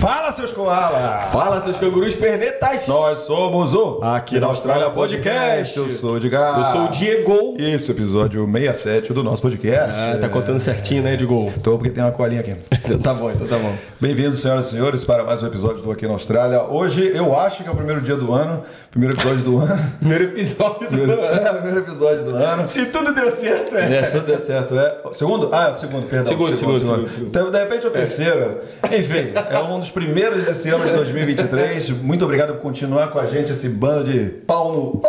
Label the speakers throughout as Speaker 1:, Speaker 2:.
Speaker 1: Fala, seus koalas!
Speaker 2: Fala, seus cangurus pernetas!
Speaker 1: Nós somos o
Speaker 2: Aqui na Austrália Podcast.
Speaker 1: Eu sou o Edgar.
Speaker 2: Eu sou o Diego.
Speaker 1: Isso, episódio 67 do nosso podcast.
Speaker 2: Ah, tá contando certinho, né, Diego?
Speaker 1: Tô porque tem uma colinha aqui.
Speaker 2: Então tá bom, então tá bom.
Speaker 1: Bem-vindos, senhoras e senhores, para mais um episódio do Aqui na Austrália. Hoje eu acho que é o primeiro dia do ano, primeiro episódio do ano.
Speaker 2: Primeiro episódio do
Speaker 1: Primeiro, é, primeiro episódio do ano.
Speaker 2: Se tudo deu certo, é.
Speaker 1: É, se tudo der certo, é. Segundo? Ah, é o segundo, perdão.
Speaker 2: Segundo, segundo, segundo, segundo.
Speaker 1: Então, de repente é o terceiro. Enfim, é um dos primeiros desse ano de 2023. Muito obrigado por continuar com a gente, esse bando de pau no.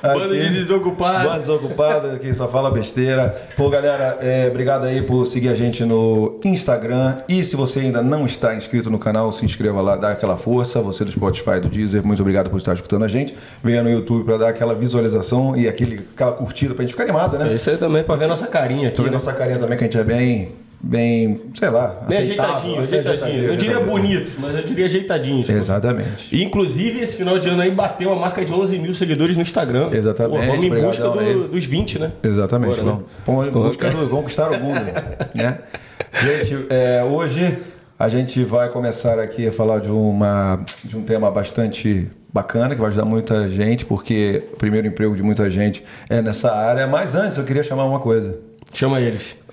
Speaker 2: Bando de desocupados.
Speaker 1: Bando desocupado, que só fala besteira. Pô, galera, é, obrigado aí por seguir a gente no Instagram. E se você ainda não está inscrito no canal, se inscreva lá, dá aquela força. Você do Spotify, do Deezer, muito obrigado por estar escutando a gente. Venha no YouTube para dar aquela visualização e aquele, aquela curtida pra gente ficar animado, né?
Speaker 2: É isso aí também, pra ver a nossa carinha aqui.
Speaker 1: Tu vê
Speaker 2: né?
Speaker 1: nossa carinha também, que a gente é bem, bem, sei lá,
Speaker 2: Bem
Speaker 1: aceitável,
Speaker 2: ajeitadinho,
Speaker 1: bem
Speaker 2: ajeitadinho. Eu diria
Speaker 1: ajeitadinho.
Speaker 2: bonitos, mas eu diria ajeitadinhos.
Speaker 1: Exatamente.
Speaker 2: E, Inclusive, esse final de ano aí bateu a marca de 11 mil seguidores no Instagram.
Speaker 1: Exatamente,
Speaker 2: Pô, vamos em busca
Speaker 1: obrigadão
Speaker 2: do-
Speaker 1: aí.
Speaker 2: dos 20, né?
Speaker 1: Exatamente.
Speaker 2: Bora,
Speaker 1: vamos,
Speaker 2: né?
Speaker 1: vamos em busca do- vamos conquistar o mundo, né? Gente, é, hoje a gente vai começar aqui a falar de, uma, de um tema bastante bacana, que vai ajudar muita gente, porque o primeiro emprego de muita gente é nessa área. Mas antes, eu queria chamar uma coisa.
Speaker 2: Chama eles.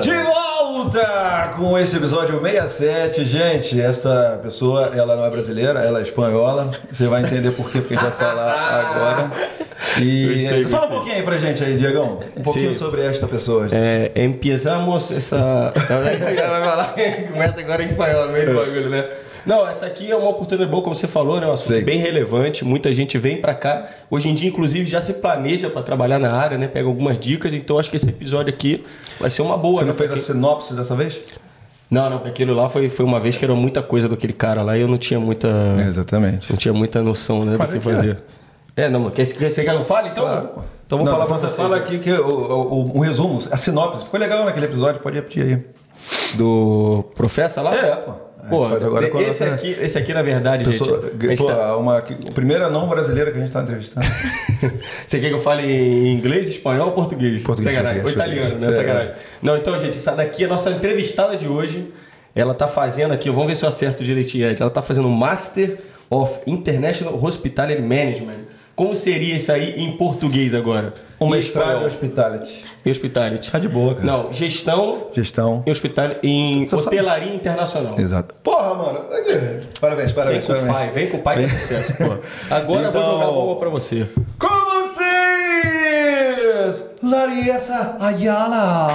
Speaker 1: De volta com esse episódio 67, gente. Essa pessoa, ela não é brasileira, ela é espanhola. Você vai entender por quê, porque a gente vai falar agora. E
Speaker 2: Gostei, gostei.
Speaker 1: fala um pouquinho aí pra gente aí, Diegão. Um pouquinho
Speaker 2: Sim.
Speaker 1: sobre esta pessoa. gente.
Speaker 2: É, empezamos essa. Tá vai falar, começa agora em espanhol, no meio do bagulho, né? Não, essa aqui é uma oportunidade boa, como você falou, né? Um assunto
Speaker 1: Sim.
Speaker 2: bem relevante. Muita gente vem pra cá. Hoje em dia, inclusive, já se planeja pra trabalhar na área, né? Pega algumas dicas. Então, acho que esse episódio aqui vai ser uma boa.
Speaker 1: Você
Speaker 2: né?
Speaker 1: não fez a
Speaker 2: Porque-
Speaker 1: sinopse dessa vez?
Speaker 2: Não, não, porque aquilo lá foi, foi uma vez que era muita coisa daquele cara lá e eu não tinha muita.
Speaker 1: Exatamente.
Speaker 2: Não tinha muita noção, né? Do
Speaker 1: Mas
Speaker 2: que
Speaker 1: é que é.
Speaker 2: É. fazer. É, não, mas quer, quer, você quer que eu fale? Então,
Speaker 1: Claro.
Speaker 2: então vou
Speaker 1: Não,
Speaker 2: falar pra
Speaker 1: você
Speaker 2: vocês.
Speaker 1: Fala aqui que o, o- o resumo, a sinopse. Ficou legal naquele episódio, pode repetir aí. Do.
Speaker 2: Professa lá?
Speaker 1: É, pô.
Speaker 2: Pô,
Speaker 1: Você faz agora com a
Speaker 2: esse,
Speaker 1: nossa-
Speaker 2: aqui, esse aqui, na verdade,
Speaker 1: Pessoa,
Speaker 2: gente. a gente
Speaker 1: pô,
Speaker 2: tá-
Speaker 1: uma, que- primeira não brasileira que a gente está entrevistando.
Speaker 2: Você quer que eu fale em inglês, espanhol ou português?
Speaker 1: Português,
Speaker 2: Sacanagem. Ou
Speaker 1: português, É.
Speaker 2: italiano, né?
Speaker 1: português.
Speaker 2: Sacanagem. Não, então, gente, essa daqui é a nossa entrevistada de hoje. Ela tá fazendo aqui, vamos ver se eu acerto direitinho, Ed. Ela tá fazendo um Master of International Hospitality Management. Como seria isso aí em português agora?
Speaker 1: Uma
Speaker 2: Em
Speaker 1: estrada
Speaker 2: espanhol.
Speaker 1: hospitality.
Speaker 2: E hospitality.
Speaker 1: Tá de boa, cara.
Speaker 2: Não, gestão
Speaker 1: Gestão.
Speaker 2: em hospital em
Speaker 1: Você sabe-
Speaker 2: hotelaria internacional.
Speaker 1: Exato. Porra, mano. Parabéns,
Speaker 2: Vem
Speaker 1: parabéns,
Speaker 2: com o
Speaker 1: parabéns.
Speaker 2: pai, vem com o pai que é sucesso, pô. Agora eu vou
Speaker 1: Então-
Speaker 2: jogar uma pra você.
Speaker 1: Com vocês, Larieta Ayala.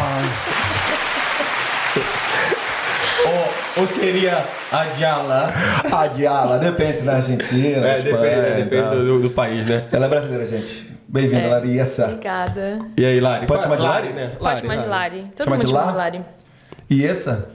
Speaker 2: Ou, ou seria a Diala?
Speaker 1: Ayala, depende se da Argentina,
Speaker 2: É,
Speaker 1: Espanha,
Speaker 2: depende, né?
Speaker 1: e
Speaker 2: depende
Speaker 1: tal.
Speaker 2: do, do- do país, né?
Speaker 1: Ela é brasileira, gente. Bem-vinda,
Speaker 3: É.
Speaker 1: Lariessa.
Speaker 3: Obrigada.
Speaker 2: E aí, Lari?
Speaker 1: Pode chamar de Tá. Lari?
Speaker 2: né?
Speaker 3: Pode chamar de Lari. Todo
Speaker 1: Chama
Speaker 3: mundo
Speaker 1: de
Speaker 3: chama
Speaker 1: Lá?
Speaker 3: de Lari.
Speaker 1: E essa?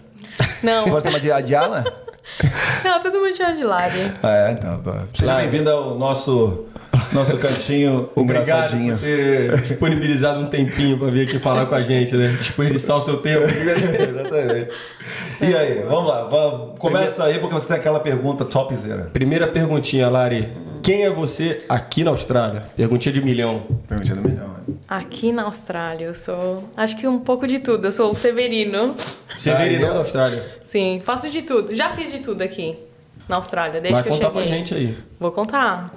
Speaker 3: Não,
Speaker 1: Pode chamar de Ayala?
Speaker 3: não, todo mundo chama de Lari.
Speaker 1: ah, é, então. Seja
Speaker 2: Lari.
Speaker 1: bem-vinda ao nosso, nosso cantinho
Speaker 2: Obrigado
Speaker 1: engraçadinho.
Speaker 2: por ter disponibilizado um tempinho pra vir aqui falar com a gente, né? Desperdiçar o seu tempo.
Speaker 1: Exatamente. E aí, vamos lá. va- Começa aí porque você tem aquela pergunta topzera.
Speaker 2: Primeira perguntinha, Lari. Quem é você aqui na Austrália? Perguntinha de milhão.
Speaker 1: Perguntinha do milhão. né?
Speaker 3: Aqui na Austrália, eu sou. Acho que um pouco de tudo. Eu sou o Severino.
Speaker 2: Severidão
Speaker 1: Aí, ó.
Speaker 2: da Austrália.
Speaker 3: Sim, faço de tudo. Já fiz de tudo aqui na Austrália, desde
Speaker 2: Vai
Speaker 3: que eu
Speaker 2: contar
Speaker 3: cheguei.
Speaker 2: pra gente aí.
Speaker 3: Vou contar.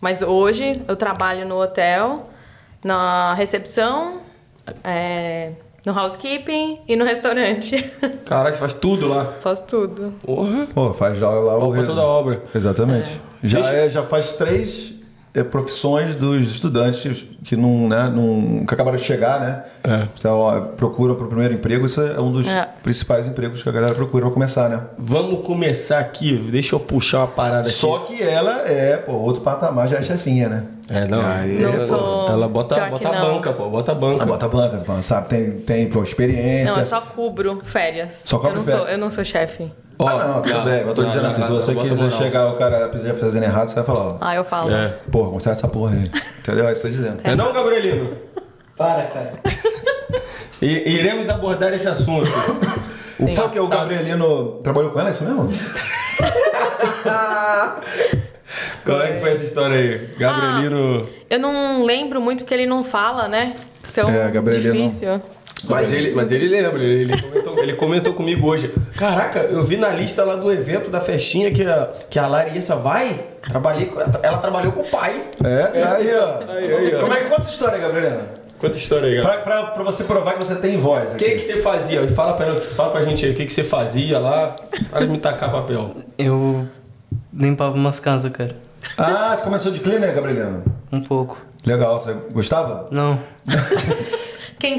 Speaker 3: Mas hoje eu trabalho no hotel, na recepção, é, No housekeeping e no restaurante.
Speaker 2: Caraca, faz tudo lá.
Speaker 3: Faço tudo.
Speaker 2: Porra.
Speaker 1: Pô, faz já lá o.
Speaker 2: Palpa
Speaker 1: resu-
Speaker 2: toda a obra.
Speaker 1: Exatamente. Já,
Speaker 2: Deixa-
Speaker 1: é- já faz três é, profissões dos estudantes que não, né, não que acabaram de chegar, né? Então, ó, procura para o primeiro emprego. Isso é um dos
Speaker 3: É.
Speaker 1: principais empregos que a galera procura para começar, né?
Speaker 2: Vamos começar aqui. Deixa eu puxar uma parada
Speaker 1: Só que ela é, pô, outro patamar já é chefinha, né?
Speaker 2: aqui. É, não.
Speaker 1: Aí,
Speaker 3: Não
Speaker 1: pô,
Speaker 3: sou-
Speaker 2: Ela bota,
Speaker 3: Pior que
Speaker 2: bota a
Speaker 3: não.
Speaker 2: banca, pô. Bota a
Speaker 1: ela
Speaker 2: banca.
Speaker 1: bota a banca, tô falando, sabe? Tem, tem pô, experiência.
Speaker 3: Não, eu só cubro férias.
Speaker 1: Só cobre
Speaker 3: eu não
Speaker 1: férias.
Speaker 3: sou, eu não sou chefe.
Speaker 2: Ó,
Speaker 1: Ah, não, tudo bem. Eu tô
Speaker 2: não,
Speaker 1: dizendo
Speaker 2: não,
Speaker 1: assim,
Speaker 2: não,
Speaker 1: se
Speaker 2: não,
Speaker 1: você
Speaker 2: bota
Speaker 1: quiser
Speaker 2: moral.
Speaker 1: chegar, o cara quiser fazendo errado, você vai falar, ó,
Speaker 3: Ah, eu falo.
Speaker 2: É.
Speaker 1: pô, conserta essa porra aí. Entendeu? É isso que eu tô dizendo.
Speaker 2: É não, Gabrielino?
Speaker 4: Para, cara.
Speaker 2: I- iremos abordar esse assunto.
Speaker 1: O
Speaker 3: Sim.
Speaker 1: Sabe que o
Speaker 2: Passado.
Speaker 1: Gabrielino trabalhou com ela, é isso mesmo?
Speaker 2: Como é que foi essa história aí? Gabrielino.
Speaker 1: Ah.
Speaker 3: Eu não lembro muito porque ele não fala, né? Então,
Speaker 1: É, Gabrielino.
Speaker 3: difícil.
Speaker 2: Mas ele, mas ele lembra, ele ele comentou, ele comentou comigo hoje. Caraca, eu vi na lista lá do evento, da festinha, que a, que a Larissa vai. Trabalhei com, ela trabalhou com o pai.
Speaker 1: É, aí, ó.
Speaker 2: Aí, aí, ó.
Speaker 1: Como é que conta essa história, Gabrielino?
Speaker 2: Quanta história aí,
Speaker 1: Pra,
Speaker 2: Gabriel.
Speaker 1: pra, pra você provar que você tem voz
Speaker 2: O
Speaker 1: aqui.
Speaker 2: que, que você fazia? Fala pra, fala pra gente aí, o que, que você fazia lá? Para de me tacar papel.
Speaker 4: Eu limpava umas casas, cara.
Speaker 1: Ah, você começou de cleaner, Gabrielino?
Speaker 4: Um pouco.
Speaker 1: Legal, você gostava?
Speaker 4: Não,
Speaker 3: Quem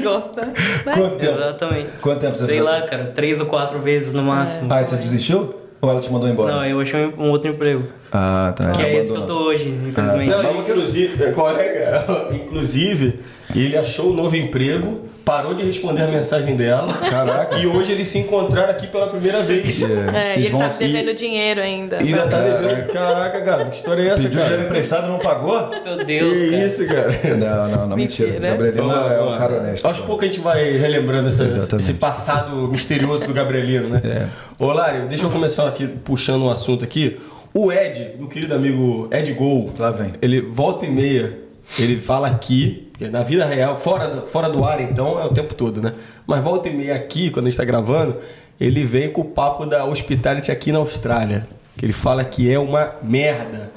Speaker 3: gosta, né?
Speaker 1: Quanto tempo?
Speaker 4: exatamente.
Speaker 1: Quanto tempo você
Speaker 4: Sei
Speaker 1: fez?
Speaker 4: lá, cara. Três ou quatro vezes no máximo.
Speaker 1: Ah, e você desistiu? Ou ela te mandou embora?
Speaker 4: Não, eu achei um outro emprego.
Speaker 1: É. Ah, tá.
Speaker 4: Que
Speaker 1: ela
Speaker 4: é esse que eu
Speaker 1: abandonou.
Speaker 4: tô hoje, infelizmente.
Speaker 1: Ah,
Speaker 2: Não, inclusive, é, colega, inclusive, ele achou um novo emprego, parou de responder a mensagem dela.
Speaker 1: Caraca.
Speaker 2: E hoje eles se encontraram aqui pela primeira vez.
Speaker 3: É, e
Speaker 1: Eles
Speaker 3: ele
Speaker 1: vão
Speaker 3: tá me
Speaker 1: se-
Speaker 3: devendo dinheiro ainda.
Speaker 2: E ainda tá
Speaker 1: Caraca.
Speaker 2: devendo. Caraca, cara, que história é essa,
Speaker 1: Pediu dinheiro
Speaker 2: cara?
Speaker 1: emprestado e não pagou?
Speaker 4: Meu
Speaker 2: Que
Speaker 4: Deus, cara.
Speaker 2: isso, cara?
Speaker 1: Não, não, não, mentira.
Speaker 3: Mentira.
Speaker 1: Gabrielino
Speaker 2: Vamos lá,
Speaker 1: é
Speaker 2: vamos
Speaker 1: um
Speaker 2: lá.
Speaker 1: cara honesto.
Speaker 2: Aos poucos a gente vai relembrando essa-
Speaker 1: Exatamente. É.
Speaker 2: esse passado misterioso do Gabrielino, né? Ô, Lário, deixa eu começar aqui puxando um assunto aqui. O Ed, meu querido amigo Ed Gol,
Speaker 1: Lá vem.
Speaker 2: ele volta e meia, ele fala aqui, que é na vida real, fora do, fora do ar então, é o tempo todo, né? Mas volta e meia aqui, quando a gente tá gravando, ele vem com o papo da hospitality aqui na Austrália. Que ele fala que é uma merda.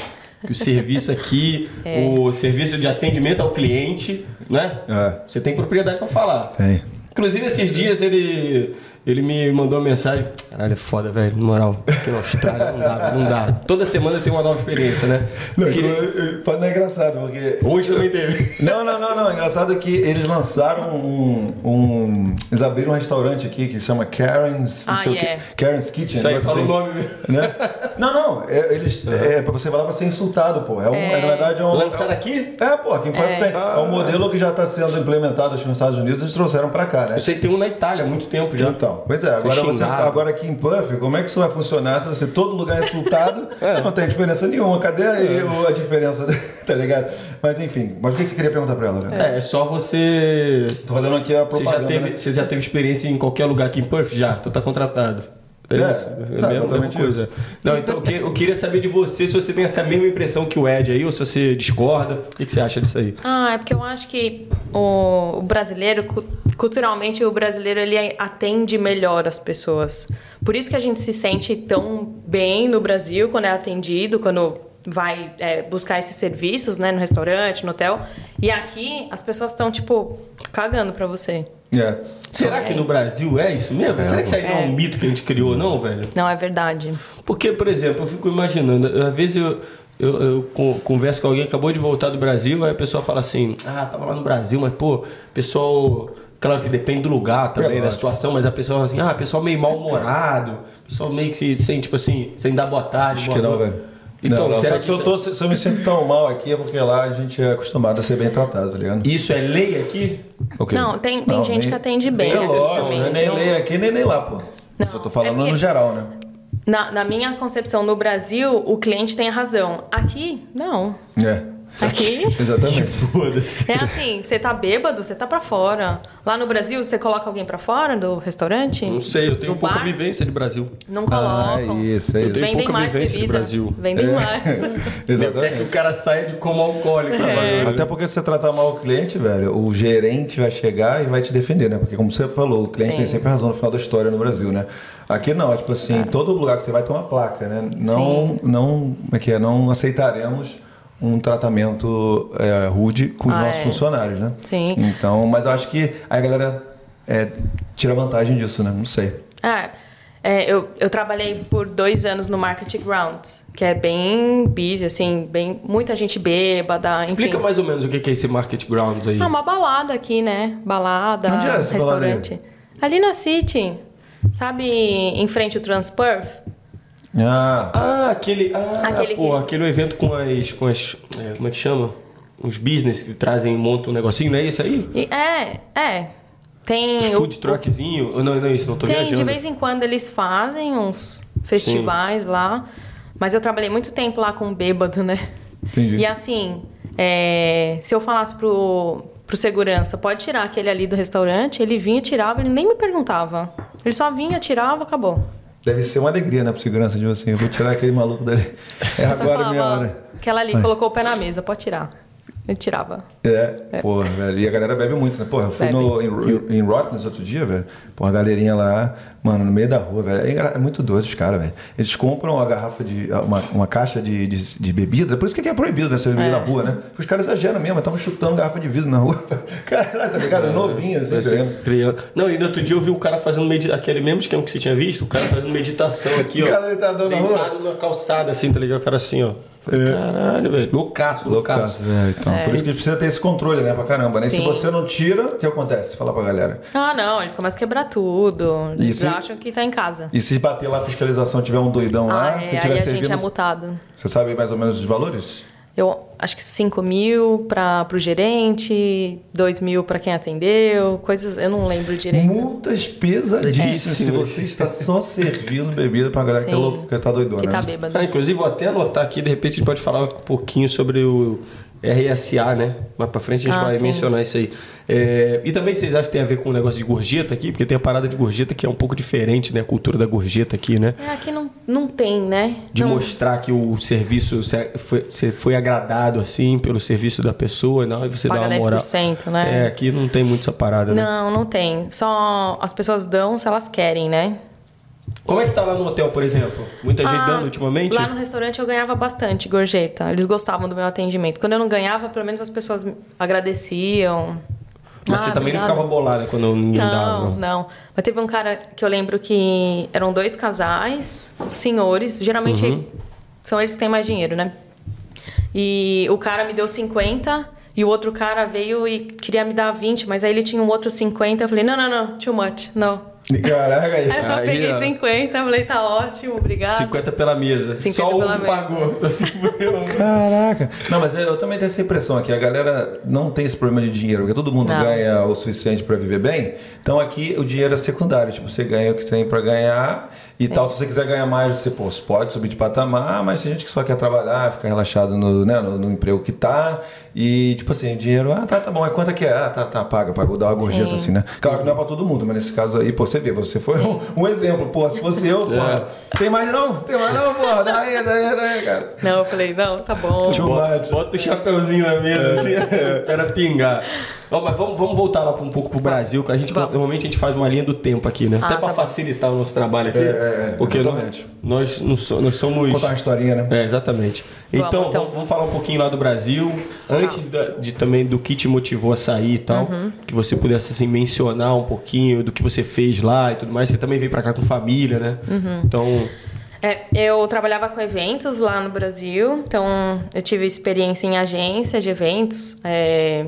Speaker 2: Que o serviço aqui, o serviço de atendimento ao cliente, né?
Speaker 1: É.
Speaker 2: Você tem propriedade pra falar.
Speaker 1: Tem.
Speaker 2: Inclusive, esses dias ele, ele me mandou uma mensagem. Caralho, é foda, velho. Na moral, aqui na Austrália não dá, não dá. Toda semana tem uma nova experiência, né?
Speaker 1: Não,
Speaker 2: Porque-
Speaker 1: eu- eu- não é engraçado, porque
Speaker 2: Hoje também teve.
Speaker 1: Não, não, não, não. Engraçado que eles lançaram um. um- eles abriram um restaurante aqui que chama Karen's. Não
Speaker 3: Ah,
Speaker 1: sei o
Speaker 3: yeah.
Speaker 1: quê. Karen's Kitchen.
Speaker 2: Isso aí,
Speaker 1: né?
Speaker 2: fala o
Speaker 1: Assim,
Speaker 2: nome mesmo.
Speaker 1: Né? Não, não. É, eles, é pra você falar pra ser insultado, pô. É um, é, na verdade, é um.
Speaker 2: Lançaram aqui?
Speaker 1: É, pô, aqui em Porto tem.
Speaker 2: Ah.
Speaker 1: É um modelo que já tá sendo implementado acho, nos Estados Unidos, eles trouxeram pra cá, né?
Speaker 2: Eu sei que tem um na Itália há muito tempo já.
Speaker 1: Então, pois é, agora,
Speaker 2: Foi
Speaker 1: você,
Speaker 2: xingado.
Speaker 1: agora aqui em Puff, como é que isso vai funcionar se você todo lugar é insultado? Não tem diferença nenhuma. Cadê a,
Speaker 2: É.
Speaker 1: a diferença, tá ligado? Mas enfim, mas o que que você queria perguntar pra ela, cara?
Speaker 2: É, é só você.
Speaker 1: Tô fazendo aqui a
Speaker 2: Você já,
Speaker 1: propaganda.
Speaker 2: teve,
Speaker 1: né?
Speaker 2: você já teve experiência em qualquer lugar aqui em Perth? Já, tu tá contratado.
Speaker 1: É,
Speaker 2: mesmo-
Speaker 1: não,
Speaker 2: mesma
Speaker 1: exatamente
Speaker 2: coisa.
Speaker 1: isso.
Speaker 2: Não, então eu, que- eu queria saber de você se você tem essa mesma impressão que o Ed aí, ou se você discorda. O que, que você acha disso aí?
Speaker 3: Ah, é porque eu acho que o, o brasileiro, cu- culturalmente, o brasileiro ele atende melhor as pessoas. Por isso que a gente se sente tão bem no Brasil quando é atendido, quando vai é, buscar esses serviços, né, no restaurante, no hotel. E aqui as pessoas estão tipo cagando pra você.
Speaker 1: É.
Speaker 2: Será que no Brasil é isso mesmo? Será que isso aí não é um mito que a gente criou, não, velho?
Speaker 3: Não é verdade.
Speaker 2: Porque, por exemplo, eu fico imaginando, às vezes eu, eu, eu con- converso com alguém que acabou de voltar do Brasil, aí a pessoa fala assim, ah, tava lá no Brasil, mas pô, pessoal. Claro que depende do lugar também,
Speaker 1: É,
Speaker 2: da
Speaker 1: lógico.
Speaker 2: situação, mas a pessoa fala assim, ah, pessoal meio mal-humorado, pessoal meio que se sente, tipo assim, sem dar boa tarde.
Speaker 1: Acho
Speaker 2: boa
Speaker 1: que não,
Speaker 2: noite."
Speaker 1: velho.
Speaker 2: Então,
Speaker 1: não, não.
Speaker 2: será
Speaker 1: Só
Speaker 2: que
Speaker 1: se, eu
Speaker 2: isso-
Speaker 1: tô- se- se eu me sinto tão mal aqui é porque lá a gente é acostumado a ser bem tratado, tá ligado?
Speaker 2: isso é lei aqui?
Speaker 1: Ok.
Speaker 3: Não, tem- tem gente que atende bem,
Speaker 1: É
Speaker 3: né?
Speaker 1: lógico,
Speaker 3: Sim.
Speaker 1: né? nem
Speaker 3: Não-
Speaker 1: lei aqui, nem, nem lá, pô.
Speaker 3: Não,
Speaker 1: Só tô
Speaker 3: é
Speaker 1: falando
Speaker 3: porque-
Speaker 1: no geral, né?
Speaker 3: Na, na minha concepção, no Brasil, o cliente tem a razão. Aqui, não.
Speaker 1: É.
Speaker 3: Aqui.
Speaker 1: Exatamente.
Speaker 2: Foda-se.
Speaker 3: É assim, você tá bêbado, você tá pra fora. Lá no Brasil, você coloca alguém pra fora do restaurante?
Speaker 2: Não sei, eu tenho
Speaker 3: Do
Speaker 2: pouca
Speaker 3: bar?
Speaker 2: vivência de Brasil.
Speaker 3: Não
Speaker 1: Ah,
Speaker 3: colocam.
Speaker 1: isso, é
Speaker 3: Eles
Speaker 1: isso. É.
Speaker 2: Eu tenho
Speaker 3: vendem
Speaker 2: pouca
Speaker 3: mais
Speaker 2: vivência do
Speaker 3: bebida.
Speaker 2: Brasil.
Speaker 3: Vendem mais.
Speaker 2: Até que
Speaker 1: Exatamente.
Speaker 2: o cara saia de como alcoólico.
Speaker 3: É.
Speaker 2: né?
Speaker 1: Até porque se você tratar mal o cliente, velho, o gerente vai chegar e vai te defender, né? Porque como você falou, o cliente
Speaker 3: Sim.
Speaker 1: tem sempre razão no final da história no Brasil, né? Aqui não, é tipo assim, todo lugar que você vai tem uma placa, né? Não, não, como é que é? Não aceitaremos um tratamento é, rude com os
Speaker 3: Ah,
Speaker 1: nossos
Speaker 3: é.
Speaker 1: funcionários, né?
Speaker 3: Sim.
Speaker 1: Então, mas eu acho que aí a galera é, tira vantagem disso, né? Não sei.
Speaker 3: Ah, é, eu, eu trabalhei por dois anos no Market Grounds, que é bem busy, assim, bem, muita gente bêbada, enfim.
Speaker 2: Explica mais ou menos o que que é esse Market Grounds aí.
Speaker 3: Ah, uma balada aqui, né? Balada,
Speaker 1: Onde é essa
Speaker 3: restaurante. Ali na City. Sabe em frente ao Transperf?
Speaker 1: Ah,
Speaker 2: Ah, aquele. Ah,
Speaker 3: Aquele
Speaker 2: pô,
Speaker 3: que-
Speaker 2: aquele evento com as. Com as é, como é que chama? Uns business que trazem, montam um negocinho, não é isso aí?
Speaker 3: E- é, é. Tem.
Speaker 2: Os
Speaker 3: o-
Speaker 2: food truckzinho. Oh, Não, não, isso, não tô
Speaker 3: Tem,
Speaker 2: viajando.
Speaker 3: de vez em quando eles fazem uns festivais lá. Mas eu trabalhei muito tempo lá com bêbado, né?
Speaker 1: Entendi.
Speaker 3: E assim, é, se eu falasse pro, pro segurança, pode tirar aquele ali do restaurante, ele vinha, tirava, ele nem me perguntava. Ele só vinha, tirava, acabou.
Speaker 1: deve ser uma alegria, né, pro segurança de você. Eu vou tirar aquele maluco dali. É
Speaker 3: Eu só
Speaker 1: agora minha
Speaker 3: falava,
Speaker 1: hora.
Speaker 3: Aquela ali
Speaker 1: Vai.
Speaker 3: colocou o pé na mesa, pode tirar. Ele tirava.
Speaker 1: É, porra, velho. E a galera bebe muito, né? Porra, eu fui
Speaker 3: Bebe.
Speaker 1: no, em, em Rottnest outro dia, velho. Porra, a galerinha lá, mano, no meio da rua, velho. É, engra- é muito doido os caras, velho. Eles compram uma garrafa de. uma, uma caixa de, de, de bebida. Por isso que aqui é proibido né, você beber na rua, né? Porque Os caras exageram mesmo, estavam chutando garrafa de vidro na rua. Caralho, tá ligado? Novinho, assim,
Speaker 2: Parece
Speaker 1: velho.
Speaker 2: criança. É, Não, e no outro dia eu vi o cara fazendo medi- aquele mesmo esquema que você tinha visto, o cara fazendo meditação aqui,
Speaker 1: O
Speaker 2: ó.
Speaker 1: cara deitadão na rua.
Speaker 2: Deitado na calçada, assim, tá ligado? O cara assim, ó. Falei, caralho, velho. Loucaço,
Speaker 1: Loucaço,
Speaker 2: loucaço.
Speaker 1: velho. Então, Por isso que precisa ter esse controle, né, pra caramba, né? E se
Speaker 3: É. Sim.
Speaker 1: você não tira, o que acontece? Fala pra galera.
Speaker 3: Ah, não, eles começam a quebrar tudo.
Speaker 1: E
Speaker 3: Eles
Speaker 1: se-
Speaker 3: acham que tá em casa.
Speaker 1: E se bater lá a fiscalização, tiver um doidão lá,
Speaker 3: ah,
Speaker 1: se
Speaker 3: é,
Speaker 1: tiver
Speaker 3: aí a gente
Speaker 1: servindo.
Speaker 3: é multado.
Speaker 1: você sabe mais ou menos os valores?
Speaker 3: Eu acho que 5 mil para o gerente, 2 mil para quem atendeu, coisas. Eu não lembro direito.
Speaker 1: Multas pesadíssimas. Se você está só servindo bebida pra galera que é
Speaker 3: Sim.
Speaker 1: louco, que tá doidona.
Speaker 3: que tá
Speaker 1: né?
Speaker 3: bêbado.
Speaker 2: Ah, inclusive, vou até anotar aqui, de repente a gente pode falar um pouquinho sobre o RSA, né? Mais pra frente a gente
Speaker 3: Ah,
Speaker 2: vai
Speaker 3: sim.
Speaker 2: mencionar isso aí. É, e também vocês acham que tem a ver com o negócio de gorjeta aqui? Porque tem a parada de gorjeta que é um pouco diferente, né? A cultura da gorjeta aqui, né?
Speaker 3: É, aqui não, não tem, né?
Speaker 2: De
Speaker 3: não,
Speaker 2: mostrar que o serviço se- foi, se- foi agradado, assim, pelo serviço da pessoa, não, e você dá
Speaker 3: paga
Speaker 2: uma moral.
Speaker 3: 10%,
Speaker 2: É,
Speaker 3: né?
Speaker 2: aqui não tem muito essa parada, né?
Speaker 3: Não, não tem. Só as pessoas dão se elas querem, né?
Speaker 2: Como é que tá lá no hotel, por exemplo? Muita gente
Speaker 3: Ah,
Speaker 2: dando ultimamente?
Speaker 3: Lá no restaurante eu ganhava bastante gorjeta. Eles gostavam do meu atendimento. Quando eu não ganhava, pelo menos as pessoas me agradeciam.
Speaker 2: Mas você
Speaker 3: Ah,
Speaker 2: também não
Speaker 3: obrigada.
Speaker 2: ficava bolada quando ninguém dava.
Speaker 3: Não, não. Mas teve um cara que eu lembro que eram dois casais, senhores, geralmente
Speaker 2: Uhum.
Speaker 3: são eles que têm mais dinheiro, né? E o cara me deu 50 e o outro cara veio e queria me dar 20, mas aí ele tinha um outro 50. Eu falei: não, não, não, too much, não.
Speaker 1: Caraca, aí.
Speaker 3: Aí eu só
Speaker 2: Aí,
Speaker 3: peguei
Speaker 2: ó.
Speaker 3: 50, eu falei: tá ótimo, obrigado.
Speaker 1: é
Speaker 2: 50 pela mesa.
Speaker 3: 50
Speaker 2: Só
Speaker 3: pela
Speaker 2: um
Speaker 3: mesa.
Speaker 2: pagou. Só se fudeu.
Speaker 1: Caraca. Não, mas eu também tenho essa impressão aqui. A galera não tem esse problema de dinheiro, porque todo mundo
Speaker 3: Não.
Speaker 1: ganha o suficiente pra viver bem. Então aqui o dinheiro é secundário. Tipo, você ganha o que tem pra ganhar e tal. Se você quiser ganhar mais, você, pô, você pode subir de patamar, mas tem gente que só quer trabalhar, fica relaxado no, né, no, no emprego que tá. E, tipo assim, o dinheiro, ah, tá, tá bom. É quanto é que é? Ah, tá, tá, paga, paga. Vou dar uma gorjeta
Speaker 3: Sim.
Speaker 1: assim, né? Claro que não é pra todo mundo, mas nesse caso aí, pô, você vê, você foi um, um exemplo. Pô, se fosse eu, porra. Tem mais não? Tem mais não, porra? Daí, daí, daí, cara.
Speaker 3: Não, eu falei: não, tá bom.
Speaker 1: Too much. É.
Speaker 2: Bota, bota o chapeuzinho na mesa, assim, era pingar. Ó, mas vamos, vamos voltar lá pra um pouco pro Brasil, que a gente
Speaker 3: Vamos.
Speaker 2: normalmente a gente faz uma linha do tempo aqui, né? Até
Speaker 3: tá
Speaker 2: pra
Speaker 3: bom.
Speaker 2: facilitar o nosso trabalho aqui.
Speaker 1: É, é, é,
Speaker 2: porque nós,
Speaker 1: exatamente.
Speaker 2: nós, não so- nós somos.
Speaker 1: contar uma historinha, né?
Speaker 2: É, exatamente. então,
Speaker 3: Vamos, então. Tá.
Speaker 2: vamos, vamos falar um pouquinho lá do Brasil, antes da- de também do que te motivou a sair e tal,
Speaker 3: Uhum.
Speaker 2: que você pudesse assim mencionar um pouquinho do que você fez lá e tudo mais. Você também veio pra cá com família, né?
Speaker 3: Uhum.
Speaker 2: Então,
Speaker 3: É, eu trabalhava com eventos lá no Brasil, então eu tive experiência em agência de eventos. é,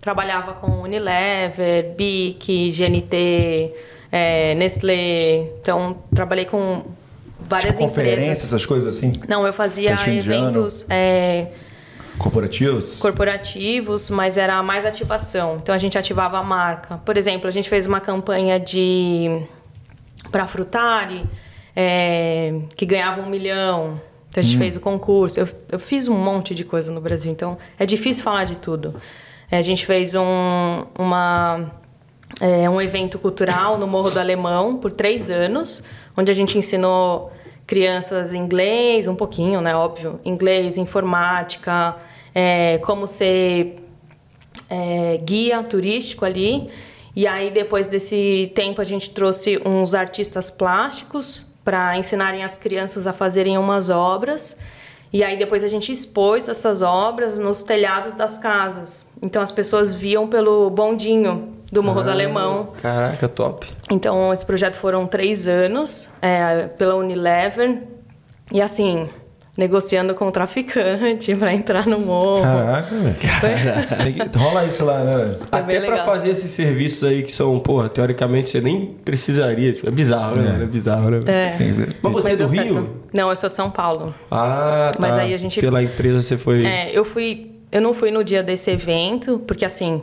Speaker 3: trabalhava com Unilever, BIC, GNT, é, Nestlé. Então trabalhei com várias
Speaker 1: Tipo, conferências,
Speaker 3: empresas.
Speaker 1: essas coisas assim,
Speaker 3: Não, eu fazia
Speaker 1: Festa indiana.
Speaker 3: eventos é,
Speaker 1: corporativos.
Speaker 3: corporativos, mas era mais ativação. Então a gente ativava a marca. Por exemplo, a gente fez uma campanha de para Frutari é, que ganhava um milhão. Então a gente fez o concurso. Eu, eu fiz um monte de coisa no Brasil, então é difícil falar de tudo. É, a gente fez um, uma, é, um evento cultural no Morro do Alemão por três anos, onde a gente ensinou crianças inglês, um pouquinho, né? Óbvio, inglês, informática, é, como ser é, guia turístico ali. E aí, depois desse tempo, a gente trouxe uns artistas plásticos para ensinarem as crianças a fazerem umas obras. E aí, depois a gente expôs essas obras nos telhados das casas. Então, as pessoas viam pelo bondinho do Morro
Speaker 2: Ah.
Speaker 3: do Alemão.
Speaker 2: Caraca, top.
Speaker 3: Então, esse projeto foram três anos é, pela Unilever. E assim, negociando com o traficante para entrar no morro.
Speaker 5: Caraca, velho. É. Rola isso lá, né?
Speaker 3: Foi Tá bem
Speaker 2: Até pra
Speaker 3: legal.
Speaker 2: fazer esses serviços aí que são, porra, teoricamente você nem precisaria. tipo, é bizarro, né? É bizarro, né?
Speaker 3: É.
Speaker 2: Mas você é
Speaker 3: Mas
Speaker 2: do
Speaker 3: deu
Speaker 2: Rio?
Speaker 3: certo. Não, eu sou de São Paulo.
Speaker 2: Ah, tá.
Speaker 3: Mas aí a gente-
Speaker 2: Pela empresa você foi...
Speaker 3: É, eu fui. Eu não fui no dia desse evento, porque assim,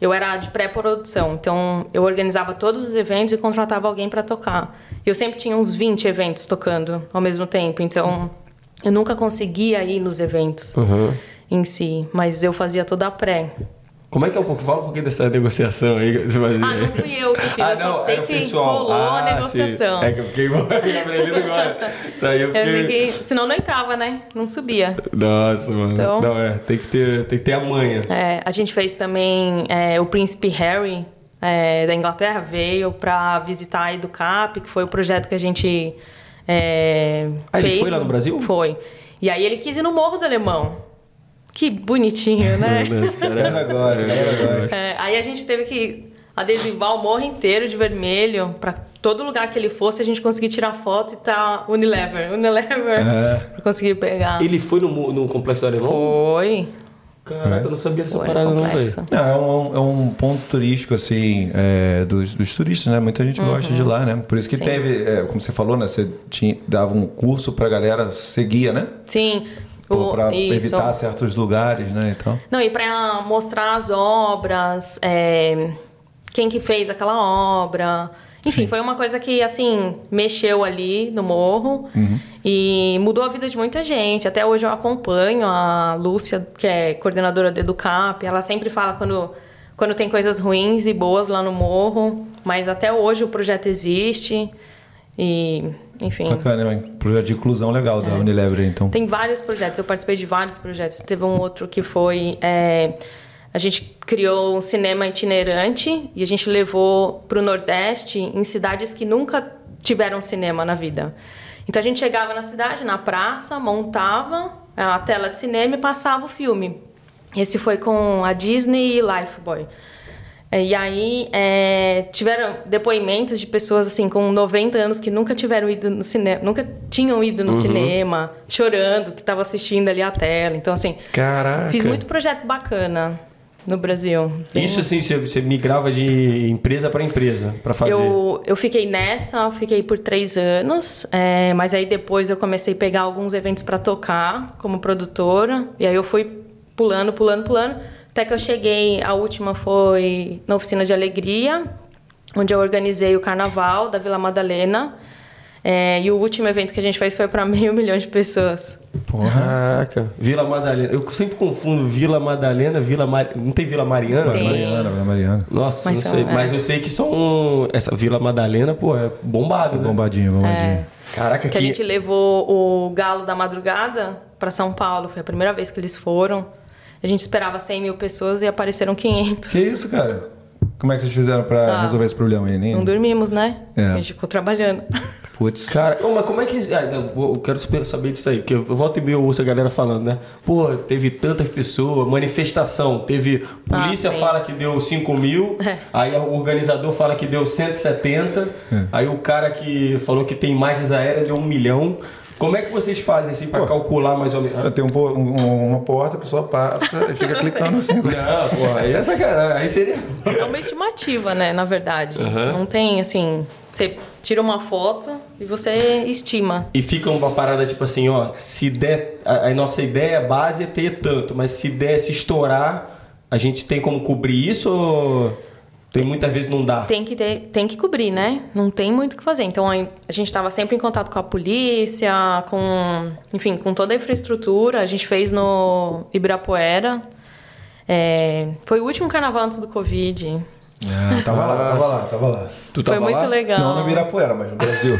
Speaker 3: eu era de pré-produção. Então, eu organizava todos os eventos e contratava alguém pra tocar. Eu sempre tinha uns 20 eventos tocando ao mesmo tempo. Então, eu nunca conseguia ir nos eventos
Speaker 2: Uhum.
Speaker 3: em si. Mas eu fazia toda a pré.
Speaker 2: Como é que é um pouco? Fala um pouquinho dessa negociação aí. que você fazia.
Speaker 3: Ah, não fui eu que fiz,
Speaker 2: Ah,
Speaker 3: eu só
Speaker 2: não,
Speaker 3: sei
Speaker 2: era o
Speaker 3: que
Speaker 2: pessoal.
Speaker 3: rolou a
Speaker 2: Ah,
Speaker 3: negociação.
Speaker 2: sim. É que eu fiquei aprendendo agora. Isso aí eu
Speaker 3: Eu
Speaker 2: fiquei...
Speaker 3: fiquei. Senão não entrava, né? Não subia.
Speaker 2: Nossa, mano.
Speaker 3: Então-
Speaker 2: Não, é. Tem que ter, tem que ter a manha.
Speaker 3: É, a gente fez também é, o príncipe Harry é, da Inglaterra veio pra visitar a Educap, que foi o projeto que a gente é,
Speaker 2: Ah, ele
Speaker 3: fez.
Speaker 2: foi lá no Brasil?
Speaker 3: Foi. E aí ele quis ir no Morro do Alemão. Que bonitinho,
Speaker 2: É
Speaker 3: né?
Speaker 5: Galera gosta, galera gosta.
Speaker 3: É, aí a gente teve que adesivar o morro inteiro de vermelho pra todo lugar que ele fosse a gente conseguir tirar foto e tá Unilever, Unilever,
Speaker 5: É.
Speaker 3: pra conseguir pegar.
Speaker 2: É. Ele foi no, mu- no Complexo do Alemão?
Speaker 3: Foi.
Speaker 2: Caraca, eu não sabia dessa
Speaker 3: Foi
Speaker 2: parada não, velho.
Speaker 3: complexo.
Speaker 5: Não, é um, é um ponto turístico, assim, é, dos, dos turistas, né? Muita gente gosta de lá, né? Por isso que
Speaker 3: Uhum. Sim.
Speaker 5: teve, é, como você falou, né? Você tinha, dava um curso pra galera seguia, né?
Speaker 3: Sim.
Speaker 5: Pô,
Speaker 3: o-
Speaker 5: pra
Speaker 3: isso.
Speaker 5: evitar certos lugares, né? Então.
Speaker 3: Não, e para mostrar as obras, é, quem que fez aquela obra. Enfim, foi uma coisa que, assim, mexeu ali no morro e mudou a vida de muita gente. Até hoje eu acompanho a Lúcia, que é coordenadora da Educap. Ela sempre fala quando, quando tem coisas ruins e boas lá no morro. Mas até hoje o projeto existe. E, enfim.
Speaker 5: Bacana, né? Projeto de inclusão legal da Unilever, então.
Speaker 3: É. Tem vários projetos, eu participei de vários projetos. Teve um outro que foi. é, a gente criou um cinema itinerante e a gente levou para o Nordeste em cidades que nunca tiveram cinema na vida. Então a gente chegava na cidade, na praça, montava a tela de cinema e passava o filme. Esse foi com a Disney e Lifeboy. É, E aí é, tiveram depoimentos de pessoas assim com 90 anos que nunca tiveram ido no cinema, nunca tinham ido no cinema, chorando que estava assistindo ali a tela. Então assim,
Speaker 2: Caraca.
Speaker 3: fiz muito projeto bacana no Brasil. Bem-
Speaker 2: Isso assim, você, você migrava de empresa pra empresa pra fazer.
Speaker 3: Eu, eu fiquei nessa, eu fiquei por três anos, é, mas aí depois eu comecei a pegar alguns eventos para tocar como produtora, e aí eu fui pulando, pulando, pulando, até que eu cheguei, a última foi na Oficina de Alegria, onde eu organizei o carnaval da Vila Madalena, é, e o último evento que a gente fez foi para meio milhão de pessoas.
Speaker 2: Caraca. Vila Madalena. Eu sempre confundo Vila Madalena, Vila Mar... Não tem Vila Mariana?
Speaker 3: Tem.
Speaker 5: Mariana, né, Mariana.
Speaker 2: Nossa,
Speaker 3: Mas
Speaker 2: não
Speaker 3: são-
Speaker 2: sei.
Speaker 3: é.
Speaker 2: Mas eu sei que são. Essa Vila Madalena, pô, é bombado, né?
Speaker 5: Bombadinho,
Speaker 3: É.
Speaker 5: bombadinho.
Speaker 2: Caraca,
Speaker 3: Que a gente levou o Galo da Madrugada para São Paulo, foi a primeira vez que eles foram. A gente esperava 100 mil pessoas e apareceram 500.
Speaker 5: Que isso, cara? Como é que vocês fizeram pra
Speaker 3: Ah.
Speaker 5: resolver esse problema aí? Nem...
Speaker 3: Não dormimos, né?
Speaker 5: É.
Speaker 3: A gente ficou trabalhando.
Speaker 5: Putz.
Speaker 2: Cara, ô, mas como é que. Ah, não, eu quero super saber disso aí, porque eu volto e meia eu ouço a galera falando, né? Pô, teve tantas pessoas, manifestação, teve.
Speaker 3: Ah,
Speaker 2: Polícia
Speaker 3: sim. É.
Speaker 2: fala que deu 5 mil, aí o organizador fala que deu 170, aí o cara que falou que tem imagens aéreas deu um milhão. Como é que vocês fazem assim pra calcular mais ou menos?
Speaker 5: Tem um po- um- um- uma porta, a pessoa passa e fica clicando assim.
Speaker 2: Não, porra, aí é sacanagem, aí seria.
Speaker 3: É uma estimativa, né? Na verdade. Não tem assim. Você tira uma foto e você estima.
Speaker 2: E fica uma parada tipo assim, ó, se der. A, a nossa ideia base é ter tanto, mas se der, se estourar, a gente tem como cobrir isso ou. Tem muitas vezes não dá.
Speaker 3: Tem que, ter, tem que cobrir, né? Não tem muito o que fazer. Então aí, a gente estava sempre em contato com a polícia, com. Enfim, com toda a infraestrutura. A gente fez no Ibirapuera. É, foi o último carnaval antes do Covid.
Speaker 5: Ah, tava lá, tava lá, tava lá.
Speaker 2: Tu
Speaker 3: foi
Speaker 2: tava
Speaker 3: muito
Speaker 2: lá?
Speaker 3: legal.
Speaker 5: Não no Ibirapuera, mas no Brasil.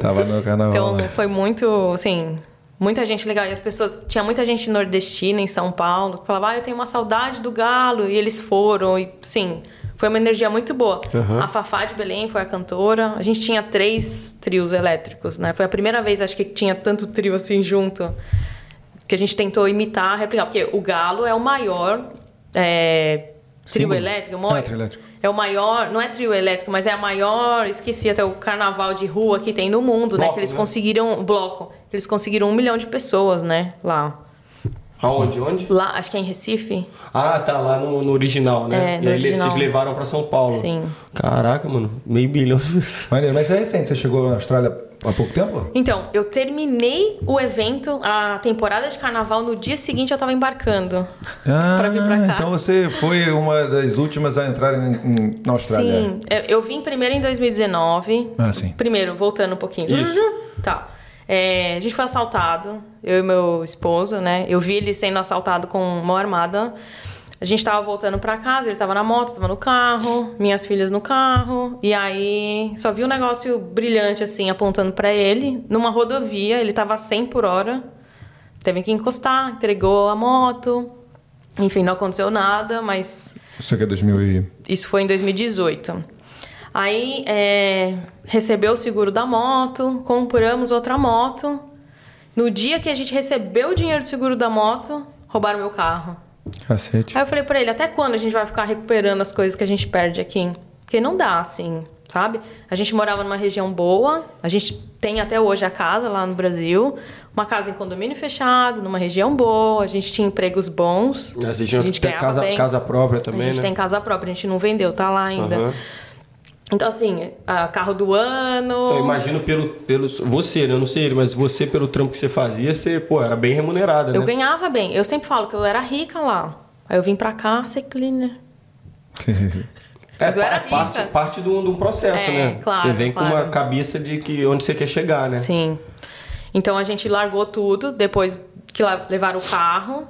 Speaker 5: tava no carnaval.
Speaker 3: Então
Speaker 5: lá.
Speaker 3: foi muito, assim, muita gente legal. E as pessoas. Tinha muita gente nordestina em São Paulo que falava, ah, eu tenho uma saudade do galo. E eles foram, e sim. Foi uma energia muito boa. A Fafá de Belém foi a cantora. A gente tinha três trios elétricos, né? Foi a primeira vez, acho que, que tinha tanto trio assim junto. Que a gente tentou imitar, replicar. Porque o galo é o maior é, trio
Speaker 2: Símbolo.
Speaker 3: elétrico, o maior-
Speaker 5: Ah, trio elétrico.
Speaker 3: É o maior, não é trio elétrico, mas é a maior, esqueci até o carnaval de rua que tem no mundo, né?
Speaker 2: Bloco,
Speaker 3: Que eles
Speaker 2: né?
Speaker 3: conseguiram, bloco, que eles conseguiram um milhão de pessoas, né? Lá.
Speaker 2: Aonde? Onde?
Speaker 3: Lá, acho que é em Recife.
Speaker 2: Ah, tá lá no, no original, né?
Speaker 3: É,
Speaker 2: e
Speaker 3: no
Speaker 2: aí eles-
Speaker 3: original.
Speaker 2: vocês levaram pra São Paulo.
Speaker 3: Sim.
Speaker 2: Caraca, mano. Meio bilhão.
Speaker 5: Maneiro, mas é recente, você chegou na Austrália há pouco tempo?
Speaker 3: Então, eu terminei o evento, a temporada de carnaval, no dia seguinte eu tava embarcando. Pra vir pra cá.
Speaker 5: Então você foi uma das últimas a entrar em, em- na Austrália. é.
Speaker 3: Sim, eu, eu vim primeiro em 2019.
Speaker 5: Ah, sim.
Speaker 3: Primeiro, voltando um pouquinho.
Speaker 2: Isso.
Speaker 3: Tá. É, a gente foi assaltado, eu e meu esposo, né? Eu vi ele sendo assaltado com mão armada. A gente tava voltando pra casa, ele tava na moto, tava no carro, minhas filhas no carro. E aí só vi um negócio brilhante assim apontando pra ele, numa rodovia, ele tava a 100 por hora. Teve que encostar, entregou a moto. Enfim, não aconteceu nada, mas
Speaker 5: Isso aqui é 2000 e...
Speaker 3: isso foi em 2018. Aí é, recebeu o seguro da moto, compramos outra moto. No dia que a gente recebeu o dinheiro do seguro da moto, roubaram meu carro.
Speaker 5: Cacete.
Speaker 3: Aí eu falei pra ele, até quando a gente vai ficar recuperando as coisas que a gente perde aqui? Porque não dá, assim, sabe? A gente morava numa região boa, a gente tem até hoje a casa lá no Brasil, uma casa em condomínio fechado, numa região boa, a gente tinha empregos bons.
Speaker 2: Existiam
Speaker 3: ganhava
Speaker 2: casa,
Speaker 3: bem.
Speaker 2: casa própria também,
Speaker 3: A gente
Speaker 2: né?
Speaker 3: tem casa própria, a gente não vendeu, tá lá ainda.
Speaker 2: Aham.
Speaker 3: Então, assim, ah, carro do ano.
Speaker 2: Então, Eu imagino pelo, pelo. Você, né? Eu não sei ele, mas você, pelo trampo que você fazia, você, pô, era bem remunerada,
Speaker 3: eu
Speaker 2: né?
Speaker 3: ganhava bem. Eu sempre falo que eu era rica lá. Aí eu vim pra cá ser cleaner. Mas eu
Speaker 2: É, pa-
Speaker 3: era
Speaker 2: parte,
Speaker 3: rica.
Speaker 2: parte de um, de um processo,
Speaker 3: É,
Speaker 2: né?
Speaker 3: claro,
Speaker 2: você vem com uma
Speaker 3: claro.
Speaker 2: cabeça de que onde você quer chegar, né?
Speaker 3: Sim. Então a gente largou tudo depois que la- levaram o carro.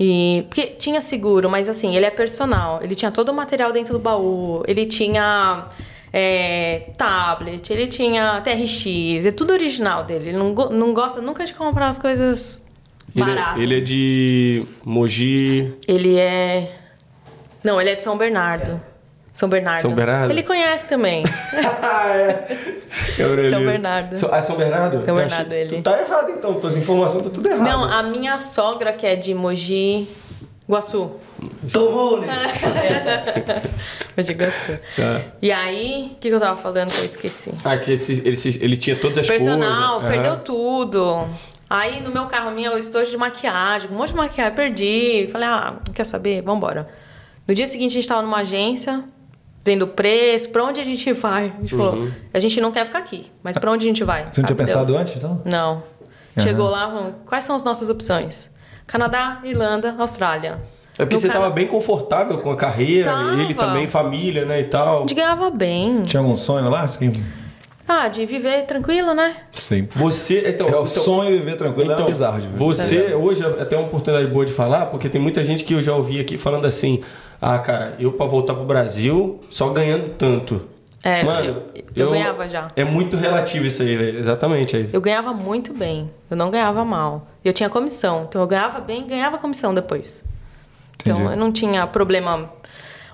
Speaker 3: E porque tinha seguro, mas assim, ele é personal. Ele tinha todo o material dentro do baú. Ele tinha é, tablet, ele tinha TRX, é tudo original dele. Ele não, go- não gosta nunca de comprar as coisas
Speaker 2: Ele, é-
Speaker 3: baratas.
Speaker 2: ele é de Mogi.
Speaker 3: Ele é. Não, ele é de São Bernardo. São Bernardo.
Speaker 2: São Bernardo?
Speaker 3: Ele conhece também.
Speaker 2: ah, é. É orelhudo.
Speaker 3: São Bernardo.
Speaker 2: So- Ah, São Bernardo?
Speaker 3: São
Speaker 2: Eu
Speaker 3: Bernardo,
Speaker 2: achei-
Speaker 3: ele.
Speaker 2: Tu tá errado, então. Tuas informações estão tudo errado.
Speaker 3: Não, a minha sogra, que é de Mogi. Guaçu.
Speaker 4: Tomou, né?
Speaker 3: Mogi Guaçu.
Speaker 2: Tá.
Speaker 3: E aí, o que, que eu tava falando que eu esqueci?
Speaker 2: Ah, que esse- ele, se- ele tinha todas as
Speaker 3: Personal,
Speaker 2: coisas. é.
Speaker 3: perdeu
Speaker 2: Aham.
Speaker 3: tudo. Aí no meu carro, minha, eu estou de maquiagem, um monte de maquiagem, perdi. Falei, ah, quer saber? Vambora. No dia seguinte, a gente estava numa agência, vendo o preço, pra onde a gente vai? A gente
Speaker 2: Uhum.
Speaker 3: falou, a gente não quer ficar aqui, mas pra onde a gente vai?
Speaker 5: Você não tinha
Speaker 3: Sabe
Speaker 5: pensado
Speaker 3: Deus.
Speaker 5: antes, então?
Speaker 3: Não. Chegou lá, falou, quais são as nossas opções? Canadá, Irlanda, Austrália.
Speaker 2: É porque
Speaker 3: No
Speaker 2: você
Speaker 3: Cana-
Speaker 2: tava bem confortável com a carreira,
Speaker 3: Tava.
Speaker 2: ele também, família, né, e tal.
Speaker 3: A gente ganhava bem.
Speaker 5: Tinha algum sonho lá? Sim.
Speaker 3: Ah, de viver tranquilo, né?
Speaker 5: Sim.
Speaker 2: Você, então,
Speaker 5: É o
Speaker 2: então-
Speaker 5: sonho viver tranquilo, é bizarro de ver.
Speaker 2: Você, hoje, é até uma oportunidade boa de falar, porque tem muita gente que eu já ouvi aqui falando assim: ah, cara, eu pra voltar pro Brasil só ganhando tanto.
Speaker 3: É, eu- eu ganhava já.
Speaker 2: É muito relativo isso aí, velho. Exatamente. Aí.
Speaker 3: Eu ganhava muito bem, eu não ganhava mal. Eu tinha comissão, então eu ganhava bem e ganhava comissão depois. Então
Speaker 5: Entendi.
Speaker 3: eu não tinha problema.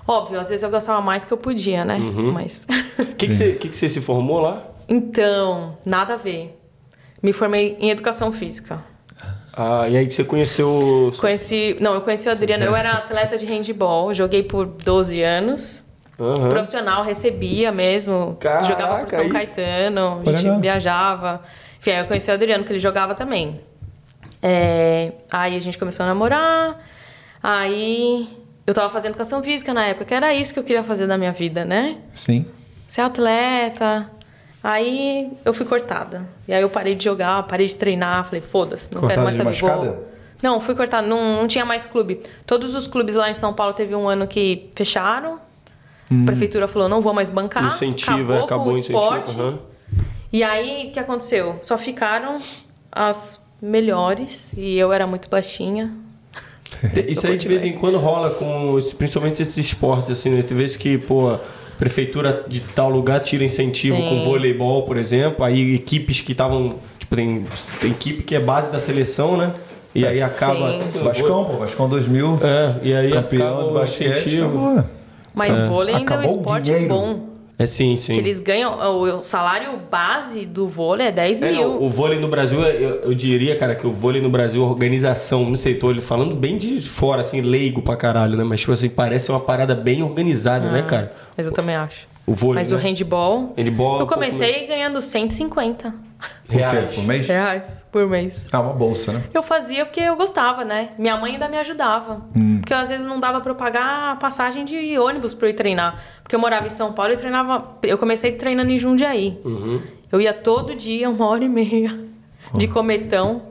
Speaker 3: Óbvio, às vezes eu gastava mais que eu podia, né? Mas.
Speaker 2: O que, que, você, que que você se formou lá?
Speaker 3: então, nada a ver. Me formei em educação física.
Speaker 2: Ah, e aí que você conheceu.
Speaker 3: Conheci. Não, eu conheci o Adriano, eu era atleta de handball, joguei por 12 anos.
Speaker 2: Aham.
Speaker 3: Profissional recebia mesmo.
Speaker 2: Caraca,
Speaker 3: jogava por São
Speaker 2: aí-
Speaker 3: Caetano, a
Speaker 5: Olha
Speaker 3: gente
Speaker 5: lá.
Speaker 3: viajava. Enfim, aí eu conheci o Adriano, que ele jogava também. É, aí a gente começou a namorar. Aí eu tava fazendo educação física na época, que era isso que eu queria fazer na minha vida, né?
Speaker 5: Sim.
Speaker 3: Ser atleta. Aí eu fui cortada. E aí eu parei de jogar, parei de treinar, falei, foda-se, não
Speaker 5: Cortada
Speaker 3: quero mais
Speaker 5: de
Speaker 3: saber.
Speaker 5: machucada?
Speaker 3: vou- Não, fui cortada, não, não tinha mais clube. Todos os clubes lá em São Paulo teve um ano que fecharam. A prefeitura falou, não vou mais bancar.
Speaker 2: Hum. Incentiva, acabou,
Speaker 3: com
Speaker 2: o
Speaker 3: o
Speaker 2: incentivo.
Speaker 3: esporte.
Speaker 2: aham.
Speaker 3: E aí, o que aconteceu? Só ficaram as melhores e eu era muito baixinha.
Speaker 2: Te- Isso aí de vez em quando rola com, esse- principalmente esses esportes, assim, né? Tem vezes que, pô, a prefeitura de tal lugar tira incentivo
Speaker 3: Sim.
Speaker 2: com voleibol, por exemplo, aí equipes que estavam, tipo, tem, tem equipe que é base da seleção, né? E aí acaba...
Speaker 3: É. Sim.
Speaker 1: é
Speaker 5: Vascão, pô. Vascão 2000.
Speaker 2: Então,
Speaker 1: um
Speaker 2: É, e aí
Speaker 5: campeão
Speaker 2: acaba
Speaker 5: do
Speaker 2: o
Speaker 5: basquete.
Speaker 1: né?
Speaker 2: incentivo.
Speaker 5: acabou.
Speaker 3: Mas vôlei ainda é um
Speaker 5: Acabou o
Speaker 3: esporte
Speaker 5: dinheiro.
Speaker 3: bom.
Speaker 2: É sim, sim.
Speaker 3: Que eles ganham. O, o salário base do vôlei é 10
Speaker 2: É,
Speaker 3: mil.
Speaker 2: não, o vôlei no Brasil, é, eu, eu diria, cara, que o vôlei no Brasil, a organização, não sei, tô ele falando bem de fora, assim, leigo pra caralho, né? Mas, tipo assim, parece uma parada bem organizada, né, cara?
Speaker 3: Mas eu também acho.
Speaker 2: O vôlei,
Speaker 3: Ah. Mas
Speaker 2: né?
Speaker 3: o handball.
Speaker 2: Handball é um
Speaker 3: Eu
Speaker 2: pouco
Speaker 3: comecei ganhando 150
Speaker 1: O quê? Por mês?
Speaker 3: É. reais por mês.
Speaker 1: Ah, uma bolsa, né?
Speaker 3: Eu fazia porque eu gostava, né? Minha mãe ainda me ajudava.
Speaker 2: Hum.
Speaker 3: Porque às vezes não dava pra eu pagar a passagem de ônibus pra eu ir treinar. Porque eu morava em São Paulo e treinava. Eu comecei treinando em Jundiaí.
Speaker 2: Uhum.
Speaker 3: Eu ia todo dia, uma hora e meia, de cometão.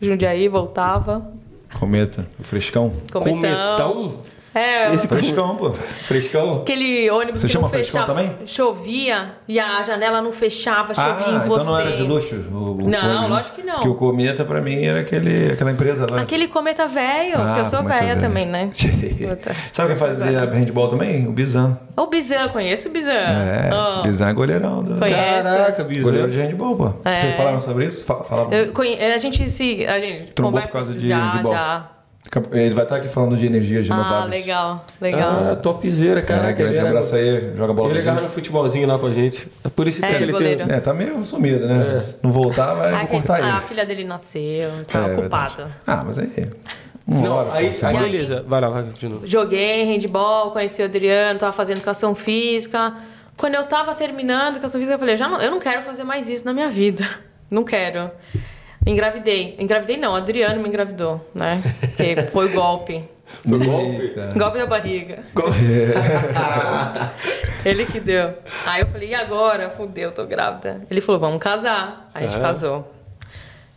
Speaker 3: Jundiaí, voltava.
Speaker 1: Cometa. Frescão.
Speaker 3: Cometão.
Speaker 2: Cometão?
Speaker 3: É,
Speaker 2: Esse
Speaker 1: Frescão, pô.
Speaker 2: Frescão?
Speaker 3: aquele ônibus
Speaker 1: Você
Speaker 3: que
Speaker 1: chama
Speaker 3: não
Speaker 1: frescão
Speaker 3: fechava.
Speaker 1: também?
Speaker 3: Chovia e a janela não fechava,
Speaker 1: Ah,
Speaker 3: chovia em você.
Speaker 1: então não era de luxo? O, o
Speaker 3: Não,
Speaker 1: coisa, né?
Speaker 3: lógico que não.
Speaker 1: Porque o Cometa, pra mim, era aquele, aquela empresa lá.
Speaker 3: Aquele cometa velho,
Speaker 1: né? Ah,
Speaker 3: que eu sou
Speaker 1: Cometa
Speaker 3: velha
Speaker 1: velho.
Speaker 3: também, né? Puta.
Speaker 1: Sabe quem fazia handball também? O Bizan.
Speaker 3: O Bizan, conheço o Bizan.
Speaker 1: É,
Speaker 3: Ó,
Speaker 1: Bizan é goleirão. Do...
Speaker 3: Ah. Conhece.
Speaker 2: Caraca,
Speaker 1: Goleiro
Speaker 2: bizarro.
Speaker 1: de handball, pô.
Speaker 3: É.
Speaker 1: Vocês falaram sobre isso? Fa- Falavam.
Speaker 3: eu conhe- A gente se. A gente
Speaker 1: Trombou
Speaker 3: conversa-
Speaker 1: por causa de
Speaker 3: já,
Speaker 1: handball.
Speaker 3: Já.
Speaker 1: Ele vai estar aqui falando de energias renováveis.
Speaker 3: Ah, legal, legal.
Speaker 2: Ah, topzera,
Speaker 1: Caraca,
Speaker 2: caraca.
Speaker 1: grande
Speaker 2: ele era-
Speaker 1: abraço aí. Joga bola
Speaker 2: Ele é
Speaker 1: com a
Speaker 2: ligava no
Speaker 1: gente.
Speaker 2: futebolzinho lá com a gente. É por isso que
Speaker 3: É, ele
Speaker 2: ele
Speaker 3: é
Speaker 2: tem...
Speaker 3: goleiro.
Speaker 1: É, tá meio sumido, né? Não voltar, vai
Speaker 3: Ah,
Speaker 1: vou cortar
Speaker 3: que-
Speaker 1: ele.
Speaker 3: a filha dele nasceu,
Speaker 1: É,
Speaker 3: tá
Speaker 1: é
Speaker 3: ocupada.
Speaker 1: verdade. Ah, mas aí... Uma
Speaker 2: Não,
Speaker 1: hora,
Speaker 2: aí,
Speaker 1: você
Speaker 2: aí
Speaker 1: vai-
Speaker 2: beleza. Vai lá, vai, continua.
Speaker 3: Joguei handball, conheci o Adriano, tava fazendo educação física. Quando eu tava terminando educação física, eu falei, já não, eu não quero fazer mais isso na minha vida. Não quero. Engravidei. Engravidei não, o Adriano me engravidou, né? Porque foi o golpe.
Speaker 1: Eita.
Speaker 3: golpe da barriga. Ele que deu. Aí eu falei, e agora? Fudeu, tô grávida. Ele falou, vamos casar. Aí a gente casou.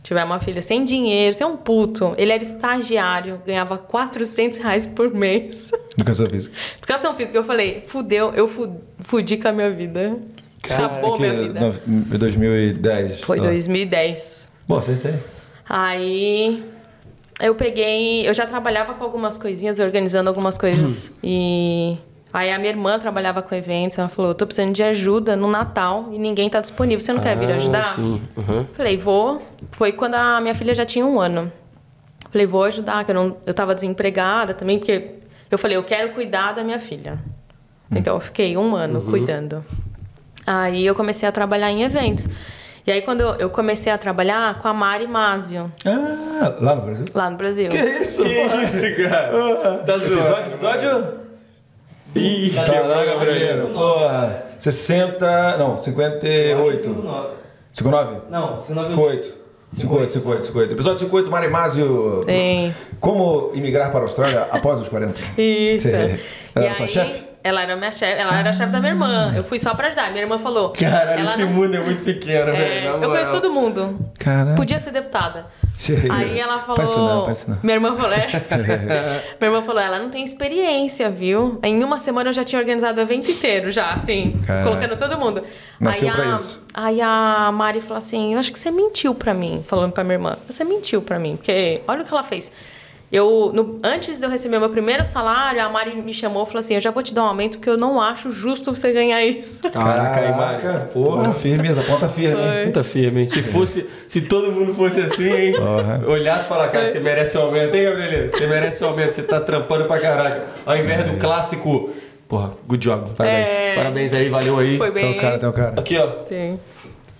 Speaker 3: Tiver uma filha sem dinheiro, sem um puto. Ele era estagiário, ganhava 400 reais por mês.
Speaker 1: Educação física.
Speaker 3: Educação física, eu falei, fudeu, eu fu- fudi com a minha vida. Acabou
Speaker 1: que,
Speaker 3: minha vida.
Speaker 1: no- em 2010.
Speaker 3: Foi
Speaker 1: sei lá.
Speaker 3: 2010.
Speaker 1: Bom, Ah. acertei.
Speaker 3: Aí eu peguei. Eu já trabalhava com algumas coisinhas, organizando algumas coisas. e aí a minha irmã trabalhava com eventos. Ela falou: eu tô precisando de ajuda no Natal e ninguém tá disponível. Você não quer vir ajudar?
Speaker 2: Ah, Sim, aham.
Speaker 3: Falei, vou. Foi quando a minha filha já tinha um ano. Falei, vou ajudar, que eu, não, eu tava desempregada também, porque eu falei, eu quero cuidar da minha filha. Então eu fiquei um ano cuidando. Aí eu comecei a trabalhar em eventos. E aí quando eu, eu comecei a trabalhar com a Mari Mazio,
Speaker 1: Ah, lá no Brasil?
Speaker 3: lá no Brasil.
Speaker 1: isso?
Speaker 2: isso, cara? Você tá zoando?
Speaker 1: Episódio, episódio?
Speaker 2: Ih,
Speaker 1: Caraca, brasileiro. Porra. 60... Não, 58.
Speaker 4: 59.
Speaker 1: 59?
Speaker 4: Não, um. 59.
Speaker 1: 58. 58, 58, 58. Episódio 58, Marimásio.
Speaker 3: Sim.
Speaker 1: Como imigrar para a Austrália após os 40?
Speaker 3: Isso.
Speaker 1: Ela
Speaker 3: E
Speaker 1: era sua
Speaker 3: aí,
Speaker 1: chefe?
Speaker 3: Ela era minha chefe, ela era a chefe da minha irmã. Eu fui só pra ajudar. Minha irmã falou.
Speaker 2: Caralho,
Speaker 3: ela
Speaker 2: esse
Speaker 3: não-
Speaker 2: mundo é muito pequeno,
Speaker 3: é,
Speaker 2: velho. na
Speaker 3: eu conheço
Speaker 2: moral.
Speaker 3: todo mundo.
Speaker 1: Caraca.
Speaker 3: Podia ser deputada.
Speaker 1: Né? Sim.
Speaker 3: Aí ela falou.
Speaker 1: Faz isso não, faz isso não.
Speaker 3: Minha irmã falou, é. Minha irmã falou, ela não tem experiência, viu? Em uma semana eu já tinha organizado o evento inteiro, já, assim,
Speaker 1: Caraca.
Speaker 3: colocando todo mundo.
Speaker 1: É. Nasceu
Speaker 3: aí
Speaker 1: pra
Speaker 3: a,
Speaker 1: isso.
Speaker 3: Aí a Mari falou assim: Eu acho que você mentiu pra mim, falando pra minha irmã. Você mentiu pra mim, porque olha o que ela fez. Eu, no- antes de eu receber meu primeiro salário, a Mari me chamou e falou assim: Eu já vou te dar um aumento, porque eu não acho justo você ganhar isso.
Speaker 2: Caraca, aí, Mari.
Speaker 1: Porra,
Speaker 2: Porra.
Speaker 1: firmeza, ponta tá firme. hein?
Speaker 2: Muita firme, hein? É. Se fosse, se todo mundo fosse assim, hein?
Speaker 1: Porra.
Speaker 2: Olhasse e falar,
Speaker 3: É.
Speaker 2: cara, você merece um aumento, hein, Gabrielino? Você merece um aumento, você tá trampando pra caralho. Ao invés do clássico, porra, good job, parabéns.
Speaker 3: É.
Speaker 2: Parabéns aí, valeu aí.
Speaker 3: Foi
Speaker 1: Tem
Speaker 3: bem.
Speaker 1: o
Speaker 3: assim.
Speaker 1: então, cara, tem o cara.
Speaker 2: Aqui, ó,
Speaker 3: Sim.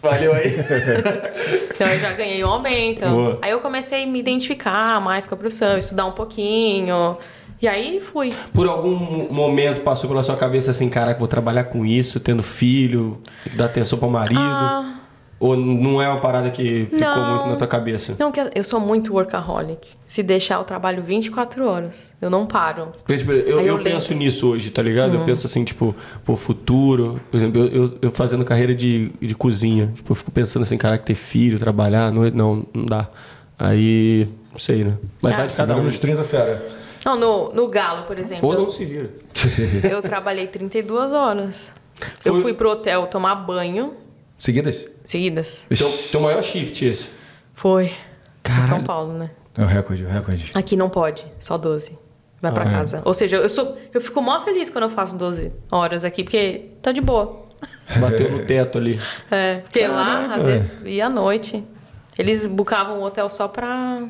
Speaker 2: valeu aí.
Speaker 3: Então eu já ganhei um aumento.
Speaker 2: Boa.
Speaker 3: Aí eu comecei a me identificar mais com a profissão, estudar um pouquinho. E aí fui.
Speaker 2: Por algum momento passou pela sua cabeça assim, caraca, vou trabalhar com isso, tendo filho, tem que dar atenção pro marido?
Speaker 3: Ah.
Speaker 2: Ou não é uma parada que ficou
Speaker 3: Não.
Speaker 2: muito na tua cabeça?
Speaker 3: Não, que eu sou muito workaholic. Se deixar, eu trabalho 24 horas. Eu não paro.
Speaker 2: Porque, tipo, eu,
Speaker 3: Aí eu
Speaker 2: eu penso
Speaker 3: lembro. Uhum.
Speaker 2: nisso hoje, tá ligado? Eu penso assim, tipo, pô, futuro. Por exemplo, eu, eu, eu fazendo carreira de, de cozinha. Tipo, eu fico pensando assim, caraca, ter filho, trabalhar, não, não, não dá. Aí, não sei, né? Mas
Speaker 3: Ah.
Speaker 2: vai de cada um.
Speaker 1: Números 30, fera.
Speaker 3: Não, no, no Galo, por exemplo.
Speaker 2: Ou não se vira.
Speaker 3: Eu, eu trabalhei 32 horas. Eu
Speaker 2: Foi-
Speaker 3: fui pro hotel tomar banho,
Speaker 1: Seguidas?
Speaker 3: seguidas.
Speaker 2: Teu, teu maior shift esse.
Speaker 3: Foi. São Paulo, né?
Speaker 1: É o recorde, é o recorde.
Speaker 3: Aqui não pode, só 12. Vai pra
Speaker 1: Ah, é.
Speaker 3: casa. Ou seja, eu sou eu fico mó feliz quando eu faço 12 horas aqui, porque tá de boa.
Speaker 2: Bateu no teto ali.
Speaker 3: É, porque lá,
Speaker 1: Caraca,
Speaker 3: às
Speaker 1: velho.
Speaker 3: vezes, ia à noite. Eles bucavam um hotel só pra.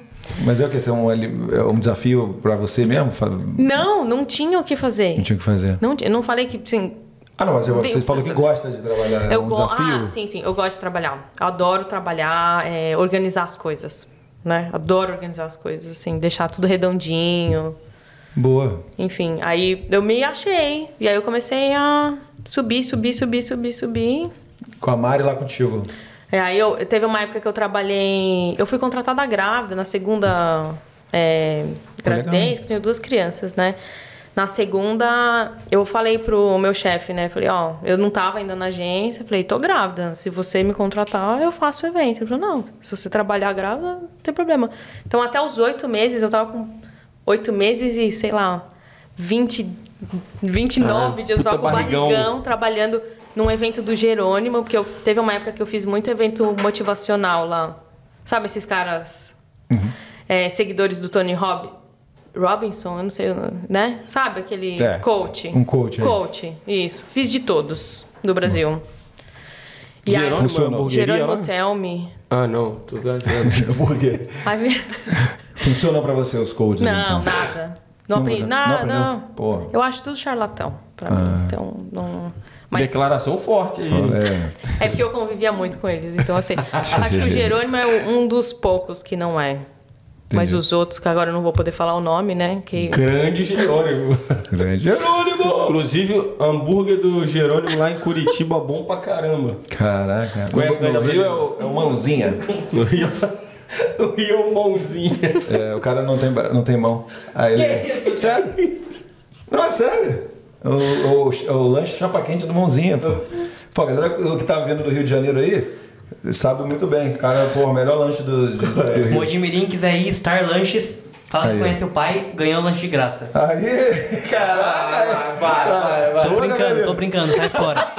Speaker 1: Mas é o que? Isso é um, é um desafio pra você mesmo? Fa- Não
Speaker 3: Não, não tinha o que fazer.
Speaker 1: tinha o que fazer.
Speaker 3: Não, ti- eu não falei que, assim,
Speaker 1: Ah, não, mas eu- você
Speaker 3: Sim.
Speaker 1: falou que gosta de trabalhar. é
Speaker 3: Eu
Speaker 1: um
Speaker 3: go-
Speaker 1: desafio.
Speaker 3: Ah, sim, sim. Eu gosto de trabalhar. Eu adoro trabalhar, é, organizar as coisas. Né? Adoro organizar as coisas, assim, deixar tudo redondinho.
Speaker 1: Boa.
Speaker 3: Enfim, aí eu me achei. E aí eu comecei a subir, subir, subir, subir, subir.
Speaker 1: Com a Mari lá contigo.
Speaker 3: É, aí eu, teve uma época que eu trabalhei. Eu fui contratada grávida na segunda é, gravidez,
Speaker 1: Legal.
Speaker 3: que eu tenho duas crianças, né? Na segunda, eu falei pro meu chefe, né? Falei, ó, eu não tava ainda na agência. Falei, tô grávida. Se você me contratar, eu faço o evento. Ele falou, não, se você trabalhar grávida, não tem problema. Então, até os oito meses, eu tava com oito meses e, sei lá, 20, 29 dias. Eu
Speaker 2: puta
Speaker 3: tava com
Speaker 2: barrigão.
Speaker 3: barrigão trabalhando num evento do Jerônimo, porque eu, teve uma época que eu fiz muito evento motivacional lá. Sabe esses caras
Speaker 1: Uhum.
Speaker 3: é, seguidores do Tony Rob, Robinson, eu não sei, o nome, né? Sabe aquele
Speaker 1: É,
Speaker 3: coach?
Speaker 1: um coach aí.
Speaker 3: Coach, isso. Fiz de todos do Brasil. E aí,
Speaker 2: Jerônimo
Speaker 1: Funcionou.
Speaker 2: é hamburgueria
Speaker 3: Jerônimo
Speaker 2: lá?
Speaker 3: Tell Me.
Speaker 2: Ah, não. Tô viajando.
Speaker 1: Por quê?
Speaker 3: Ai, me-
Speaker 1: Funcionou pra você os codes,
Speaker 3: não,
Speaker 1: então?
Speaker 3: nada.
Speaker 1: Não,
Speaker 3: Não, aprendi
Speaker 1: não
Speaker 3: nada.
Speaker 1: aprendeu?
Speaker 3: Não.
Speaker 1: Pô. Ah.
Speaker 3: Eu acho tudo charlatão pra mim. Então, não. Mas
Speaker 2: Declaração forte aí.
Speaker 1: É.
Speaker 3: É porque eu convivia muito com eles, então assim. acho que o Jerônimo é o- um dos poucos que não é. Mas
Speaker 1: Entendi.
Speaker 3: os outros, que agora eu não vou poder falar o nome, né? Que...
Speaker 2: Grande Jerônimo.
Speaker 1: Grande.
Speaker 2: Jerônimo! Inclusive, hambúrguer do Jerônimo lá em Curitiba, bom pra caramba.
Speaker 1: Caraca.
Speaker 2: Conhece, né,
Speaker 1: no
Speaker 2: Gabriel?
Speaker 1: Rio é o, é o mãozinha.
Speaker 2: No Rio, no Rio Mãozinha.
Speaker 1: É, o cara não tem, bra- não tem mão. Aí ele... Sério? Não, é sério. O, o, o lanche chapa quente do mãozinha, pô. Pô, galera, o que tá vendo do Rio de Janeiro aí, sabe muito bem. Cara, pô, o melhor lanche do, do, do Rio.
Speaker 4: Mojimirim quiser ir, Star Lanches, fala
Speaker 1: Aí.
Speaker 4: que conhece o pai, ganhou lanche de graça.
Speaker 1: Aí, caraca. Vai,
Speaker 4: Tô brincando, tô brincando, sai fora.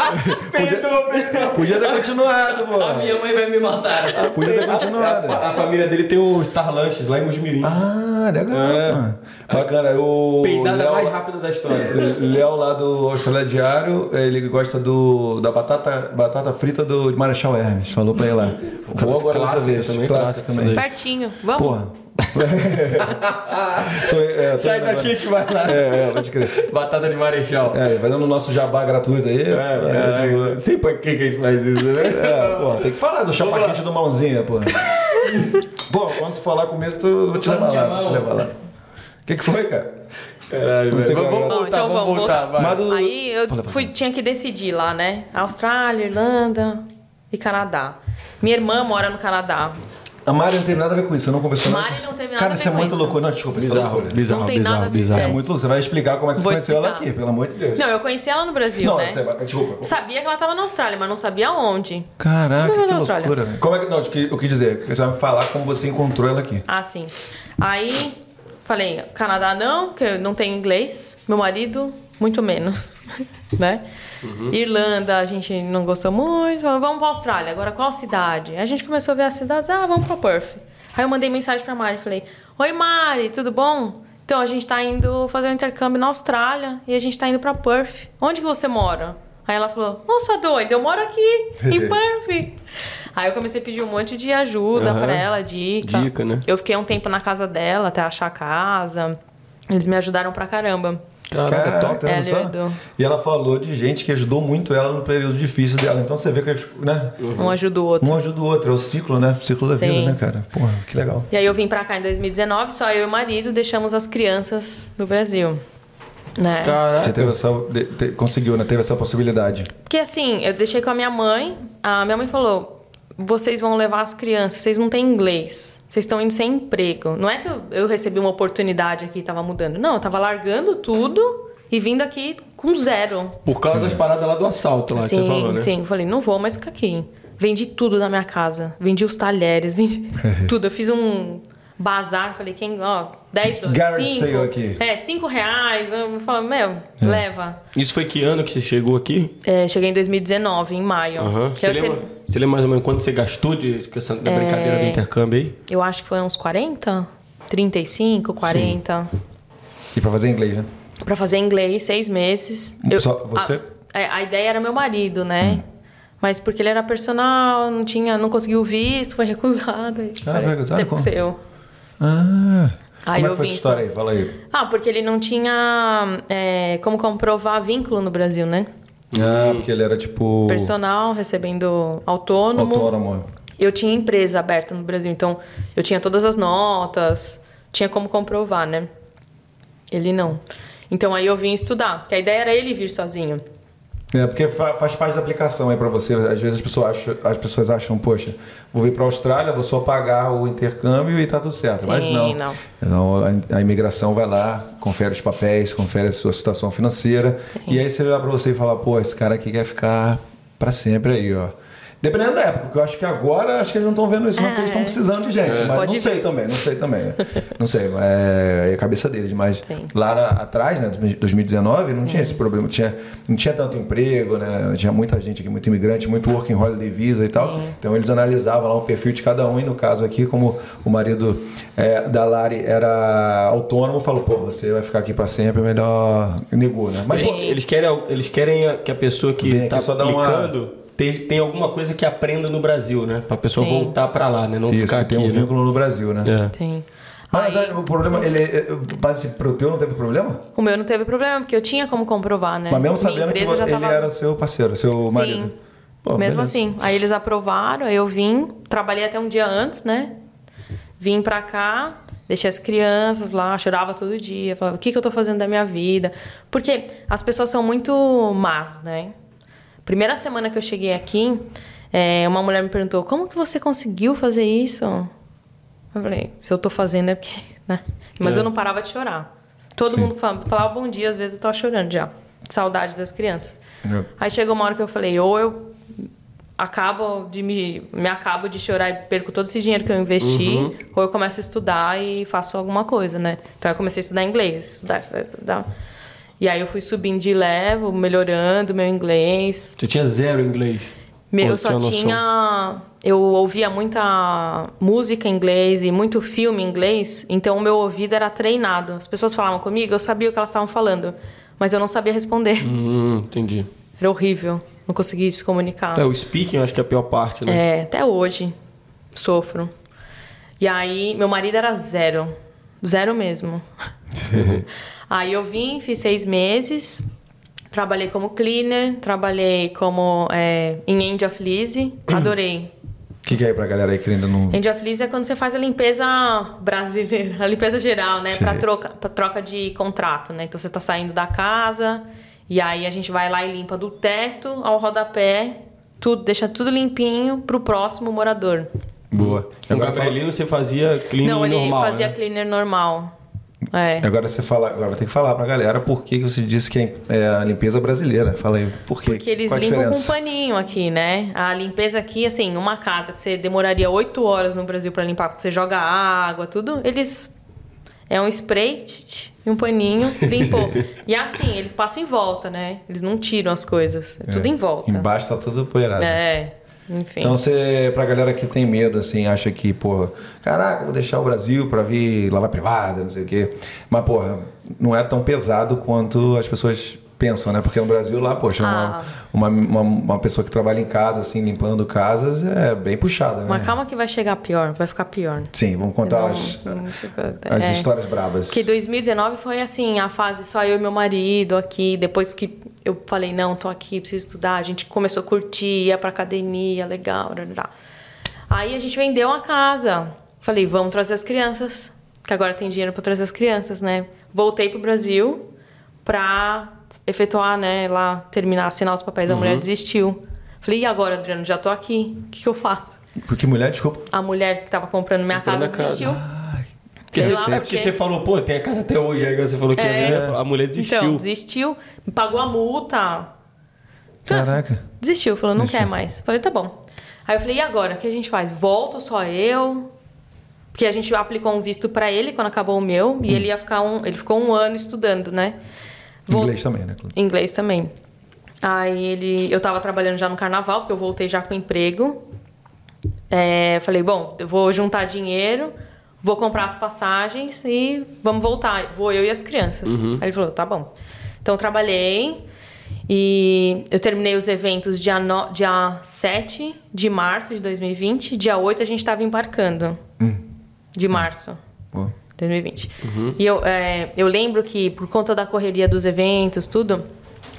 Speaker 1: Podia ter continuado, pô.
Speaker 4: mãe vai me matar.
Speaker 1: Podia ter continuado.
Speaker 2: A, a família dele tem o Star Lanches lá em Mojimirim.
Speaker 1: Ah, legal. Bacana. O
Speaker 2: É. Peidada
Speaker 1: Léo-
Speaker 2: mais rápida da história.
Speaker 1: Léo lá do Australia Diário, ele gosta do, da batata, batata frita do Marechal Hermes. Falou pra ele lá. Vou agora dessa
Speaker 2: Clássica
Speaker 1: vez.
Speaker 2: também,
Speaker 1: Clássico
Speaker 2: clássica
Speaker 1: também.
Speaker 3: Pertinho. Vamos?
Speaker 1: Porra. Tô- é, tô
Speaker 2: Sai
Speaker 1: indo
Speaker 2: daqui, a
Speaker 1: agora.
Speaker 2: gente vai lá.
Speaker 1: É, é, pode crer.
Speaker 2: Batata de Marechal.
Speaker 1: É, vai dando o nosso jabá gratuito aí.
Speaker 2: É, é, é. Sei pra que que a gente faz isso, né?
Speaker 1: É, porra, tem que falar do
Speaker 2: lá.
Speaker 1: chapaquete do mãozinha, pô. pô, quando tu falar comigo, tu, eu vou te levar lá. Vou te levar lá. O que, que foi, cara?
Speaker 2: Caralho,
Speaker 1: Não sei qual
Speaker 2: velho.
Speaker 1: é.
Speaker 2: Vamos
Speaker 3: Bom,
Speaker 2: voltar,
Speaker 3: então
Speaker 2: vamos
Speaker 3: vamos
Speaker 2: voltar.
Speaker 3: voltar.
Speaker 2: vai.
Speaker 1: Mas do-
Speaker 3: Aí eu fui, tinha que decidir lá, né? Austrália, Irlanda e Canadá. Minha irmã mora no Canadá.
Speaker 1: A Mari não teve nada a ver com isso, eu não conversou nada.
Speaker 3: Mari
Speaker 1: com
Speaker 3: não
Speaker 1: isso.
Speaker 3: teve nada
Speaker 1: Cara,
Speaker 3: a ver
Speaker 1: isso é
Speaker 3: com
Speaker 1: muito
Speaker 3: isso.
Speaker 1: loucura. Não, desculpa, isso é loucura.
Speaker 2: bizarro,
Speaker 3: Não tem nada a ver,
Speaker 1: É
Speaker 3: É.
Speaker 1: muito louco. Você vai explicar como é que você
Speaker 3: Vou
Speaker 1: conheceu ela
Speaker 3: explicar.
Speaker 1: aqui, pelo amor de Deus.
Speaker 3: Não, eu conheci ela no Brasil,
Speaker 1: Não,
Speaker 3: né?
Speaker 1: você vai- desculpa.
Speaker 3: Sabia que ela tava na Austrália, mas não sabia onde.
Speaker 1: Caraca,
Speaker 3: Como é que ela tá
Speaker 1: que
Speaker 3: na Austrália?
Speaker 1: loucura. velho. Como é que... Não, eu que- eu quis dizer, você vai me falar como você encontrou ela aqui.
Speaker 3: Ah, sim. Aí falei, Canadá não, porque eu não tenho inglês. Meu marido, muito menos, né? Irlanda, a gente não gostou muito. Falou, Vamos pra Austrália. Agora, qual cidade? A gente começou a ver as cidades. Ah, vamos pra Perth. Aí eu mandei mensagem pra Mari. Falei, Oi, Mari, tudo bom? Então, a gente tá indo fazer um intercâmbio na Austrália e a gente tá indo pra Perth. Onde que você mora? Aí ela falou, nossa, doida, eu moro aqui, em Perth. Aí eu comecei a pedir um monte de ajuda
Speaker 2: Aham.
Speaker 3: pra ela, dica.
Speaker 2: Dica, né?
Speaker 3: Eu fiquei um tempo na casa dela até achar a casa. Eles me ajudaram pra caramba.
Speaker 2: Caraca, top.
Speaker 1: tá vendo
Speaker 3: Ela e o
Speaker 1: só?
Speaker 3: Edu.
Speaker 1: E ela falou de gente que ajudou muito ela no período difícil dela. Então você vê que, as- né?
Speaker 2: Uhum.
Speaker 3: Um ajuda o outro.
Speaker 1: Um ajuda o outro, é o ciclo, né? O ciclo da
Speaker 3: Sim.
Speaker 1: vida, né, cara? Porra, que legal.
Speaker 3: E aí eu vim pra cá em 2019, só eu e o marido deixamos as crianças no Brasil. Né?
Speaker 1: Você
Speaker 2: Caraca.
Speaker 1: teve essa, de- te- conseguiu, né? Teve essa possibilidade.
Speaker 3: Porque assim, eu deixei com a minha mãe. A minha mãe falou: vocês vão levar as crianças, vocês não têm inglês. Vocês estão indo sem emprego. Não é que eu, eu recebi uma oportunidade aqui e tava mudando. Não, eu tava largando tudo e vindo aqui com zero.
Speaker 2: Por causa das paradas lá do assalto lá que
Speaker 3: sim,
Speaker 2: você falou, né?
Speaker 3: sim. Eu falei, não vou mais ficar aqui. Vendi tudo da minha casa. Vendi os talheres, vendi tudo. Eu fiz um bazar, falei, quem, ó, 10
Speaker 1: Garage
Speaker 3: dólares. cinco.
Speaker 1: sale aqui. É.
Speaker 3: É, 5 reais. Eu falei, meu, leva.
Speaker 2: Isso foi que ano que você chegou aqui?
Speaker 3: É, cheguei em 2019, em maio.
Speaker 2: Aham.
Speaker 3: Que É.
Speaker 2: Você,
Speaker 3: eu,
Speaker 2: lembra,
Speaker 3: ter-
Speaker 2: você lembra mais ou menos quanto você gastou de, com essa da brincadeira do intercâmbio aí?
Speaker 3: eu acho que foi uns 40, 35, 40.
Speaker 1: E pra fazer inglês, né?
Speaker 3: Pra fazer inglês, seis meses.
Speaker 1: Só você? Hum.
Speaker 3: A, é, a ideia era meu marido, né? Mas porque ele era personal, não tinha, não conseguiu visto, foi recusado. Aí
Speaker 1: Ah,
Speaker 3: falei,
Speaker 1: foi recusado?
Speaker 3: Tem que
Speaker 1: Como?
Speaker 3: ser eu.
Speaker 1: Ah.
Speaker 3: Aí
Speaker 1: como é
Speaker 3: eu
Speaker 1: que foi
Speaker 3: vim,
Speaker 1: essa história aí? Fala aí.
Speaker 3: Ah, porque ele não tinha é, como comprovar vínculo no Brasil, né?
Speaker 1: Ah, porque ele era tipo.
Speaker 3: Personal, recebendo autônomo.
Speaker 1: Autônomo.
Speaker 3: Eu tinha empresa aberta no Brasil, então eu tinha todas as notas, tinha como comprovar, né? Ele não. Então aí eu vim estudar, que a ideia era ele vir sozinho.
Speaker 1: É, porque fa- faz parte da aplicação aí pra você. Às vezes as pessoas, acham, as pessoas acham, poxa, vou vir pra Austrália, vou só pagar o intercâmbio e tá tudo certo. Mas
Speaker 3: Sim,
Speaker 1: não.
Speaker 3: não.
Speaker 1: Então, a, a imigração vai lá, confere os papéis, confere a sua situação financeira. E aí você olha pra você e fala, pô, esse cara aqui quer ficar pra sempre aí, ó. Dependendo da época, porque eu acho que agora acho que eles não estão vendo isso, não, porque eles estão precisando de gente. Mas
Speaker 3: É. Pode
Speaker 1: não sei
Speaker 3: vir.
Speaker 1: também, não sei também. não sei, é, é a cabeça deles, mas
Speaker 3: Sim.
Speaker 1: lá na- atrás, né, 2019, não
Speaker 3: Uhum.
Speaker 1: tinha esse problema, tinha, não tinha tanto emprego, né, tinha muita gente aqui, muito imigrante, muito working holiday visa e tal. Então eles analisavam lá o perfil de cada um e no caso aqui, como o marido é, da Lari era autônomo, falou, pô, você vai ficar aqui pra sempre, é melhor negou, né? Mas
Speaker 2: Eles,
Speaker 1: pô,
Speaker 2: eles querem, al- eles querem a- que a pessoa que
Speaker 1: Vem aqui
Speaker 2: tá
Speaker 1: só dar uma-
Speaker 2: aplicando tem, tem alguma coisa que aprenda no Brasil, né? Pra pessoa
Speaker 3: Sim.
Speaker 2: voltar pra lá, né? Não
Speaker 1: isso,
Speaker 2: ficar
Speaker 1: que
Speaker 2: aqui,
Speaker 1: tem um
Speaker 2: né?
Speaker 1: vínculo no Brasil, né?
Speaker 2: É.
Speaker 3: Sim.
Speaker 1: Mas
Speaker 3: Aí-
Speaker 1: é, o problema, ele, é- é- mas assim, pro teu não teve problema?
Speaker 3: O meu não teve problema, porque eu tinha como comprovar, né?
Speaker 1: Mas mesmo
Speaker 3: Minha
Speaker 1: sabendo que
Speaker 3: empresa
Speaker 1: vo-
Speaker 3: já
Speaker 1: ele
Speaker 3: tava-
Speaker 1: era seu parceiro, seu
Speaker 3: Sim.
Speaker 1: marido. Pô,
Speaker 3: Mesmo
Speaker 1: beleza.
Speaker 3: assim. Aí eles aprovaram, aí eu vim, trabalhei até um dia antes, né? Vim pra cá, deixei as crianças lá, chorava todo dia, falava, o que, que eu tô fazendo da minha vida? Porque as pessoas são muito más, né? Primeira semana que eu cheguei aqui, é, uma mulher me perguntou, como que você conseguiu fazer isso? Eu falei, se eu tô fazendo é porque. Né? Mas
Speaker 2: É.
Speaker 3: eu não parava de chorar. Todo mundo fala- falava bom dia, às vezes eu tava chorando já. Saudade das crianças.
Speaker 1: É.
Speaker 3: Aí chegou uma hora que eu falei, ou eu acabo de me, me acabo de chorar e perco todo esse dinheiro que eu investi,
Speaker 2: Uhum.
Speaker 3: ou eu começo a estudar e faço alguma coisa, né? Então eu comecei a estudar inglês, estudar, estudar, estudar. E aí eu fui subindo de level, melhorando meu inglês.
Speaker 2: Você tinha zero inglês.
Speaker 3: Meu,
Speaker 2: Ou
Speaker 3: eu só
Speaker 2: noção?
Speaker 3: tinha. Eu ouvia muita música em inglês e muito filme em inglês, então o meu ouvido era treinado. As pessoas falavam comigo, eu sabia o que elas estavam falando, mas eu não sabia responder.
Speaker 2: Hum, entendi.
Speaker 3: Era horrível. Não conseguia se comunicar.
Speaker 2: É, o speaking eu acho que é a pior parte, né?
Speaker 3: É, até hoje sofro. E aí, meu marido era zero. Zero mesmo. aí eu vim, fiz seis meses. Trabalhei como cleaner, trabalhei como é, em end of lease. Adorei.
Speaker 1: O que, que é aí pra galera aí que ainda não.
Speaker 3: End of lease é quando você faz a limpeza brasileira, a limpeza geral, né? Pra
Speaker 1: Sim.
Speaker 3: troca, pra troca de contrato, né? Então você tá saindo da casa e aí a gente vai lá e limpa do teto ao rodapé, tudo, deixa tudo limpinho pro próximo morador.
Speaker 1: Boa.
Speaker 2: Com o
Speaker 1: Agora, fala-
Speaker 2: Gabrielino você fazia cleaning
Speaker 3: É. Não, ele
Speaker 2: normal,
Speaker 3: fazia
Speaker 2: né?
Speaker 3: cleaner normal. É.
Speaker 1: agora você fala, agora tem que falar pra galera por que que você disse que é, é a limpeza brasileira. Fala aí, por quê?
Speaker 3: Porque eles
Speaker 1: Qual a
Speaker 3: limpam com um
Speaker 1: diferença?
Speaker 3: paninho aqui, né? A limpeza aqui, assim, uma casa que você demoraria oito horas no Brasil pra limpar, porque você joga água, tudo, eles. É um spray tch, tch, e um paninho, limpou. e assim, eles passam em volta, né? Eles não tiram as coisas. É tudo
Speaker 1: É.
Speaker 3: em volta.
Speaker 1: Embaixo tá tudo poeirado.
Speaker 3: É, enfim.
Speaker 1: Então você, pra galera que tem medo, assim, acha que, pô, caraca, vou deixar o Brasil pra vir lavar privada, não sei o quê. Mas, porra, não é tão pesado quanto as pessoas pensam, né? Porque no Brasil lá, poxa,
Speaker 3: Ah.
Speaker 1: uma, uma, uma, uma pessoa que trabalha em casa, assim, limpando casas, é bem puxada, né?
Speaker 3: Mas calma que vai chegar pior, vai ficar pior. né?
Speaker 1: Sim, vamos contar
Speaker 3: Não,
Speaker 1: as,
Speaker 3: não fica-
Speaker 1: as
Speaker 3: é.
Speaker 1: histórias brabas.
Speaker 3: Porque 2019 foi assim, a fase só eu e meu marido aqui. Depois que eu falei, não, tô aqui, preciso estudar. A gente começou a curtir, ia pra academia, legal. rá, rá, rá. Aí a gente vendeu a casa. Falei, vamos trazer as crianças. Que agora tem dinheiro pra trazer as crianças, né? Voltei pro Brasil pra efetuar, né? Lá, terminar, assinar os papéis. A
Speaker 2: Uhum.
Speaker 3: mulher desistiu. Falei, e agora, Adriano? Já tô aqui. O que, que eu faço?
Speaker 1: Porque mulher, desculpa.
Speaker 3: A mulher que tava comprando minha
Speaker 2: Comprando a
Speaker 3: casa
Speaker 2: casa.
Speaker 3: desistiu.
Speaker 2: Porque
Speaker 3: Sei
Speaker 2: você,
Speaker 3: lá
Speaker 2: é
Speaker 3: por
Speaker 2: porque
Speaker 3: quê.
Speaker 2: você falou, pô, tem a casa até hoje. Aí você falou que
Speaker 3: É.
Speaker 2: a mulher desistiu.
Speaker 3: Então, desistiu, me pagou a multa. Tá.
Speaker 1: Caraca.
Speaker 3: Desistiu, falou, não quer
Speaker 1: Desistiu.
Speaker 3: mais. Falei, tá bom. Aí eu falei, e agora? O que a gente faz? Volto só eu? Porque a gente aplicou um visto pra ele quando acabou o meu. E
Speaker 1: Hum.
Speaker 3: ele ia ficar um. Ele ficou um ano estudando, né? Vol-
Speaker 1: Inglês também, né? Cláudio?
Speaker 3: Inglês também. Aí ele. Eu tava trabalhando já no carnaval, porque eu voltei já com emprego. É, falei, bom, eu vou juntar dinheiro, vou comprar as passagens e vamos voltar. Vou eu e as crianças. Aí ele falou, tá bom. Então eu trabalhei e eu terminei os eventos dia, no, dia 7 de março de 2020. Dia 8 a gente tava embarcando. De março.
Speaker 1: Pô.
Speaker 3: 2020. E eu, é, eu lembro que, por conta da correria dos eventos, tudo,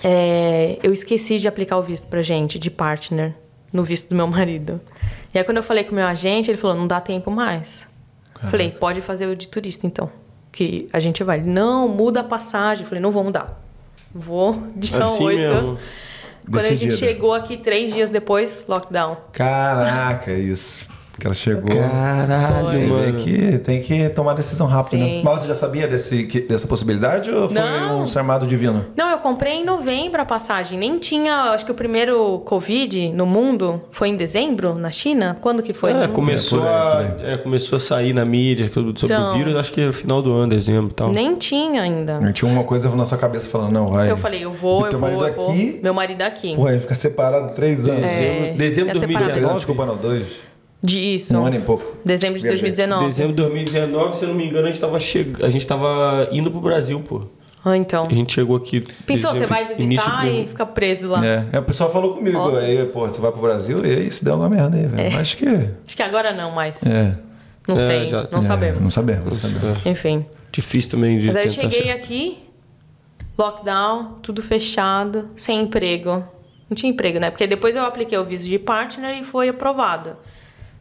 Speaker 3: é, eu esqueci de aplicar o visto pra gente, de partner, no visto do meu marido. E aí, quando eu falei com o meu agente, ele falou: não dá tempo mais. Falei: pode fazer o de turista, então. Que a gente vai. Ele, Não, muda a passagem. Eu Falei: não vou mudar. Vou dia
Speaker 2: Assim
Speaker 3: 8.
Speaker 2: mesmo.
Speaker 3: Quando a gente
Speaker 1: Decidido.
Speaker 3: chegou aqui três dias depois, lockdown.
Speaker 1: Caraca, é isso. Que ela chegou.
Speaker 6: Caralho,
Speaker 1: Você vê
Speaker 2: mano.
Speaker 1: que tem que tomar decisão rápido,
Speaker 3: Sim.
Speaker 1: né? Mas você já sabia desse, que- dessa possibilidade ou foi
Speaker 3: Não.
Speaker 1: um sarmado divino?
Speaker 3: Não, eu comprei em novembro a passagem. Nem tinha. Acho que o primeiro Covid no mundo foi em dezembro, na China? Quando que foi?
Speaker 2: É,
Speaker 3: Não-
Speaker 2: começou,
Speaker 1: por aí, por
Speaker 2: A, é, começou a sair na mídia que- sobre
Speaker 3: Então.
Speaker 2: o vírus, acho que no final do ano, dezembro e tal.
Speaker 3: Nem tinha ainda.
Speaker 1: Não tinha uma coisa na sua cabeça falando, não, vai.
Speaker 3: Eu falei, eu vou,
Speaker 1: E
Speaker 3: eu
Speaker 1: É, teu
Speaker 3: vou,
Speaker 1: marido
Speaker 3: eu vou.
Speaker 1: aqui?
Speaker 3: Meu marido aqui.
Speaker 1: Ué, ficar separado três anos.
Speaker 2: Dezembro,
Speaker 3: É,
Speaker 2: dezembro de
Speaker 3: é separado.
Speaker 1: Três
Speaker 2: 2019.
Speaker 1: anos, desculpa, não, dois.
Speaker 3: De isso.
Speaker 1: Um ano e pouco.
Speaker 3: Dezembro de
Speaker 1: Viajei.
Speaker 3: 2019.
Speaker 2: Dezembro de 2019, se eu não me engano, a gente tava, che... a gente tava indo pro Brasil, pô.
Speaker 3: Ah, então.
Speaker 2: A gente chegou aqui.
Speaker 3: Pensou, você
Speaker 2: dezembro-
Speaker 3: vai
Speaker 2: início
Speaker 3: visitar
Speaker 2: de-
Speaker 3: e fica preso lá.
Speaker 1: É, é, o pessoal falou comigo,
Speaker 3: Ó.
Speaker 1: aí, pô, tu vai pro Brasil e aí se deu uma merda aí, velho. Acho que. É.
Speaker 3: Acho que agora não mais.
Speaker 2: É,
Speaker 3: Não sei,
Speaker 2: já-
Speaker 3: não
Speaker 1: É,
Speaker 3: sabemos.
Speaker 1: Não sabemos, não sabemos.
Speaker 3: Enfim.
Speaker 2: é Difícil também de
Speaker 3: Mas aí eu
Speaker 2: tentar
Speaker 3: cheguei
Speaker 2: chegar.
Speaker 3: aqui, lockdown, tudo fechado, sem emprego. Não tinha emprego, né? Porque depois eu apliquei o visto de partner e foi aprovado.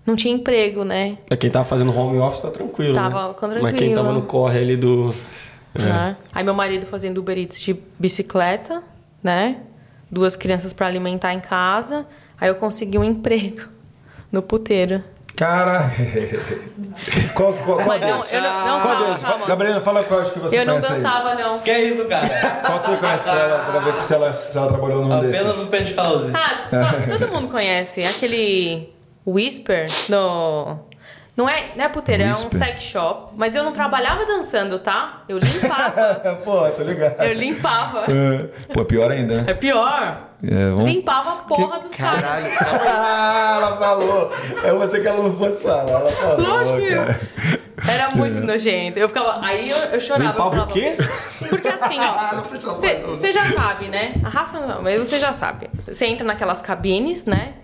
Speaker 3: Não tinha emprego, né?
Speaker 2: É, quem tava fazendo home office tá tranquilo,
Speaker 3: Tava
Speaker 2: né?
Speaker 3: tranquilo.
Speaker 2: Mas quem tava no corre ali do...
Speaker 3: né? Aí meu marido fazendo Uber Eats de bicicleta, né? Duas crianças pra alimentar em casa. Aí eu consegui um emprego no puteiro.
Speaker 1: Cara. qual qual, qual
Speaker 3: Mas
Speaker 1: deles?
Speaker 3: não, eu não, não
Speaker 1: Qual
Speaker 3: fala,
Speaker 1: deles?
Speaker 3: calma.
Speaker 1: Gabriela, fala qual acho que você
Speaker 3: Eu não
Speaker 1: conhece aí.
Speaker 3: dançava, não.
Speaker 4: Que é isso, cara?
Speaker 1: Qual que você conhece pra ela, pra ver se ela, se ela trabalhou num
Speaker 4: Apenas
Speaker 1: Um
Speaker 3: um.
Speaker 1: desses?
Speaker 4: no penthouse.
Speaker 3: Ah,
Speaker 2: É.
Speaker 3: só- todo mundo conhece aquele Whisper no. Não é, não é puteiro, é um
Speaker 1: Whisper?
Speaker 3: sex shop. Mas eu não trabalhava dançando, tá? Eu limpava.
Speaker 1: Pô, tô ligado.
Speaker 3: eu limpava.
Speaker 1: É. Pô, pior ainda, né?
Speaker 3: É pior.
Speaker 1: É, vamos...
Speaker 3: Limpava a porra dos caras.
Speaker 1: Ah, ela falou. Eu pensei que ela não fosse falar. Ela falou.
Speaker 3: Lógico que
Speaker 1: cara.
Speaker 3: Era muito nojento. Eu ficava. Aí eu, eu chorava. eu
Speaker 2: É. Limpava o
Speaker 3: falava-
Speaker 2: quê?
Speaker 3: Porque assim, ó. Você já sabe, né? A Rafa não, mas você já sabe. Você entra naquelas cabines, né?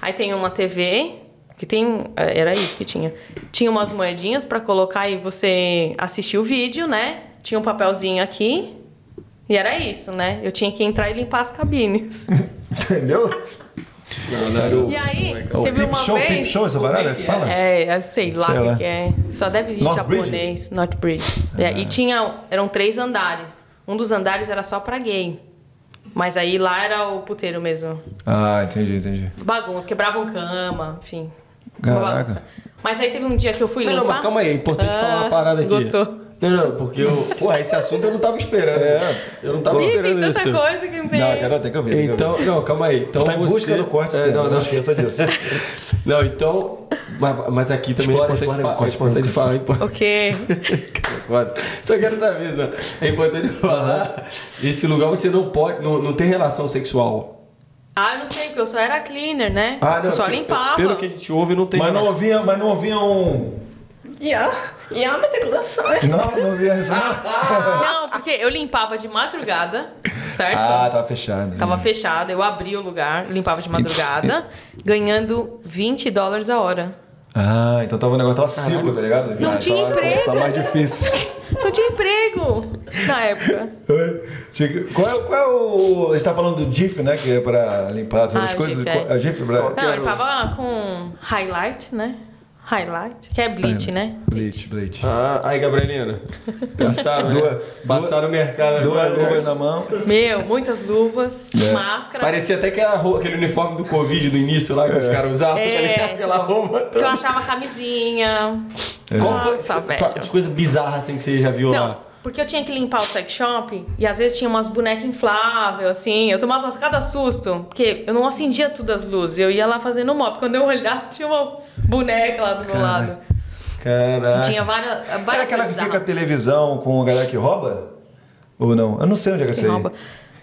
Speaker 3: Aí tem uma TV, que tem. é, Era isso que tinha. Tinha umas moedinhas pra colocar e você assistia o vídeo, né? Tinha um papelzinho aqui. E era isso, né? Eu tinha que entrar e limpar as cabines.
Speaker 1: Entendeu?
Speaker 3: E aí,
Speaker 1: É o
Speaker 3: teve
Speaker 1: Pip
Speaker 3: uma
Speaker 1: Show,
Speaker 3: vez.
Speaker 1: Pip Show, essa parada que fala?
Speaker 3: É, eu sei lá
Speaker 1: Sei
Speaker 3: o
Speaker 1: lá.
Speaker 3: que que é. Só deve ir
Speaker 1: North
Speaker 3: japonês, North Bridge. É,
Speaker 1: Ah.
Speaker 3: e tinha, eram três andares. Um dos andares era só pra gay. Mas aí lá era o puteiro mesmo.
Speaker 1: Ah, entendi, entendi.
Speaker 3: Bagunça, quebravam cama, enfim. Uma
Speaker 1: Caraca.
Speaker 3: bagunça. Mas aí teve um dia que eu fui
Speaker 2: Não,
Speaker 3: limpar. Ah,
Speaker 2: não, mas calma aí, é importante falar uma parada aqui.
Speaker 3: Gostou.
Speaker 2: Não, não, porque eu... Porra, esse assunto eu não tava esperando. né? Eu não tava
Speaker 3: Ih, tem
Speaker 2: esperando
Speaker 3: tanta
Speaker 2: isso.
Speaker 3: coisa que não tem.
Speaker 1: Não, quero ter que ouvir. tem que
Speaker 2: Então, não, calma aí. Então
Speaker 1: ouvir. Tá em
Speaker 2: você...
Speaker 1: busca do corte, tá
Speaker 2: é,
Speaker 1: sim,
Speaker 2: não, não,
Speaker 1: esqueça disso.
Speaker 2: não, então... Mas, mas aqui também
Speaker 1: Explora,
Speaker 2: é importante
Speaker 1: explora,
Speaker 2: falar.
Speaker 1: corte,
Speaker 2: é importante
Speaker 1: corte,
Speaker 2: falar. é importante-
Speaker 3: O quê?
Speaker 2: Quase. Só quero saber, só. É importante falar. Esse lugar você não pode... Não, não tem relação sexual.
Speaker 3: Ah, eu não sei, porque eu só era cleaner, né?
Speaker 2: Ah, não.
Speaker 3: eu só
Speaker 2: porque-
Speaker 3: limpava.
Speaker 2: Pelo que a gente ouve, não tem
Speaker 1: Mas não
Speaker 2: relação.
Speaker 1: ouvia, mas não ouvia um. Não, não ouvia isso.
Speaker 3: Ah,
Speaker 1: não.
Speaker 3: Não, porque eu limpava de madrugada, certo?
Speaker 1: Ah, tava fechado.
Speaker 3: então. Tava fechada, eu abri o lugar, limpava de madrugada, ganhando 20 dólares a hora.
Speaker 1: Ah, então tava um negócio, tava seco, tá ligado?
Speaker 3: Não
Speaker 1: Ah,
Speaker 3: tinha
Speaker 1: tava-
Speaker 3: emprego.
Speaker 1: Tá mais difícil.
Speaker 3: Não tinha emprego na época.
Speaker 1: Tinha- Qual é, qual é o. A gente tá falando do GIF, né? Que é pra limpar todas
Speaker 3: Ah,
Speaker 1: as
Speaker 3: o
Speaker 1: coisas.
Speaker 3: GIF, é.
Speaker 1: Qual- É o GIF, pra...
Speaker 3: Não, eu tava com highlight, né? Highlight, que é bleach, né?
Speaker 1: Bleach, bleach.
Speaker 2: Ah, aí, Gabrielina. Passaram, né?
Speaker 1: Duas-
Speaker 2: Passaram o mercado.
Speaker 1: Duas
Speaker 2: agora, né?
Speaker 1: luvas na mão.
Speaker 3: Meu, muitas luvas,
Speaker 1: É.
Speaker 3: máscara.
Speaker 2: Parecia até aquela roupa, aquele uniforme do Covid do início lá que os caras usavam, tá
Speaker 3: É,
Speaker 2: ligado? aquela
Speaker 3: tipo,
Speaker 2: roupa
Speaker 3: que eu
Speaker 2: toda.
Speaker 3: achava camisinha.
Speaker 2: Qual foi
Speaker 3: Nossa, velho.
Speaker 2: fa- as coisas bizarras assim que você já viu
Speaker 3: Não,
Speaker 2: lá?
Speaker 3: porque eu tinha que limpar o sex shop e às vezes tinha umas bonecas infláveis, assim. Eu tomava cada susto, porque eu não acendia todas as luzes. Eu ia lá fazendo mop. Quando eu olhava, tinha uma boneca lá do meu lado.
Speaker 1: Caraca.
Speaker 3: Tinha várias. É várias
Speaker 1: Era aquela que
Speaker 3: coisas
Speaker 1: fica a
Speaker 3: bizarras.
Speaker 1: televisão com a galera que rouba? Ou não? Eu não sei onde é que é isso aí.
Speaker 3: rouba.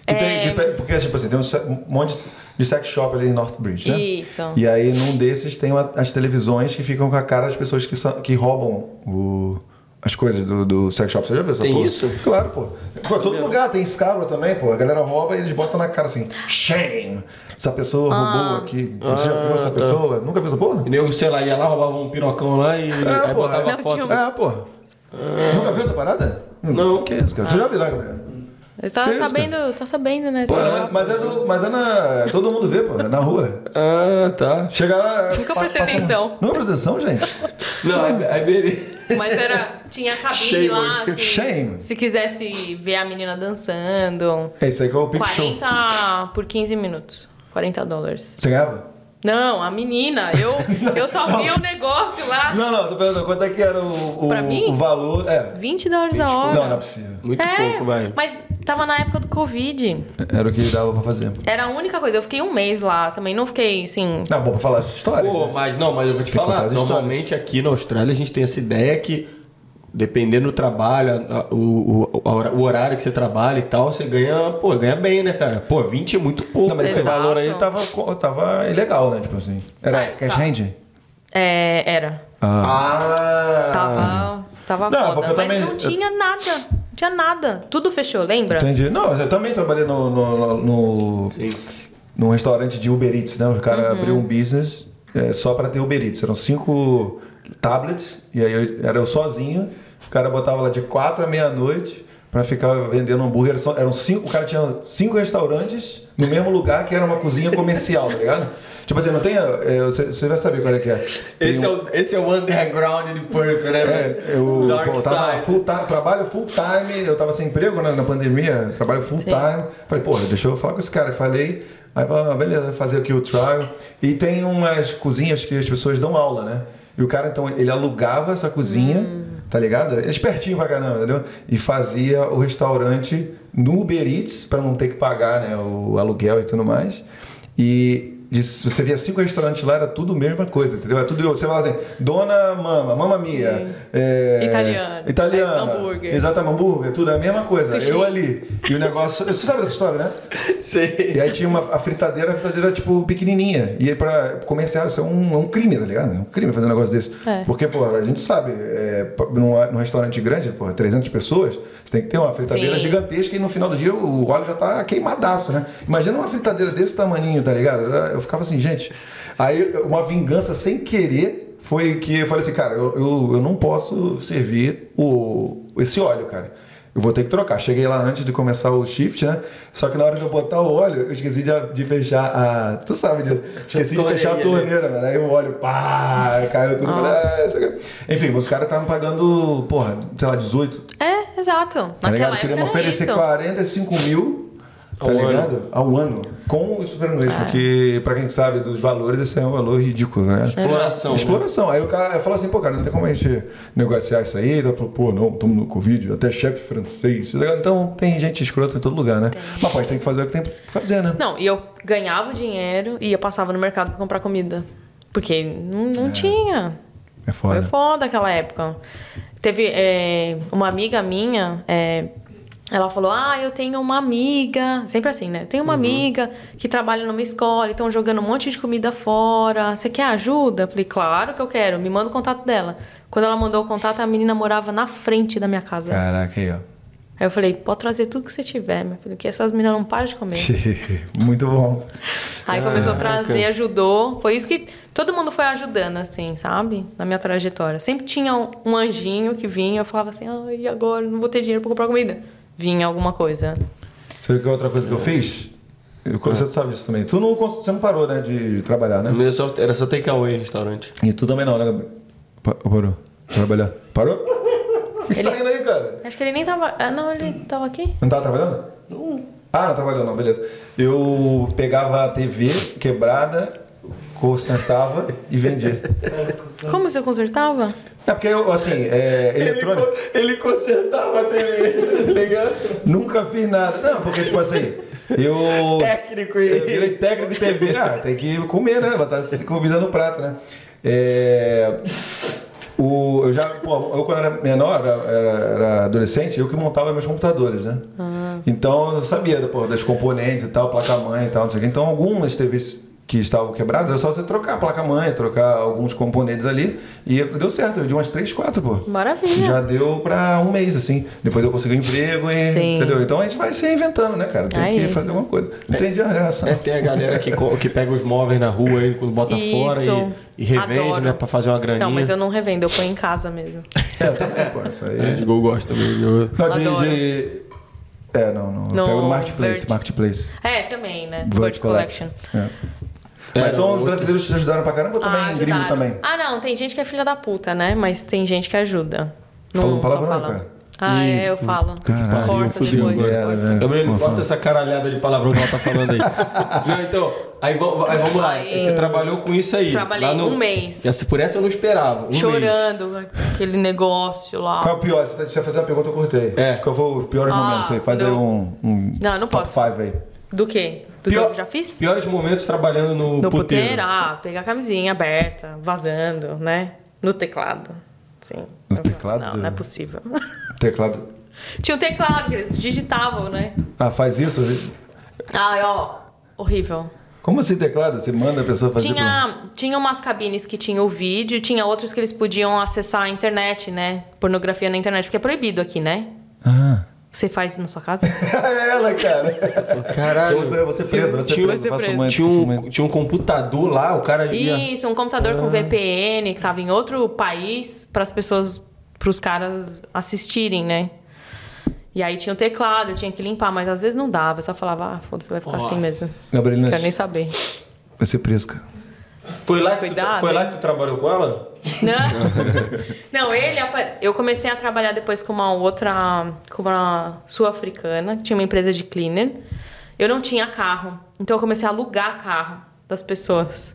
Speaker 1: Que tem-
Speaker 3: É-
Speaker 1: que pe- porque, tipo assim, tem um se- um monte de sex shop ali em Northbridge, né?
Speaker 3: Isso.
Speaker 1: E aí, num desses, tem uma- as televisões que ficam com a cara das pessoas que, são, que roubam o- as coisas do, do sex shop. Você já viu essa
Speaker 2: Tem
Speaker 1: porra?
Speaker 2: isso?
Speaker 1: Claro, pô. Pô, é todo lugar tem Scarborough também, pô. A galera rouba e eles botam na cara assim, shame! Essa pessoa
Speaker 3: Ah.
Speaker 1: roubou aqui. Você já viu
Speaker 2: Ah,
Speaker 1: essa
Speaker 2: tá.
Speaker 1: pessoa? Nunca viu essa porra?
Speaker 2: E nego, sei lá, ia lá, roubava um pirocão lá
Speaker 1: É,
Speaker 2: e aí
Speaker 1: pô,
Speaker 2: botava
Speaker 1: não,
Speaker 2: foto.
Speaker 3: tinha um-
Speaker 1: Hum, É, pô. Nunca viu essa parada? Não. Que isso, cara? Você já viu lá, Gabriel?
Speaker 3: Eu tava
Speaker 1: Que isso,
Speaker 3: sabendo, tá sabendo, né?
Speaker 1: Pô,
Speaker 3: Você-
Speaker 1: mas, mas é do- mas é na. Todo mundo vê, pô, é na rua.
Speaker 2: Ah, tá.
Speaker 1: Chega lá. é,
Speaker 3: Nunca
Speaker 1: pa-
Speaker 3: prestei
Speaker 1: passa- um-
Speaker 3: atenção.
Speaker 1: Nunca prestei atenção, é gente?
Speaker 2: Não, é, é beleza.
Speaker 3: Mas era. Tinha cabine
Speaker 2: Shame
Speaker 3: lá.
Speaker 2: on you.
Speaker 3: Se,
Speaker 1: Shame.
Speaker 3: se quisesse ver a menina dançando.
Speaker 1: É isso aí que é o Pink Show.
Speaker 3: 40 por 15 minutos. 40 dólares.
Speaker 1: Você ganhava?
Speaker 3: Não, a menina. Eu, eu só vi o negócio lá.
Speaker 1: Não, não, tô perguntando quanto é que era o, o,
Speaker 3: Pra mim?
Speaker 1: o valor. É.
Speaker 3: 20 dólares a hora.
Speaker 1: Não, não é possível.
Speaker 2: Muito
Speaker 3: É,
Speaker 2: pouco, vai.
Speaker 3: Mas tava na época do Covid.
Speaker 1: Era o que dava pra fazer.
Speaker 3: Era a única coisa. Eu fiquei um mês lá. Também não fiquei, assim...
Speaker 1: Não, bom pra falar as histórias.
Speaker 2: Pô,
Speaker 1: né?
Speaker 2: mas não, mas eu vou te
Speaker 1: Tem que contar
Speaker 2: falar.
Speaker 1: as histórias.
Speaker 2: Normalmente aqui na Austrália a gente tem essa ideia que, dependendo do trabalho, a- a- o, o, a hora- o horário que você trabalha e tal, você ganha, pô, ganha bem, né, cara? Pô, 20 é muito pouco.
Speaker 1: Não, mas esse
Speaker 3: Exato.
Speaker 1: valor aí tá- tava, co- tava ilegal, né? Tipo assim. Era
Speaker 3: Ah,
Speaker 1: cash
Speaker 3: tá.
Speaker 1: hand?
Speaker 3: É, era.
Speaker 2: Ah!
Speaker 3: Tá. Tava, tava
Speaker 1: Não, porque
Speaker 3: foda.
Speaker 1: eu
Speaker 3: Mas
Speaker 1: também-
Speaker 3: não tinha nada. Não tinha nada. Tudo fechou, lembra?
Speaker 1: Entendi. Não, eu também trabalhei no, no, no,
Speaker 2: Sim.
Speaker 1: num restaurante de Uber Eats, né? O cara abriu um business é, só pra ter Uber Eats. Eram cinco tablets, e aí eu, era eu sozinho. O cara botava lá de quatro à meia-noite pra ficar vendendo hambúrguer. Eram só- Eram cinco, o cara tinha cinco restaurantes no mesmo lugar que era uma cozinha comercial, tá ligado? Tipo assim, não tem. é, você, você vai saber qual é que é. Tem
Speaker 2: Esse, é o, esse é o underground de Perth, né? velho?
Speaker 1: é, eu
Speaker 2: Dark
Speaker 1: pô, tava
Speaker 2: side.
Speaker 1: full time, trabalho full time, eu tava sem emprego né, na pandemia, trabalho full time. Falei, porra, deixa eu falar com esse cara. Falei, aí falaram, "Não, beleza, vai fazer aqui o trial. E tem umas cozinhas que as pessoas dão aula, né? E o cara, então, ele alugava essa cozinha, tá ligado? Ele é Espertinho pra caramba, entendeu? E fazia o restaurante no Uber Eats, pra não ter que pagar né, o aluguel e tudo mais. E de- você via cinco restaurantes lá, era tudo a mesma coisa, entendeu? É tudo, você fala assim, Dona Mama, Mamma Mia, é,
Speaker 3: Italiano.
Speaker 1: italiana.
Speaker 3: É, hambúrguer.
Speaker 1: Exato, hambúrguer, tudo é a mesma coisa.
Speaker 3: Sushi.
Speaker 1: Eu ali. E o negócio. Você sabe dessa história, né?
Speaker 2: Sei.
Speaker 1: E aí tinha uma a fritadeira, a fritadeira tipo pequenininha. E aí pra comercial, isso é um, é um crime, tá ligado? É um crime fazer um negócio desse.
Speaker 3: É.
Speaker 1: Porque, pô, a gente sabe, é, pra- num, num restaurante grande, pô, 300 pessoas, você tem que ter uma fritadeira
Speaker 3: Sim.
Speaker 1: gigantesca e no final do dia o óleo já tá queimadaço, né? Imagina uma fritadeira desse tamaninho, tá ligado? Eu ficava assim, gente. Aí uma vingança sem querer foi que eu falei assim, cara, eu, eu, eu não posso servir o, esse óleo, cara. Eu vou ter que trocar. Cheguei lá antes de começar o shift, né? Só que na hora que eu botar o óleo, eu esqueci de, de fechar a. Tu sabe disso. Esqueci de fechar a
Speaker 2: Torneirinha, né?
Speaker 1: torneira, velho. Aí o óleo, pá, caiu tudo. Falei, ah, isso aqui. Enfim, os caras estavam pagando, porra, sei lá, 18,
Speaker 3: É, exato.
Speaker 1: Tá
Speaker 3: Naquela
Speaker 1: ligado?
Speaker 3: época
Speaker 1: Queria me
Speaker 3: era
Speaker 1: oferecer
Speaker 3: isso.
Speaker 1: 45 mil, tá
Speaker 2: Ao
Speaker 1: ligado? Ao ano. Com o
Speaker 3: É.
Speaker 1: superannuation, que pra quem sabe dos valores, esse é um valor ridículo,
Speaker 3: É.
Speaker 1: né?
Speaker 2: Exploração, né?
Speaker 1: Exploração. Aí o cara fala assim, pô, cara, não tem como a gente negociar isso aí. Ele falou, pô, não, estamos no Covid, até chefe francês. tá ligado? Então tem gente escrota em todo lugar, né? Mas pode ter que fazer o que tem pra fazer, né?
Speaker 3: Não, e eu ganhava o dinheiro e eu passava no mercado pra comprar comida. Porque não, não tinha.
Speaker 1: É
Speaker 3: Foi
Speaker 1: foda.
Speaker 3: foda aquela época. Teve é, uma amiga minha, é, ela falou: Ah, eu tenho uma amiga, sempre assim, né? Eu tenho uma amiga que trabalha numa escola e estão jogando um monte de comida fora. Você quer ajuda? Eu falei: Claro que eu quero, me manda o contato dela. Quando ela mandou o contato, a menina morava na frente da minha casa.
Speaker 1: Caraca, aí, ó.
Speaker 3: Aí eu falei: Pode trazer tudo que você tiver, meu filho, que essas meninas não param de comer.
Speaker 1: Muito bom.
Speaker 3: Aí começou a trazer, ajudou. Foi isso que todo mundo foi ajudando, assim, sabe? Na minha trajetória. Sempre tinha um, um anjinho que vinha, eu falava assim, ah, e agora? Não vou ter dinheiro pra comprar comida. Vinha alguma coisa.
Speaker 1: Sabe que é outra coisa que eu fiz? Eu-
Speaker 2: Ah.
Speaker 1: Você sabe disso também. Tu não, cons- você não parou, né, de trabalhar, né?
Speaker 2: Era só, era só takeaway restaurante.
Speaker 1: E tu também não, né, Gabriel? Pa- parou. Trabalhar. Parou? O que você tá rindo aí, cara?
Speaker 3: Acho que ele nem tava. Ah, não, ele tava aqui?
Speaker 1: Não tava trabalhando? Ah, não trabalhando, não, beleza. Eu pegava a TV quebrada, consertava e vendia.
Speaker 3: Como você consertava?
Speaker 1: É porque eu, assim, é, eletrônico.
Speaker 2: ele consertava a TV, tá ligado?
Speaker 1: Nunca fiz nada. Não, porque, tipo assim, eu.
Speaker 2: Técnico e-
Speaker 1: Eu virei técnico de TV. Ah, tem que comer, né? Botar se comida no prato, né? É. O, eu já, pô, eu quando era menor, era, era- era adolescente, eu que montava meus computadores, né? Então eu sabia pô, das componentes e tal, placa-mãe e tal, não sei o quê. Então algumas TVs que estavam quebradas, era só você trocar a placa-mãe, trocar alguns componentes ali. E deu certo, eu vendi umas 3, 4, pô.
Speaker 3: Maravilha.
Speaker 1: Já deu pra um mês, assim. Depois eu consegui um emprego e.
Speaker 3: Sim.
Speaker 1: Entendeu? Então a gente vai se reinventando, né, cara? Tem
Speaker 3: É
Speaker 1: que
Speaker 3: isso.
Speaker 1: fazer alguma coisa. Não entendi a graça.
Speaker 2: É,
Speaker 1: não.
Speaker 2: tem a galera que, co- que pega os móveis na rua e bota
Speaker 3: Isso.
Speaker 2: fora e, e revende,
Speaker 3: Adoro.
Speaker 2: né? Pra fazer uma graninha.
Speaker 3: Não, mas eu não revendo, eu ponho em casa mesmo.
Speaker 1: É, eu também, pô, isso aí.
Speaker 2: É, de gol gosta, meu. Eu...
Speaker 1: Não, de.
Speaker 3: Adoro.
Speaker 1: de- É, não, não.
Speaker 3: No
Speaker 1: Eu pego no Marketplace.
Speaker 3: Vert-
Speaker 1: Marketplace.
Speaker 3: É, também, né?
Speaker 1: Vert
Speaker 3: Bird
Speaker 1: Collection. É. Mas
Speaker 2: Era
Speaker 1: então os
Speaker 2: outro.
Speaker 1: brasileiros te ajudaram pra caramba ou também
Speaker 3: Ah,
Speaker 1: gringo
Speaker 3: ajudaram.
Speaker 1: também?
Speaker 3: Ah, não, tem gente que é filha da puta, né? Mas tem gente que ajuda. Não
Speaker 1: Falou palavrão,
Speaker 3: só fala.
Speaker 1: cara?
Speaker 3: Ah, é, eu falo.
Speaker 1: Caralho, né?
Speaker 3: Corta
Speaker 1: fudeu
Speaker 3: depois.
Speaker 1: agora.
Speaker 3: corta.
Speaker 1: Merda, velho.
Speaker 2: Eu mesmo,
Speaker 1: Pô,
Speaker 2: bota
Speaker 1: fala.
Speaker 2: essa caralhada de palavrão que ela tá falando aí. não, então, aí, vo- aí vamos lá.
Speaker 3: Aí.
Speaker 2: Você trabalhou com isso aí.
Speaker 3: Trabalhei
Speaker 2: lá no-
Speaker 3: um mês.
Speaker 2: Essa, por essa eu não esperava. Um mês.
Speaker 3: Chorando, aquele negócio lá.
Speaker 1: Qual é o pior? Você você ia fazer uma pergunta, eu cortei.
Speaker 2: É.
Speaker 1: Qual foi o pior
Speaker 3: Ah,
Speaker 1: momento? Você faz aí
Speaker 3: não.
Speaker 1: um, um
Speaker 3: Não, eu não
Speaker 1: top
Speaker 3: posso.
Speaker 1: 5 aí.
Speaker 3: Do quê? Do jogo que já fiz?
Speaker 2: Piores momentos trabalhando no,
Speaker 3: No
Speaker 2: puteiro.
Speaker 3: puteiro, ah, pegar a camisinha aberta, vazando, né? No teclado. Sim.
Speaker 1: No
Speaker 3: Eu-
Speaker 1: teclado?
Speaker 3: Não, não é possível.
Speaker 1: Teclado.
Speaker 3: Tinha um teclado que eles digitavam, né?
Speaker 1: Ah, faz isso?
Speaker 3: Ai, ó, horrível.
Speaker 1: Como assim teclado? Você manda a pessoa fazer
Speaker 3: Tinha, tinha umas cabines que tinha o vídeo, tinha outras que eles podiam acessar a internet, né? Pornografia na internet, porque é proibido aqui, né?
Speaker 1: com- Ah.
Speaker 3: Você faz na sua casa?
Speaker 1: É ela, cara.
Speaker 2: Caralho.
Speaker 1: Você- você presa, você
Speaker 2: tinha,
Speaker 1: presa,
Speaker 2: tinha
Speaker 1: faça
Speaker 2: um-
Speaker 1: uma-
Speaker 2: tinha
Speaker 1: faça uma-
Speaker 2: um, tinha um computador lá, o cara ia...
Speaker 3: Isso, um computador com VPN que tava em outro país para as pessoas, para os caras assistirem, né? E aí tinha o teclado, eu tinha que limpar, mas às vezes não dava, eu só falava, ah, foda-se, vai ficar assim
Speaker 2: Nossa.
Speaker 3: mesmo.
Speaker 1: Gabrielina,
Speaker 3: Quero nem saber.
Speaker 1: vai ser preso, cara.
Speaker 2: Foi lá, que tu,
Speaker 3: Cuidado,
Speaker 2: foi
Speaker 3: hein?
Speaker 2: lá que tu trabalhou com ela?
Speaker 3: Não, não ele. apa- Eu comecei a trabalhar depois com uma outra. com uma sul-africana, que tinha uma empresa de cleaner. Eu não tinha carro. Então eu comecei a alugar carro das pessoas.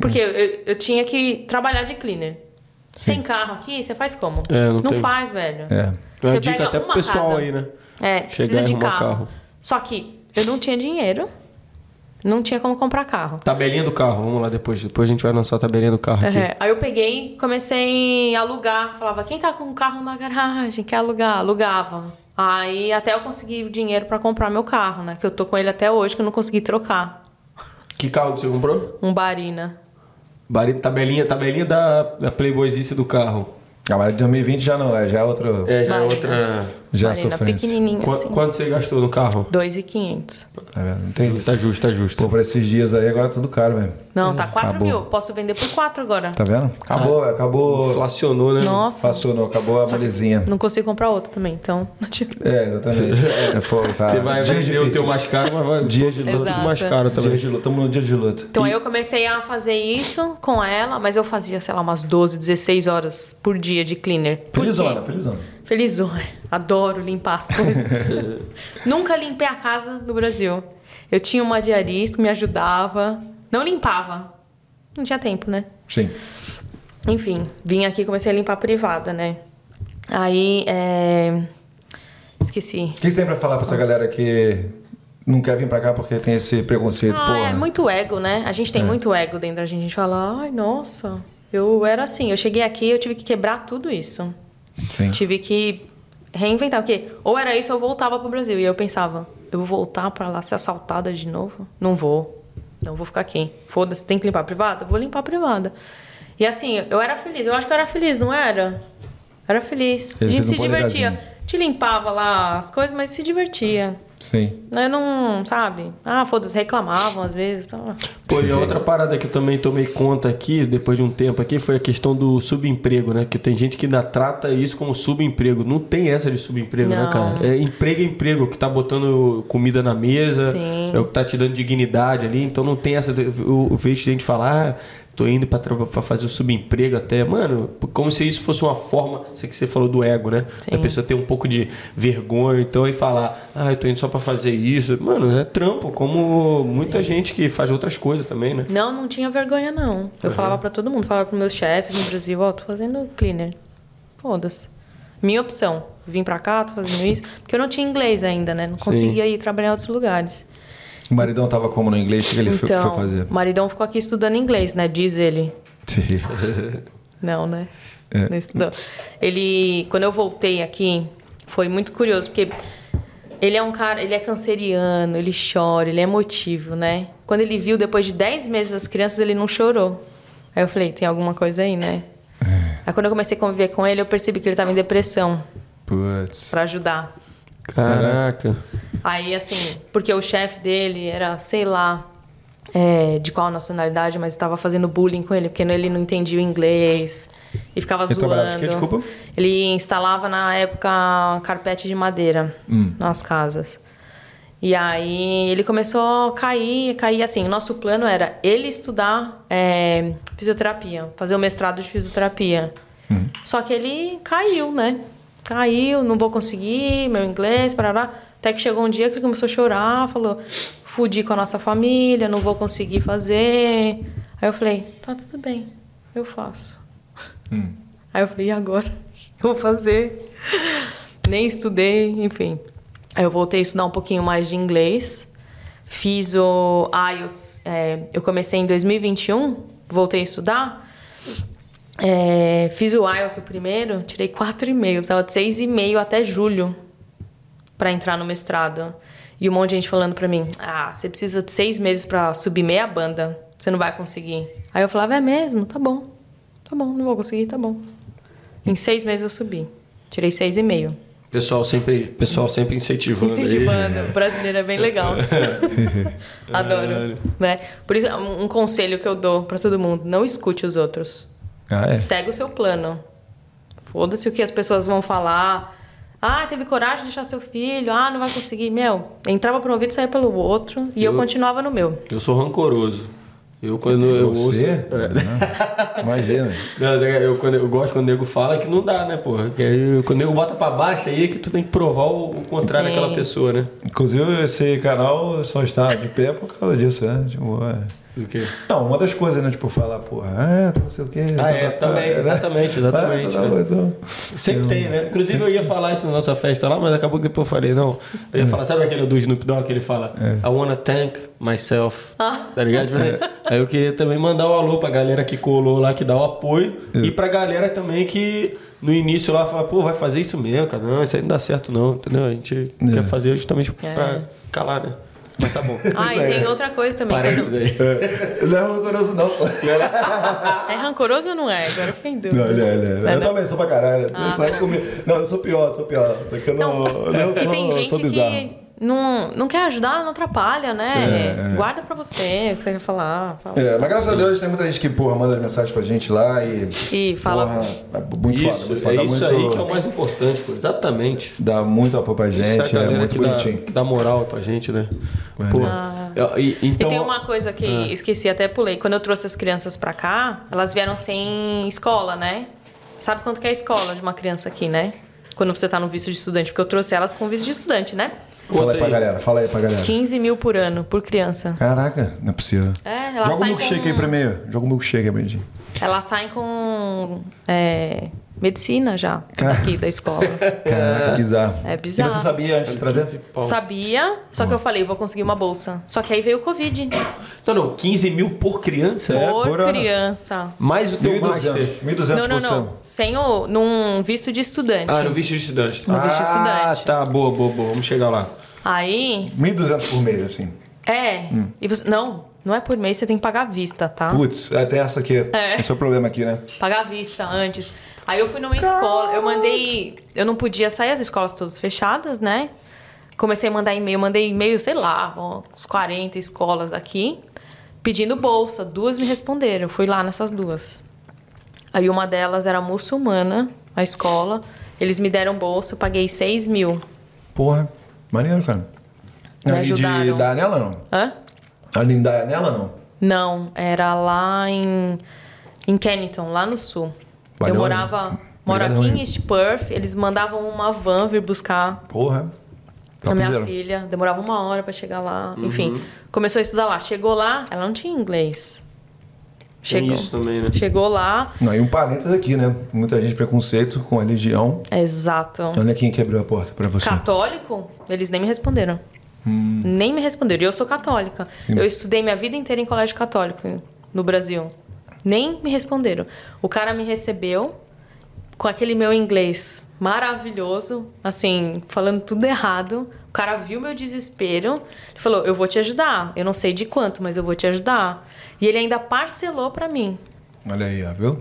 Speaker 3: Porque eu, eu- eu tinha que trabalhar de cleaner. Sem carro aqui, você faz como?
Speaker 2: É, não tem-
Speaker 3: faz, velho.
Speaker 1: É.
Speaker 2: É uma
Speaker 3: Você
Speaker 2: dica
Speaker 3: pega
Speaker 2: até pro
Speaker 3: uma
Speaker 2: pessoal
Speaker 3: casa.
Speaker 2: aí, né?
Speaker 3: É, precisa
Speaker 2: e
Speaker 3: de
Speaker 2: arrumar
Speaker 3: carro.
Speaker 2: carro.
Speaker 3: Só que eu não tinha dinheiro. Não tinha como comprar carro.
Speaker 2: Tabelinha do carro, vamos lá depois. Depois a gente vai lançar a tabelinha do carro aqui.
Speaker 3: É, Aí eu peguei, comecei a alugar. Falava, quem tá com um carro na garagem, quer alugar? Alugava. Aí até eu consegui o dinheiro pra comprar meu carro, né? Que eu tô com ele até hoje, que eu não consegui trocar.
Speaker 2: Que carro que você comprou?
Speaker 3: Um Barina.
Speaker 2: Bari- Tabelinha, tabelinha da, da playboyzice do carro.
Speaker 1: Ah, mas 2020 já não, é, já é outro.
Speaker 2: É, já é
Speaker 3: Barina.
Speaker 2: outra...
Speaker 1: Já é
Speaker 3: Barina,
Speaker 1: sofrência.
Speaker 3: pequenininha
Speaker 2: Qu-
Speaker 3: assim.
Speaker 2: Quanto você gastou no carro?
Speaker 3: 2,500.
Speaker 1: Tá vendo? Não tem.
Speaker 2: Tá justo, tá justo.
Speaker 1: Pô, pra esses dias aí agora é tudo caro, velho.
Speaker 3: Não, tá 4
Speaker 1: Hum, acabou.
Speaker 3: mil. Posso vender por 4 agora.
Speaker 1: Tá vendo? Acabou,
Speaker 2: Ah.
Speaker 1: acabou.
Speaker 2: Inflacionou, né?
Speaker 3: Nossa.
Speaker 1: Passou, não, acabou a molezinha.
Speaker 3: Não consigo comprar outro também, então. não tive-
Speaker 1: É, exatamente. É fogo, tá.
Speaker 2: Você vai
Speaker 1: Dias
Speaker 2: vender o teu
Speaker 1: difíceis.
Speaker 2: mais caro, mas vai
Speaker 1: Dias de
Speaker 2: tudo
Speaker 1: luta.
Speaker 3: Exato.
Speaker 2: mais caro também.
Speaker 1: Dias de luta. Estamos no dia de luta.
Speaker 3: Então aí eu comecei a fazer isso com ela, mas eu fazia, sei lá, umas 12, 16 horas por dia de cleaner. Por
Speaker 1: Felizona,
Speaker 3: quê?
Speaker 1: felizona.
Speaker 3: Felizona. é. Adoro limpar as coisas. Nunca limpei a casa no Brasil. Eu tinha uma diarista que me ajudava. Não limpava. Não tinha tempo, né?
Speaker 1: Sim.
Speaker 3: Enfim, vim aqui e comecei a limpar a privada, né? Aí, é... Esqueci.
Speaker 1: O que você tem pra falar pra essa galera que não quer vir pra cá porque tem esse preconceito?
Speaker 3: Ah,
Speaker 1: porra.
Speaker 3: é muito ego, né? A gente tem muito ego dentro da gente. A gente fala, ai, nossa, eu era assim. Eu cheguei aqui eu tive que quebrar tudo isso.
Speaker 1: Sim.
Speaker 3: Tive que reinventar, porque ou era isso ou eu voltava pro Brasil. E eu pensava, eu vou voltar pra lá ser assaltada de novo? Não vou. Não vou ficar aqui. Foda-se, tem que limpar a privada? Eu Vou limpar a privada. E assim, eu era feliz. Eu acho que eu era feliz, não era? Era feliz.
Speaker 1: Ele
Speaker 3: a gente
Speaker 1: fez um
Speaker 3: se divertia.
Speaker 1: polegarzinho.
Speaker 3: Te limpava lá as coisas, mas se divertia.
Speaker 1: Sim.
Speaker 3: Eu não, sabe? Ah, foda-se, reclamavam às vezes. Então...
Speaker 2: Pô, e a outra parada que eu também tomei conta aqui, depois de um tempo aqui, foi a questão do subemprego, né? Que tem gente que ainda trata isso como subemprego. Não tem essa de subemprego, né,
Speaker 3: Não.
Speaker 2: cara? É emprego é emprego, que tá botando comida na mesa,
Speaker 3: Sim.
Speaker 2: é o que tá te dando dignidade ali. Então não tem essa. de- Eu eu vejo gente falar, ah, tô indo pra, tra- pra fazer o subemprego até. Mano, como se isso fosse uma forma. Sei que você falou do ego, né?
Speaker 3: Sim.
Speaker 2: Da pessoa ter um pouco de vergonha, então, e falar, ah, eu tô indo só pra fazer isso. Mano, é trampo, como muita gente que faz outras coisas também, né?
Speaker 3: Não, não tinha vergonha, não.
Speaker 1: Uhum.
Speaker 3: Eu falava pra todo mundo, falava pros meus chefes no Brasil, ó, tô fazendo cleaner. Foda-se. Minha opção. Vim pra cá, tô fazendo isso. Porque eu não tinha inglês ainda, né? Não conseguia ir trabalhar em outros lugares.
Speaker 1: O maridão tava como no inglês? O que que ele foi-
Speaker 3: Então,
Speaker 1: foi fazer?
Speaker 3: o maridão ficou aqui estudando inglês, né? Diz ele.
Speaker 1: Sim.
Speaker 3: Não, né?
Speaker 1: É.
Speaker 3: Não estudou. Ele, quando eu voltei aqui, foi muito curioso, porque ele é um cara, ele é canceriano, ele chora, ele é emotivo, né? Quando ele viu, depois de 10 meses as crianças, ele não chorou. Aí eu falei, tem alguma coisa aí, né?
Speaker 1: É.
Speaker 3: Aí quando eu comecei a conviver com ele, eu percebi que ele tava em depressão,
Speaker 1: Putz.
Speaker 3: pra ajudar.
Speaker 2: Caraca.
Speaker 3: Aí, assim, porque o chefe dele era, sei lá, é, de qual nacionalidade, mas estava fazendo bullying com ele, porque ele não entendia o inglês e ficava
Speaker 1: Ele
Speaker 3: zoando.
Speaker 1: trabalhava de quê? Desculpa.
Speaker 3: Ele instalava na época carpete de madeira nas casas. E aí ele começou a cair, cair assim. Nosso plano era ele estudar é, fisioterapia, fazer o mestrado de fisioterapia. Só que ele caiu, né? Caiu, não vou conseguir, meu inglês, parará. Até que chegou um dia que ele começou a chorar, falou: fudi com a nossa família, não vou conseguir fazer. Aí eu falei: tá tudo bem, eu faço. Aí eu falei, e agora? O que eu vou fazer? Nem estudei, enfim. Aí eu voltei a estudar um pouquinho mais de inglês. Fiz o IELTS. é, eu comecei em 2021, voltei a estudar. É, fiz o IELTS o primeiro, tirei 4,5. Precisava de 6,5 até julho para entrar no mestrado. E um monte de gente falando pra mim: Ah, você precisa de seis meses pra subir meia banda. Você não vai conseguir. Aí eu falava: É mesmo? Tá bom. Tá bom, não vou conseguir, tá bom. Em seis meses eu subi. Tirei seis e meio.
Speaker 2: Pessoal sempre, pessoal sempre incentivando. aí.
Speaker 3: Incentivando. O brasileiro é bem legal. Adoro. Né? Por isso, um um conselho que eu dou pra todo mundo: não escute os outros.
Speaker 1: Ah, é?
Speaker 3: Segue o seu plano. Foda-se o que as pessoas vão falar. Ah, teve coragem de deixar seu filho. Ah, não vai conseguir. Meu, entrava por um ouvido e saía pelo outro. E eu,
Speaker 2: Eu-
Speaker 3: continuava no meu.
Speaker 2: Eu sou rancoroso. Eu quando eu
Speaker 1: Você?
Speaker 2: ouço. É.
Speaker 1: Não. Imagina.
Speaker 2: Não, mas é, eu, quando, eu gosto quando o nego fala que não dá, né, porra? Que aí, quando o nego bota pra baixo, aí é que tu tem que provar o, o contrário
Speaker 3: Sim.
Speaker 2: daquela pessoa, né?
Speaker 1: Inclusive, esse canal só está de pé por causa disso, né? Tipo, é.
Speaker 2: Do quê?
Speaker 1: Não, uma das coisas, né? Tipo, falar, porra, ah, não sei o quê. tá,
Speaker 2: Ah, é, também, exatamente, exatamente,
Speaker 1: né?" Ah, tá bom,
Speaker 2: né?
Speaker 1: então.
Speaker 2: Sempre tem, né? Inclusive eu ia falar isso na nossa festa lá, mas acabou que depois eu falei, não.
Speaker 1: É.
Speaker 2: Eu ia falar, sabe aquele do Snoop Dogg que ele fala? I wanna thank myself. Tá ligado? Tipo assim,
Speaker 1: É.
Speaker 2: Aí eu queria também mandar um alô pra galera que colou lá, que dá o apoio.
Speaker 1: É.
Speaker 2: E pra galera também que no início lá fala, pô, vai fazer isso mesmo, cara. Não, isso aí não dá certo, não. Entendeu? A gente
Speaker 1: É.
Speaker 2: quer fazer justamente pra calar, né? Mas tá bom.
Speaker 3: Ah, e tem outra coisa também.
Speaker 2: Parênteses aí.
Speaker 1: Não é rancoroso, não, pô.
Speaker 3: É rancoroso ou não é? Agora eu fiquei em dúvida.
Speaker 1: Não, ele é, ele é.
Speaker 3: Não é,
Speaker 1: eu
Speaker 3: não? Ah,
Speaker 1: também sou pra caralho. eu saio comigo. Não, eu sou pior, eu sou pior. Porque eu não, eu não
Speaker 3: e
Speaker 1: sou,
Speaker 3: tem gente
Speaker 1: sou bizarro.
Speaker 3: que não, não quer ajudar, não atrapalha, né? Guarda pra você o que você quer falar. fala.
Speaker 1: É, mas graças a Deus tem muita gente que, porra, manda mensagem pra gente lá e.
Speaker 3: E fala-
Speaker 1: Porra, é muito foda,
Speaker 2: Isso,
Speaker 1: muito foda.
Speaker 2: é
Speaker 1: dá
Speaker 2: isso
Speaker 1: muito,
Speaker 2: aí que é o mais importante, pô. Exatamente.
Speaker 1: Dá muito apoio pra
Speaker 2: Isso
Speaker 1: gente, é,
Speaker 2: galera
Speaker 1: muito
Speaker 2: que dá-
Speaker 1: bonitinho. é.
Speaker 2: que Dá, moral pra gente, né?
Speaker 1: Verdade.
Speaker 2: Pô, eu- e- então,
Speaker 3: Ah. e tem uma coisa que
Speaker 1: Ah.
Speaker 3: esqueci, até pulei. Quando eu trouxe as crianças pra cá, elas vieram sem escola, né? Sabe quanto que é a escola de uma criança aqui, né? Quando você tá no visto de estudante. Porque eu trouxe elas com visto de estudante, né?
Speaker 1: Fala
Speaker 2: conta
Speaker 1: aí pra
Speaker 2: aí.
Speaker 1: galera, fala aí pra galera.
Speaker 3: 15 mil por ano, por criança.
Speaker 1: Caraca, não é possível.
Speaker 3: É, ela
Speaker 1: Joga o
Speaker 3: sai
Speaker 1: milkshake
Speaker 3: com-
Speaker 1: aí primeiro. Joga o milkshake aí, Brandinho.
Speaker 3: Elas saem com é, medicina já,
Speaker 1: Cara.
Speaker 3: daqui da escola.
Speaker 1: Caraca, bizarro.
Speaker 3: É bizarro.
Speaker 1: E você sabia antes de trazer?
Speaker 2: assim,
Speaker 3: Sabia, só que eu falei, vou conseguir uma bolsa. Só que aí veio o Covid.
Speaker 2: Não, não, 15 mil por criança?
Speaker 1: É,
Speaker 3: por
Speaker 1: por ano.
Speaker 3: criança.
Speaker 2: Mais o teu master.
Speaker 1: 1.200. 1.200
Speaker 3: Não, não,
Speaker 1: por
Speaker 3: não.
Speaker 1: cento.
Speaker 3: Sem o. num visto de estudante.
Speaker 2: Ah, no visto de estudante.
Speaker 3: No visto de
Speaker 2: Ah,
Speaker 3: estudante.
Speaker 2: tá, boa, boa, boa. Vamos chegar lá.
Speaker 1: Ah,
Speaker 3: Aí.
Speaker 1: 1.200 por mês, assim.
Speaker 3: É. E você, não, não é por mês, você tem que pagar à vista, tá?
Speaker 1: Putz, até essa aqui.
Speaker 3: É.
Speaker 1: Esse é o problema aqui, né?
Speaker 3: Pagar à vista antes. Aí eu fui numa escola, eu mandei. Eu não podia sair, as escolas todas fechadas, né? Comecei a mandar e-mail, mandei e-mail, sei lá, ó, uns 40 escolas aqui, pedindo bolsa. Duas me responderam, eu fui lá nessas duas. Aí uma delas era muçulmana, a escola. Eles me deram bolsa, eu paguei 6 mil.
Speaker 1: Porra, maneiro, cara.
Speaker 3: Me
Speaker 1: Ali de
Speaker 3: ajudaram.
Speaker 1: dar nela, não?
Speaker 3: Hã?
Speaker 1: Ali em dar nela, não?
Speaker 3: Não, era lá em, em Kennington, lá no sul.
Speaker 1: Valeu,
Speaker 3: eu morava
Speaker 1: hein?
Speaker 3: moro
Speaker 1: Obrigado,
Speaker 3: aqui em
Speaker 1: hein?
Speaker 3: East Perth, eles mandavam uma van vir buscar
Speaker 1: Porra.
Speaker 3: a minha
Speaker 1: Topzera.
Speaker 3: filha. Demorava uma hora pra chegar lá.
Speaker 2: Uhum.
Speaker 3: Enfim, começou a estudar lá. Chegou lá, ela não tinha inglês.
Speaker 2: Tem
Speaker 3: Chegou.
Speaker 2: isso também, né?
Speaker 3: Chegou lá,
Speaker 1: Não, e um parênteses aqui, né? Muita gente preconceito com a religião.
Speaker 3: exato.
Speaker 1: Olha quem que abriu a porta pra você. Hum.
Speaker 3: Católico, eles nem me responderam. Nem me responderam. E eu sou católica.
Speaker 1: Sim.
Speaker 3: Eu estudei minha vida inteira em colégio católico no Brasil. Nem me responderam. O cara me recebeu com aquele meu inglês maravilhoso, assim, falando tudo errado. O cara viu meu desespero. Ele falou: Eu vou te ajudar. Eu não sei de quanto, mas eu vou te ajudar. E ele ainda parcelou pra mim.
Speaker 1: Olha aí, ó, viu?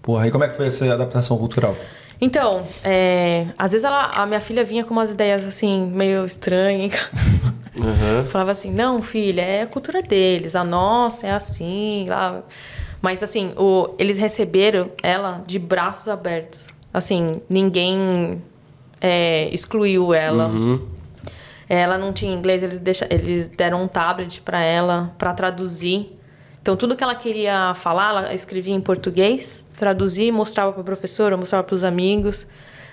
Speaker 1: Porra, e como é que foi essa adaptação cultural?
Speaker 3: Então, é, às vezes ela, a minha filha vinha com umas ideias assim, meio estranhas. Eu falava assim, não, filha, é a cultura deles, a nossa é assim, lá. Mas assim, o, eles receberam ela de braços abertos. Assim, ninguém é, excluiu ela. Ela não tinha inglês, eles, deixa, eles deram um tablet para ela para traduzir. Então tudo que ela queria falar, ela escrevia em português, traduzia, e mostrava para a professora, mostrava para os amigos.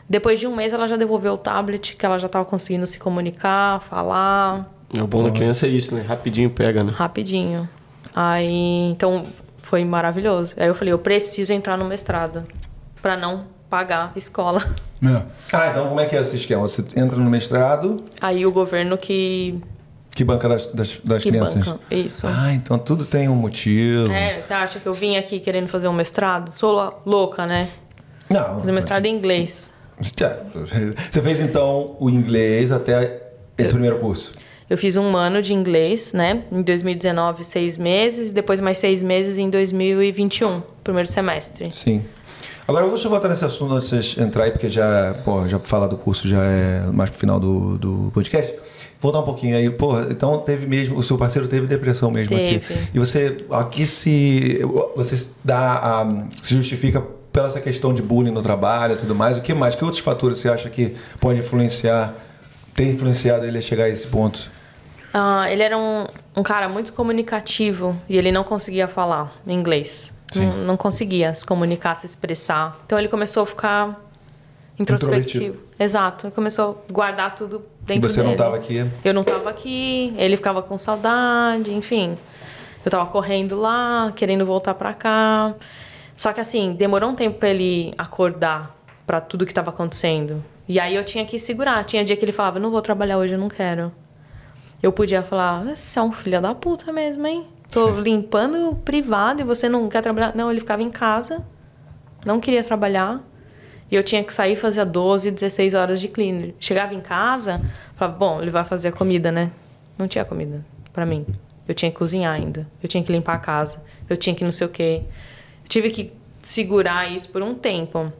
Speaker 3: Depois de um mês, ela já devolveu o tablet, que ela já estava conseguindo se comunicar, falar
Speaker 2: O bom da criança é isso, né? Rapidinho pega, né?
Speaker 3: rapidinho. Aí, então foi maravilhoso. Aí eu falei, eu preciso entrar no mestrado para não pagar escola.
Speaker 1: Ah, então como é que é esse esquema? Você entra no mestrado,
Speaker 3: Aí o governo que
Speaker 1: que banca das, das, das
Speaker 3: que
Speaker 1: crianças?
Speaker 3: banca isso.
Speaker 1: Ah, então tudo tem um motivo.
Speaker 3: É, você acha que eu vim aqui querendo fazer um mestrado? Sou lo- louca, né?
Speaker 1: Não.
Speaker 3: Fazer mestrado em inglês.
Speaker 1: Tá. Você fez então o inglês até esse primeiro curso.
Speaker 3: Eu fiz um ano de inglês, né? Em 2019, seis meses, e depois mais seis meses em 2021, primeiro semestre.
Speaker 1: Sim. Agora, eu vou só voltar nesse assunto antes de vocês entrarem, porque já, porra, já falar do curso já é mais pro final do, do podcast. Voltar um pouquinho aí, porra, então teve mesmo, o seu parceiro teve depressão mesmo aqui.
Speaker 3: Teve.
Speaker 1: E você, aqui se, você se dá, a- se justifica pela essa questão de bullying no trabalho e tudo mais, o que mais, que outros fatores você acha que pode influenciar, ter influenciado ele a chegar a esse ponto?
Speaker 3: Ah, ele era um, um cara muito comunicativo e ele não conseguia falar inglês.
Speaker 1: Sim.
Speaker 3: Não, não conseguia se comunicar, se expressar. Então ele começou a ficar introspectivo. Exato. Ele começou a guardar tudo dentro
Speaker 1: você não
Speaker 3: dele.
Speaker 1: tava aqui?
Speaker 3: Eu não tava aqui, ele ficava com saudade, enfim. Eu tava correndo lá, querendo voltar pra cá. Só que assim, demorou um tempo pra ele acordar pra tudo que tava acontecendo. E aí eu tinha que segurar. Tinha dia que ele falava: "Não vou trabalhar hoje, eu não quero". Eu podia falar: "Ah, "Você é um filho da puta mesmo, hein? Tô limpando o privado e você não quer trabalhar". Não, ele ficava em casa. Não queria trabalhar. E eu tinha que sair e fazia 12, 16 horas de cleaner. Chegava em casa, falava, bom, ele vai fazer a comida, né? Não tinha comida pra mim. Eu tinha que cozinhar ainda. Eu tinha que limpar a casa. Eu tinha que não sei o quê. Eu tive que segurar isso por um tempo.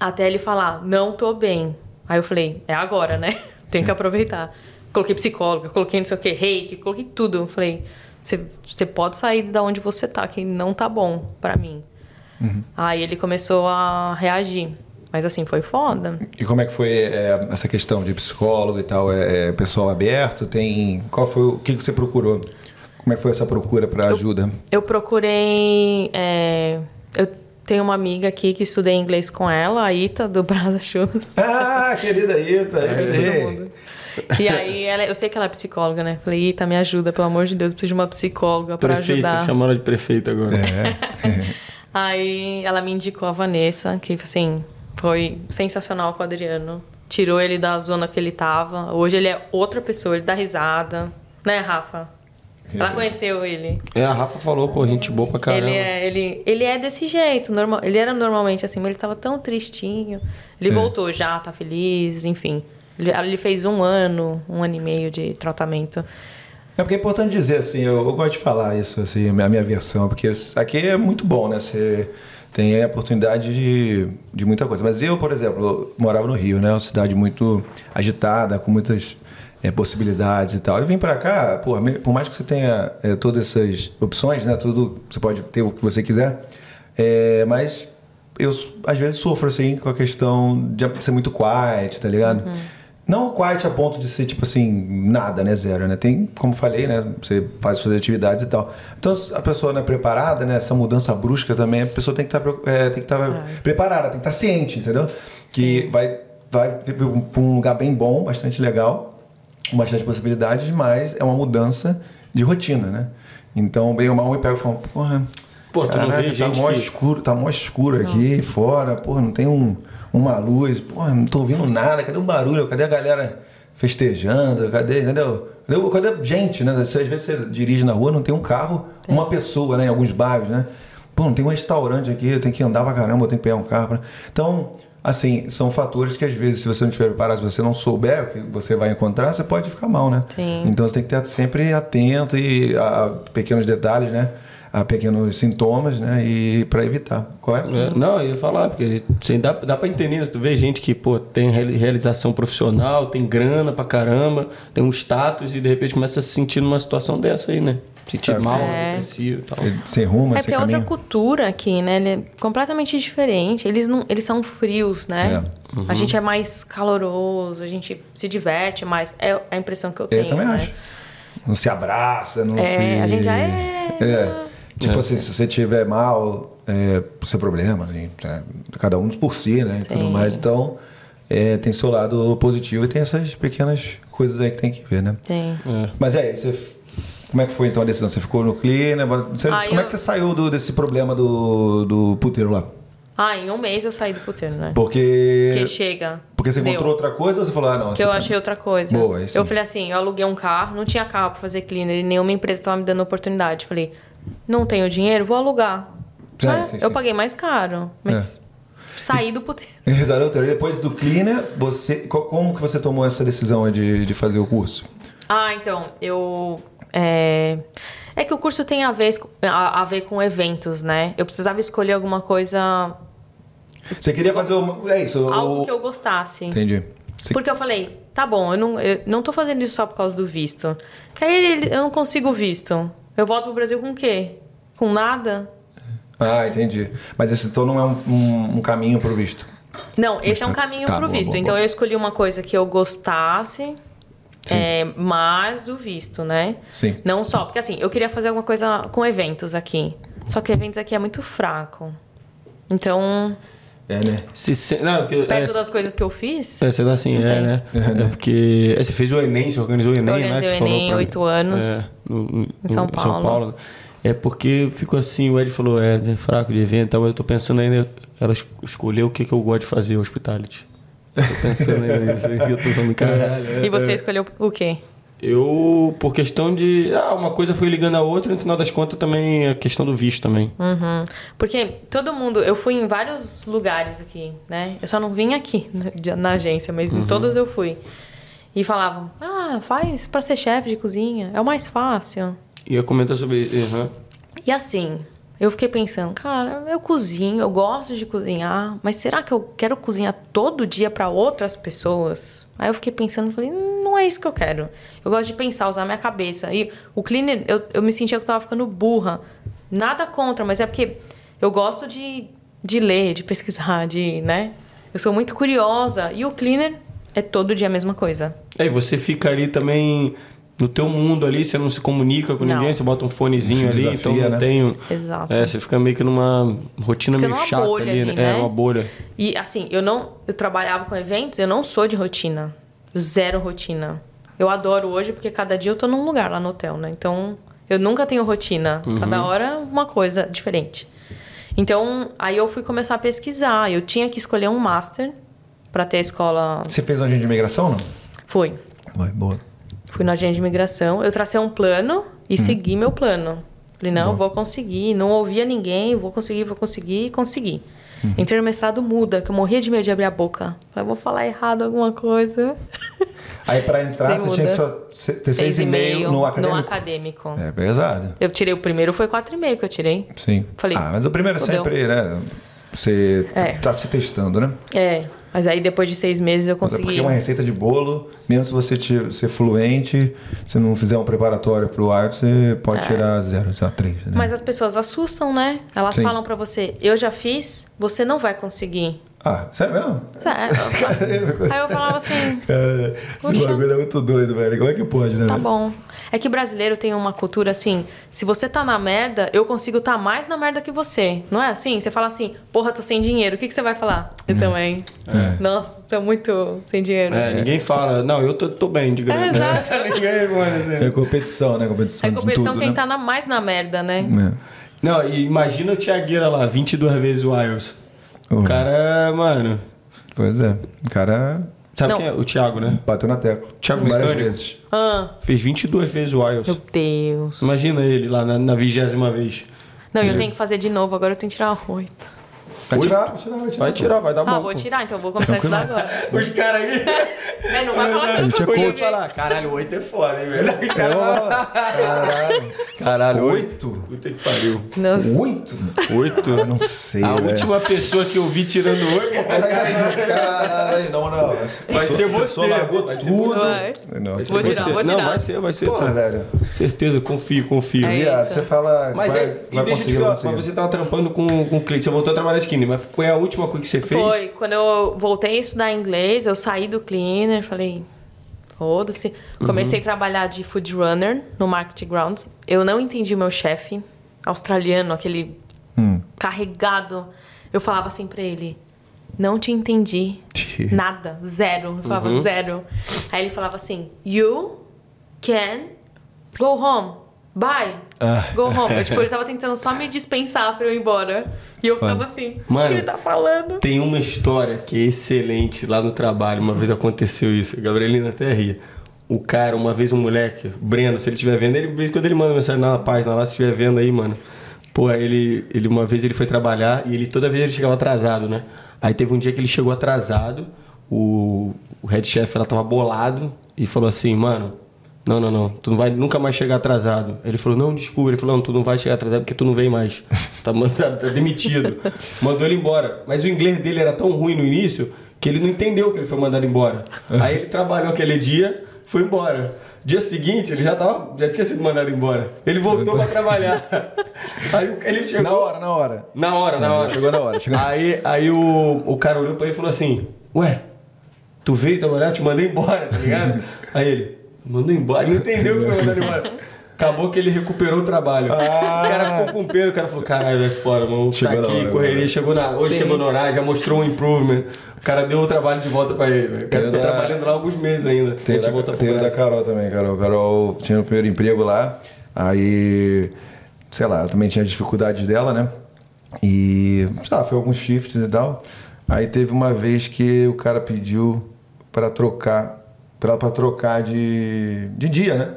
Speaker 3: Até ele falar, não tô bem. Aí eu falei, é agora, né? Tem que aproveitar. Coloquei psicóloga, coloquei não sei o quê, reiki, coloquei tudo. Eu falei, você você pode sair da onde você tá, que não tá bom pra mim. Aí ele começou a reagir. Mas assim, foi foda.
Speaker 1: E como é que foi é, essa questão de psicólogo e tal? É, é pessoal aberto? Tem qual foi o que que você procurou? Como é que foi essa procura para ajuda?
Speaker 3: Eu procurei. é, eu tenho uma amiga aqui que estudei inglês com ela, a Ita, do Brasa Shoes.
Speaker 1: Ah, querida Ita, eu sei.
Speaker 3: E aí, ela- eu sei que ela é psicóloga, né? Falei, Ita, me ajuda, pelo amor de Deus, eu preciso de uma psicóloga pra ajudar.
Speaker 2: chamaram ela de prefeito agora.
Speaker 1: É.
Speaker 3: Aí ela me indicou a Vanessa, que assim, foi sensacional com o Adriano. Tirou ele da zona que ele tava. Hoje ele é outra pessoa, ele dá risada. Né, Rafa? Ela conheceu ele.
Speaker 2: É, a Rafa falou, pô, gente boa pra caramba.
Speaker 3: Ele é, ele, ele é desse jeito, normal, ele era normalmente assim, mas ele tava tão tristinho. Ele voltou já, tá feliz, enfim. Ele, ele fez um ano, um ano e meio de tratamento.
Speaker 1: É porque é importante dizer assim, eu, eu gosto de falar isso assim, a minha, a minha versão, porque s- aqui é muito bom, né? Você tem a oportunidade de, de muita coisa. Mas eu, por exemplo, eu morava no Rio, né? Uma cidade muito agitada, com muitas eh, possibilidades e tal. Eu vim pra cá, pô, me- por mais que você tenha eh, todas essas opções, né? Tudo, você pode ter o que você quiser, eh, mas eu s- às vezes sofro assim com a questão de ser muito quiet, tá ligado? Não quiet a ponto de ser, tipo assim, nada, né? Zero, né? Tem, como falei, né? Você faz suas atividades e tal. Então, se a pessoa não é preparada, né? Essa mudança brusca também, a pessoa tem que estar tem que tá preparada, tem que estar ciente, entendeu? Que vai, vai para um lugar bem bom, bastante legal, com bastante possibilidades, mas é uma mudança de rotina, né? Então, bem ou mal, eu pego e falo, porra,
Speaker 2: Pô, tu não vê
Speaker 1: tá
Speaker 2: gente
Speaker 1: mó
Speaker 2: que-
Speaker 1: escuro, tá mó escuro aqui fora, porra, não tem um, uma luz, porra, não tô ouvindo nada, cadê o barulho, cadê a galera festejando, cadê, entendeu? Cadê, o- cadê a gente, né? Você, às vezes você dirige na rua, não tem um carro, uma pessoa, né, em alguns bairros, né? Pô, não tem um restaurante aqui, eu tenho que andar pra caramba, eu tenho que pegar um carro. pra- Então, assim, são fatores que às vezes, se você não estiver preparado, se você não souber o que você vai encontrar, você pode ficar mal, né?
Speaker 3: Sim.
Speaker 1: Então você tem que estar sempre atento e a, a pequenos detalhes, né? a pequenos sintomas, né? E para evitar, correto?
Speaker 3: Né?
Speaker 2: É, não, eu ia falar, porque assim, dá, dá pra entender, né? tu vê gente que, pô, tem reali- realização profissional, tem grana pra caramba, tem um status e de repente começa a se sentir numa situação dessa aí, né? Sentir
Speaker 1: Certo.
Speaker 2: mal,
Speaker 3: É.
Speaker 2: depressivo e tal.
Speaker 1: Sem rumo,
Speaker 3: É porque
Speaker 1: sem
Speaker 3: é outra
Speaker 1: caminho.
Speaker 3: cultura aqui, né? Ele é completamente diferente. Eles não, eles são frios, né? A gente é mais caloroso, a gente se diverte mais. É a impressão que eu tenho.
Speaker 1: Eu também
Speaker 3: né?
Speaker 1: acho. Não se abraça, não se.
Speaker 3: É, a gente já é.
Speaker 1: É. Tipo assim, se você tiver mal, é seu problema, assim, é, cada um por si, né? E tudo
Speaker 3: Sim.
Speaker 1: mais. Então, é, tem seu lado positivo e tem essas pequenas coisas aí que tem que ver, né?
Speaker 3: Tem.
Speaker 1: Mas é, você. f- Como é que foi então a decisão? Você ficou no cleaner? Você,
Speaker 3: Ah,
Speaker 1: como é
Speaker 3: eu-
Speaker 1: que você saiu do- desse problema do, do puteiro lá?
Speaker 3: Ah, em um mês eu saí do puteiro, né?
Speaker 1: Porque.
Speaker 3: Porque chega.
Speaker 1: Porque você
Speaker 3: Deu.
Speaker 1: encontrou outra coisa ou você falou, ah, não,
Speaker 3: Que
Speaker 1: essa
Speaker 3: eu
Speaker 1: tá-
Speaker 3: achei outra coisa.
Speaker 1: Boa, é aí sim.
Speaker 3: eu falei assim, eu aluguei um carro, não tinha carro pra fazer cleaner e nenhuma empresa tava me dando oportunidade. Falei, não tenho dinheiro, vou alugar.
Speaker 1: Sim,
Speaker 3: Ah,
Speaker 1: É, sim,
Speaker 3: eu
Speaker 1: sim. É.
Speaker 3: paguei mais caro, mas saí do puteiro.
Speaker 1: Exato, doutor. E Depois do cleaner, você, co- como que você tomou essa decisão de, de fazer o curso?
Speaker 3: Ah, então, eu. É, é que o curso tem a ver, a, a ver com eventos, né? Eu precisava escolher alguma coisa,
Speaker 1: Você queria fazer uma, é isso?
Speaker 3: algo
Speaker 1: o-
Speaker 3: que eu gostasse.
Speaker 1: Entendi. Você-
Speaker 3: Porque eu falei, tá bom, eu não, eu não tô fazendo isso só por causa do visto. Porque aí ele- eu não consigo o visto. Eu volto pro Brasil com o quê? Com nada?
Speaker 1: Ah, entendi. Mas esse então não é um, um, um caminho pro visto.
Speaker 3: Não, esse é um
Speaker 1: Tá,
Speaker 3: caminho
Speaker 1: tá,
Speaker 3: pro
Speaker 1: boa,
Speaker 3: visto.
Speaker 1: boa,
Speaker 3: então
Speaker 1: boa.
Speaker 3: eu escolhi uma coisa que eu gostasse, é, mas o visto, né?
Speaker 1: Sim.
Speaker 3: Não só, porque assim, eu queria fazer alguma coisa com eventos aqui. Só que eventos aqui é muito fraco. Então,
Speaker 1: É, né?
Speaker 2: Se, se, não, porque,
Speaker 3: perto
Speaker 2: é,
Speaker 3: das coisas que eu fiz,
Speaker 2: é, você tá assim, é,
Speaker 3: tem.
Speaker 2: né? É porque. É, você fez o Enem, você organizou o Enem,
Speaker 3: Eu
Speaker 2: né?
Speaker 3: organizei
Speaker 2: que você
Speaker 3: o
Speaker 2: falou
Speaker 3: Enem,
Speaker 2: pra mim.
Speaker 3: oito anos,
Speaker 2: É, no, no- no-
Speaker 3: São
Speaker 2: São
Speaker 3: Paulo.
Speaker 2: Paulo. É porque ficou assim, o Ed falou, é, é fraco de evento e tal, mas eu tô pensando ainda, ela es- escolheu o que, que eu gosto de fazer, hospitality. Tô pensando ainda nisso, eu tô falando, caralho. é,
Speaker 3: e você
Speaker 2: é.
Speaker 3: escolheu o quê?
Speaker 2: Eu, por questão de. Ah, uma coisa foi ligando a outra, e no final das contas também a questão do visto também.
Speaker 3: Uhum. Porque todo mundo, eu fui em vários lugares aqui, né? Eu só não vim aqui na, de- na agência, mas
Speaker 2: Uhum.
Speaker 3: em todas eu fui. E falavam, ah, faz pra ser chefe de cozinha, é o mais fácil.
Speaker 2: Ia comentar sobre. aham.
Speaker 3: E assim, eu fiquei pensando, cara, eu cozinho, eu gosto de cozinhar, mas será que eu quero cozinhar todo dia pra outras pessoas? Aí eu fiquei pensando, falei, "Hum, não é isso que eu quero. Eu gosto de pensar, usar a minha cabeça. E o cleaner, eu, eu me sentia que eu tava ficando burra. Nada contra, mas é porque eu gosto de, de ler, de pesquisar, de, né? Eu sou muito curiosa. E o cleaner é todo dia a mesma coisa.
Speaker 2: É, e você fica ali também no teu mundo ali, você não se comunica com
Speaker 3: Não.
Speaker 2: ninguém, você bota um fonezinho
Speaker 1: Se
Speaker 2: ali,
Speaker 1: desafia,
Speaker 2: então não
Speaker 1: né?
Speaker 2: tem. um-
Speaker 3: Exato.
Speaker 2: É, você fica meio que numa rotina
Speaker 3: Fica
Speaker 2: meio
Speaker 3: numa
Speaker 2: chata
Speaker 3: bolha
Speaker 2: ali,
Speaker 3: ali,
Speaker 2: né? É,
Speaker 3: né?
Speaker 2: uma bolha.
Speaker 3: E assim, eu não. Eu trabalhava com eventos, eu não sou de rotina. Zero rotina. Eu adoro hoje porque cada dia eu tô num lugar lá no hotel, né? Então eu nunca tenho rotina. Cada hora é uma coisa diferente. Então aí eu fui começar a pesquisar. Eu tinha que escolher um master pra ter a escola.
Speaker 1: Você fez um agente de imigração não?
Speaker 3: Fui.
Speaker 1: Vai, boa.
Speaker 3: Fui na agência de imigração. Eu tracei um plano
Speaker 1: Hum.
Speaker 3: e segui meu plano. Falei, não, vou conseguir. Não ouvia ninguém, vou conseguir, vou conseguir e consegui.
Speaker 1: Uhum.
Speaker 3: Entrei no mestrado muda, que eu morria de medo de abrir a boca. Falei, vou falar errado alguma coisa.
Speaker 1: Aí pra entrar,
Speaker 3: Bem
Speaker 1: você tinha que
Speaker 3: muda.
Speaker 1: só se- ter seis e meio no acadêmico.
Speaker 3: No acadêmico.
Speaker 1: É pesado.
Speaker 3: Eu tirei o primeiro, foi 4,5 que eu tirei.
Speaker 1: Sim.
Speaker 3: Falei,
Speaker 1: ah, mas o primeiro
Speaker 3: fodeu.
Speaker 1: sempre, né? Você
Speaker 3: É.
Speaker 1: tá se testando, né?
Speaker 3: É, mas aí depois de seis meses eu
Speaker 1: Mas é Porque
Speaker 3: consegui.
Speaker 1: é uma receita de bolo, mesmo se você te- ser fluente, se não fizer um preparatório pro IELTS, você pode tirar zero, sei lá, três, né?
Speaker 3: É. Mas as pessoas assustam, né? Elas
Speaker 1: Sim.
Speaker 3: falam pra você, eu já fiz, você não vai conseguir.
Speaker 1: Ah, sério mesmo?
Speaker 3: Sério. aí eu falava assim,
Speaker 1: Cara, esse
Speaker 3: Poxa.
Speaker 1: bagulho é muito doido, velho. Como é que pode, né?
Speaker 3: Tá
Speaker 1: velho?
Speaker 3: bom. É que brasileiro tem uma cultura assim: se você tá na merda, eu consigo tá mais na merda que você. Não é assim? Você fala assim, porra, tô sem dinheiro. O que, que você vai falar?
Speaker 1: Hum.
Speaker 3: Eu também.
Speaker 1: É.
Speaker 3: Nossa, tô muito sem dinheiro.
Speaker 2: É, ninguém fala, não, eu tô, tô bem, de
Speaker 3: É,
Speaker 2: grana.
Speaker 3: exato.
Speaker 2: ninguém, mano, assim.
Speaker 1: É competição, né? Competição
Speaker 3: É
Speaker 1: de
Speaker 3: competição
Speaker 1: tudo,
Speaker 3: quem
Speaker 1: né?
Speaker 3: tá na- mais na merda, né?
Speaker 1: É.
Speaker 2: Não, e imagina o Tiagueira lá, 22 vezes o IELTS. O
Speaker 1: Uhum.
Speaker 2: cara, mano.
Speaker 1: Pois é. O cara
Speaker 2: Sabe
Speaker 3: Não.
Speaker 2: quem é? O Thiago, né?
Speaker 1: bateu na tecla.
Speaker 2: Thiago
Speaker 1: várias
Speaker 2: Mecânico.
Speaker 1: vezes.
Speaker 3: Ah,
Speaker 2: Fez 22 vezes o
Speaker 3: meu
Speaker 2: IELTS.
Speaker 3: Deus.
Speaker 2: Imagina ele lá na vigésima vez.
Speaker 1: É.
Speaker 3: Não, eu tenho que fazer de novo, agora eu tenho que tirar oito.
Speaker 1: Vai tirar, vai tirar, vai tirar.
Speaker 2: Vai tirar, vai
Speaker 1: Tá
Speaker 2: dar bom.
Speaker 3: Ah, vou
Speaker 2: pô.
Speaker 3: tirar, então vou começar a estudar agora.
Speaker 2: Os caras aí.
Speaker 3: É, não vai falar que eu
Speaker 1: A
Speaker 3: não
Speaker 1: gente é
Speaker 3: consigo.
Speaker 1: coach.
Speaker 3: ver.
Speaker 2: falar, caralho, oito é foda, hein, velho? Os
Speaker 1: É,
Speaker 2: caras
Speaker 1: ó,
Speaker 2: falam,
Speaker 1: Caralho.
Speaker 2: Caralho, oito.
Speaker 1: Oito?
Speaker 2: Puta que pariu.
Speaker 3: Nossa.
Speaker 1: Oito?
Speaker 2: Oito?
Speaker 1: Eu não sei,
Speaker 2: A
Speaker 1: velho.
Speaker 2: última pessoa que eu vi tirando oito
Speaker 1: Caralho, não, não.
Speaker 2: vai ser você.
Speaker 1: Pessoa largou
Speaker 2: Vai ser
Speaker 1: tudo.
Speaker 3: Vai.
Speaker 1: Não,
Speaker 3: Vou
Speaker 2: Vai
Speaker 3: tirar,
Speaker 2: ser-
Speaker 3: vou
Speaker 2: Não,
Speaker 3: tirar.
Speaker 2: vai ser, vai ser.
Speaker 1: Porra, velho.
Speaker 2: Certeza, confio, confio.
Speaker 3: É
Speaker 1: Viado,
Speaker 3: isso.
Speaker 1: você fala. que
Speaker 2: Mas
Speaker 1: vai,
Speaker 2: é, e
Speaker 1: vai
Speaker 2: deixa eu te
Speaker 1: conseguir, vai
Speaker 2: falar, mas
Speaker 1: conseguir.
Speaker 2: você tava trampando com, com cliente, você voltou a trabalhar de cleaner, mas foi a última coisa que você fez?
Speaker 3: Foi. Quando eu voltei a estudar inglês, eu saí do cleaner, falei, foda-se. Comecei a trabalhar de food runner no Market Grounds. Eu não entendi o meu chefe australiano, aquele
Speaker 1: Hum.
Speaker 3: carregado. Eu falava assim pra ele, não te entendi. Nada. Zero. Eu falava zero. Aí ele falava assim, you can go home. Bye. Go home. Eu, tipo, ele tava tentando só me dispensar pra eu ir embora. E eu ficava assim, o
Speaker 2: Mano,
Speaker 3: que ele tá falando?
Speaker 2: Tem uma história que é excelente lá no trabalho. Uma vez aconteceu isso. A Gabrielina até ria. O cara, uma vez um moleque, Breno, se ele estiver vendo, ele, quando ele manda mensagem na página lá, se estiver vendo aí, mano. Pô, ele, ele uma vez ele foi trabalhar e ele toda vez ele chegava atrasado, né? Aí teve um dia que ele chegou atrasado, o, o head chef ela tava bolado e falou assim, mano, não, não, não. Tu não vai nunca mais chegar atrasado. Ele falou, não, desculpa. Ele falou, não, tu não vai chegar atrasado porque tu não vem mais. Tá, mandado, tá demitido. Mandou ele embora. Mas o inglês dele era tão ruim no início que ele não entendeu que ele foi mandado embora. Aí ele trabalhou aquele dia, foi embora. Dia seguinte, ele já, tava, já tinha sido mandado embora. Ele voltou pra trabalhar. Aí o- ele chegou...
Speaker 1: Na hora, na hora.
Speaker 2: Na hora, na hora.
Speaker 1: Uhum. chegou na hora, chegou na
Speaker 2: Aí, aí o, o cara olhou pra ele e falou assim: Ué, tu veio trabalhar, te mandei embora, tá ligado? aí ele, mandou embora, ele não entendeu o que foi mandado embora. Acabou que ele recuperou o trabalho.
Speaker 1: Ah.
Speaker 2: O cara ficou com pena, o cara falou: caralho, vai fora, mano.
Speaker 1: Chegou
Speaker 2: tá
Speaker 1: na
Speaker 2: aqui,
Speaker 1: hora,
Speaker 2: correria,
Speaker 1: né?
Speaker 2: chegou na. Hoje chegou no horário, já mostrou um improvement. O cara deu o trabalho de volta pra ele, velho. O cara ficou
Speaker 1: Terá-
Speaker 2: trabalhando lá alguns meses ainda.
Speaker 1: Tem
Speaker 2: a
Speaker 1: o
Speaker 2: gente
Speaker 1: da,
Speaker 2: volta pro
Speaker 1: tem o da
Speaker 2: Brasil.
Speaker 1: Carol também, Carol. Carol tinha o primeiro emprego lá, aí, sei lá, eu também tinha as dificuldades dela, né? E, sei lá, foi alguns shifts e tal. Aí teve uma vez que o cara pediu pra trocar, pra ela pra trocar de, de dia, né?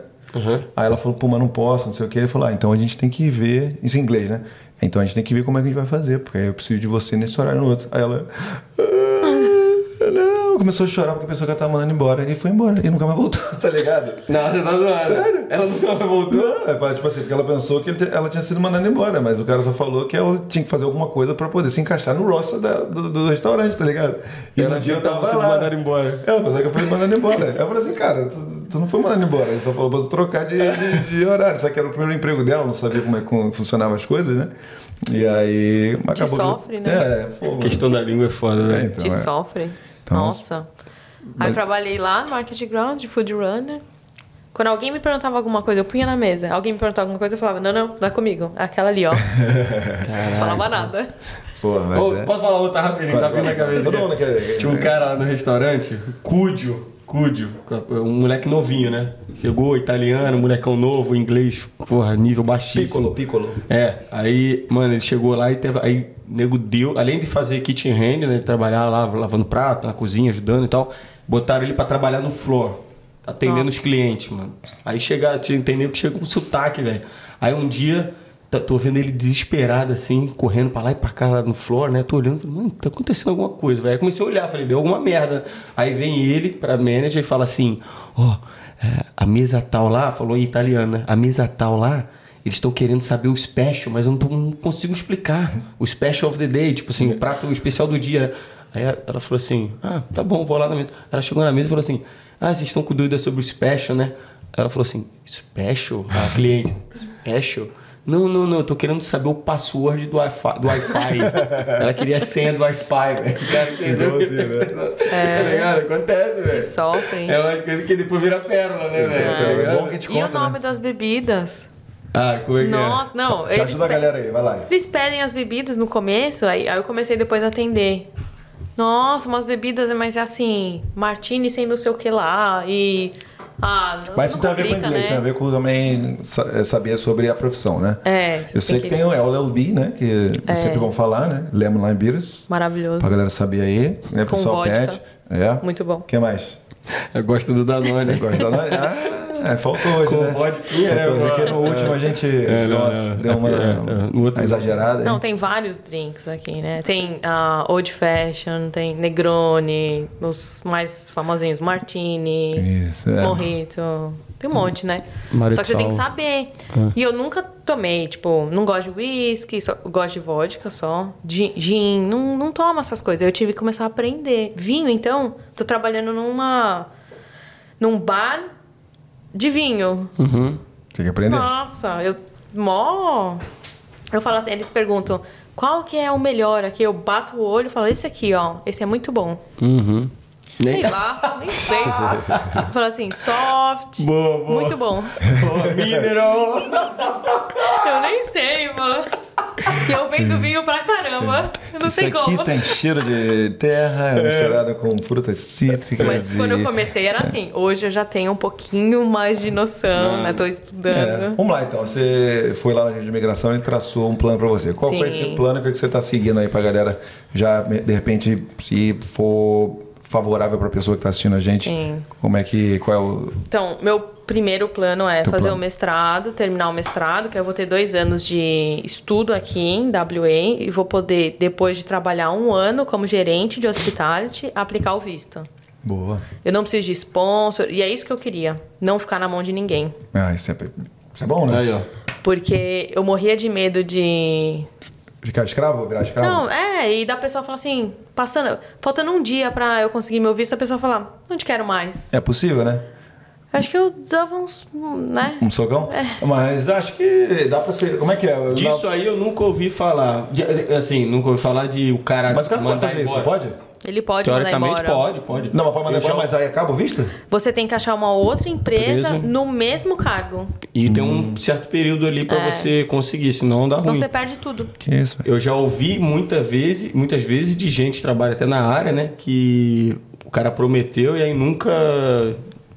Speaker 1: Aí ela falou, pô, mas não posso, não sei o que. Ele falou, ah, então a gente tem que ver, isso em inglês, né? Então a gente tem que ver como é que a gente vai fazer, porque aí eu preciso de você nesse horário e no outro. Aí ela, ah, não, começou a chorar porque pensou que ela tava mandando embora. E foi embora, e nunca mais voltou, tá ligado?
Speaker 2: Não, você tá zoando.
Speaker 1: Sério?
Speaker 2: Ela nunca mais voltou.
Speaker 1: Não, é pra- tipo assim, porque ela pensou que ele te- ela tinha sido mandada embora, mas o cara só falou que ela tinha que fazer alguma coisa pra poder se encaixar no roster da- do, do restaurante, tá ligado?
Speaker 2: E no dia tava sendo
Speaker 1: lá.
Speaker 2: mandada embora.
Speaker 1: Ela pensou que eu fui mandada embora. Aí Eu falei assim, cara, tu, tu não foi mandada embora, ele só falou pra tu trocar de, de- de horário. Só que era o primeiro emprego dela, não sabia como é que funcionavam as coisas, né? E aí acabou. que-
Speaker 3: sofre, né?
Speaker 1: É, pô,
Speaker 2: A questão da língua é foda,
Speaker 1: é,
Speaker 2: né?
Speaker 1: então,
Speaker 3: que
Speaker 1: é.
Speaker 3: sofre.
Speaker 1: Então,
Speaker 3: Nossa. Aí eu trabalhei lá no Market Ground, de food runner. Quando alguém me perguntava alguma coisa, eu punha na mesa. Alguém me perguntava alguma coisa, eu falava, não, não, dá comigo. Aquela ali, ó. Não falava nada.
Speaker 1: Pô, mas
Speaker 2: Ô,
Speaker 1: é.
Speaker 2: Posso falar outra rapidinho? Tá vindo na cabeça.
Speaker 1: Todo
Speaker 2: aqui.
Speaker 1: mundo quer ver.
Speaker 2: Tinha um cara lá no restaurante, Cúdio, Cúdio, um moleque novinho, né? Chegou, italiano, molecão novo, inglês, porra, nível baixíssimo.
Speaker 1: Piccolo, piccolo.
Speaker 2: É, aí, mano, ele chegou lá e teve. Aí, nego deu, além de fazer kitchen hand, né? Ele trabalhar lá, lavando prato, na cozinha, ajudando e tal, botaram ele pra trabalhar no floor, atendendo os clientes, mano. Aí chega, tinha- tem nego que chega com sotaque, velho. Aí um dia. tá- Tô vendo ele desesperado, assim, correndo pra lá e pra cá lá no floor, né? Tô olhando, falei, mano, tá acontecendo alguma coisa, velho. Aí comecei a olhar, falei, deu alguma merda. Aí vem ele pra manager e fala assim: Ó, é, a mesa tal lá, falou em italiano, né? A mesa tal lá, eles estão querendo saber o special, mas eu não, tô- não consigo explicar. O special of the day, tipo assim, o prato especial do dia. Aí a- ela falou assim: Ah, tá bom, vou lá na mesa. Ela chegou na mesa e falou assim: Ah, vocês estão com dúvida sobre o special, né? Ela falou assim: Special? A cliente: Special? Não, não, não, eu tô querendo saber o password do Wi-Fi. Do wi ela queria a senha do Wi-Fi, velho. O cara entendeu? É. Tá ligado? Acontece, velho.
Speaker 3: sofrem.
Speaker 2: É uma coisa que depois vira pérola, né, velho? Tá
Speaker 1: É
Speaker 2: ligado?
Speaker 1: bom que a gente
Speaker 3: E
Speaker 1: conta,
Speaker 3: o nome
Speaker 1: né?
Speaker 3: das bebidas?
Speaker 2: Ah, como é que é?
Speaker 3: Nossa, não.
Speaker 1: Já
Speaker 3: Eles,
Speaker 1: ajuda a
Speaker 3: pe-
Speaker 1: galera aí, vai lá.
Speaker 3: eles pedem as bebidas no começo, aí, aí eu comecei depois a atender. Nossa, umas bebidas, mas é assim, martini sem não sei o que lá, e... Ah,
Speaker 1: Mas isso tem a
Speaker 3: não
Speaker 1: ver com
Speaker 3: complica,
Speaker 1: inglês,
Speaker 3: né?
Speaker 1: tem a ver com também sa- é, saber sobre a profissão, né?
Speaker 3: É, você
Speaker 1: Eu sei que tem o LLB, né? Que
Speaker 3: É.
Speaker 1: sempre vão falar, né? Lemon Lime Beers.
Speaker 3: Maravilhoso.
Speaker 1: Pra galera saber aí, né?
Speaker 3: Com
Speaker 1: Pessoal
Speaker 3: vodka.
Speaker 1: pede. É.
Speaker 3: Muito bom.
Speaker 1: O que mais?
Speaker 2: Eu gosto do Danone.
Speaker 1: Gosta da... Ah, É, faltou hoje,
Speaker 2: Com
Speaker 1: né?
Speaker 2: vodquinha, né,
Speaker 1: faltou hoje,
Speaker 2: mano?
Speaker 1: que no último a gente
Speaker 2: não,
Speaker 1: nossa,
Speaker 2: não,
Speaker 1: deu
Speaker 2: é
Speaker 1: uma,
Speaker 2: porque, é, no outro-
Speaker 1: uma exagerada.
Speaker 3: Não,
Speaker 1: hein?
Speaker 3: tem vários drinks aqui, né? Tem ah, Old Fashion, tem Negroni, os mais famosinhos, Martini,
Speaker 1: Isso, é.
Speaker 3: Morrito. Tem um monte, né?
Speaker 2: Marechal.
Speaker 3: Só que você tem que saber. E eu nunca tomei, tipo, não gosto de whisky, só, gosto de vodka só. Gin, gin, não, não tomo essas coisas. Eu tive que começar a aprender. Vinho, então, tô trabalhando numa. num bar de vinho.
Speaker 1: Tem que aprender.
Speaker 3: Nossa, eu mó. Eu falo assim, eles perguntam qual que é o melhor aqui. Eu bato o olho e falo, esse aqui, ó, esse é muito bom. Sei lá, nem sei. Eu falo assim, soft,
Speaker 2: Boa, boa.
Speaker 3: muito bom.
Speaker 2: tá
Speaker 3: Eu nem sei, mano. E eu vendo vinho pra caramba. Eu não
Speaker 1: Isso
Speaker 3: sei
Speaker 1: aqui
Speaker 3: como.
Speaker 1: tem cheiro de terra
Speaker 2: É.
Speaker 1: misturado com frutas cítricas.
Speaker 3: Mas
Speaker 1: e-
Speaker 3: quando eu comecei era assim. Hoje eu já tenho um pouquinho mais de noção, né? Tô
Speaker 1: É.
Speaker 3: estudando.
Speaker 1: Vamos lá então, você foi lá na agência de imigração e traçou um plano pra você. Qual foi
Speaker 3: Sim.
Speaker 1: esse plano que você tá seguindo aí pra galera já, de repente, se for favorável pra pessoa que tá assistindo a gente?
Speaker 3: Sim.
Speaker 1: Como é que. Qual é o.
Speaker 3: Então, meu primeiro plano é
Speaker 1: Teu
Speaker 3: fazer
Speaker 1: plano.
Speaker 3: o mestrado, terminar o mestrado, que eu vou ter dois anos de estudo aqui em WA e vou poder, depois de trabalhar um ano como gerente de hospitality, aplicar o visto.
Speaker 1: Boa.
Speaker 3: Eu não preciso de sponsor, e é isso que eu queria, não ficar na mão de ninguém.
Speaker 1: Ah, isso é, isso é bom, né?
Speaker 2: Aí, ó.
Speaker 3: Porque eu morria de medo de
Speaker 1: Ficar escravo, virar escravo?
Speaker 3: Não, é, e da pessoa falar assim, passando, faltando um dia pra eu conseguir meu visto, a pessoa fala, não te quero mais.
Speaker 1: É possível, né?
Speaker 3: Acho que eu dava uns, né?
Speaker 1: Um socão? Mas acho que dá pra ser. Como é que é? Eu
Speaker 2: Disso
Speaker 1: não-
Speaker 2: aí eu nunca ouvi falar. De- Assim, nunca ouvi falar de o cara
Speaker 1: Mas o cara pode
Speaker 2: mandar
Speaker 1: fazer
Speaker 2: embora.
Speaker 1: isso, pode?
Speaker 3: Ele pode mandar
Speaker 2: Teoricamente
Speaker 3: embora.
Speaker 2: pode, pode.
Speaker 1: Não, mas pode mandar
Speaker 2: Eu já-
Speaker 1: embora, mas aí acaba o visto?
Speaker 3: Você tem que achar uma outra empresa
Speaker 2: Empresa.
Speaker 3: no mesmo cargo.
Speaker 2: E tem um
Speaker 1: Hum.
Speaker 2: certo período ali pra você conseguir, senão dá
Speaker 3: É. Senão
Speaker 2: ruim.
Speaker 3: você perde tudo.
Speaker 1: Que isso,
Speaker 2: Eu já ouvi muita vez, muitas vezes de gente que trabalha até na área, né? Que o cara prometeu e aí nunca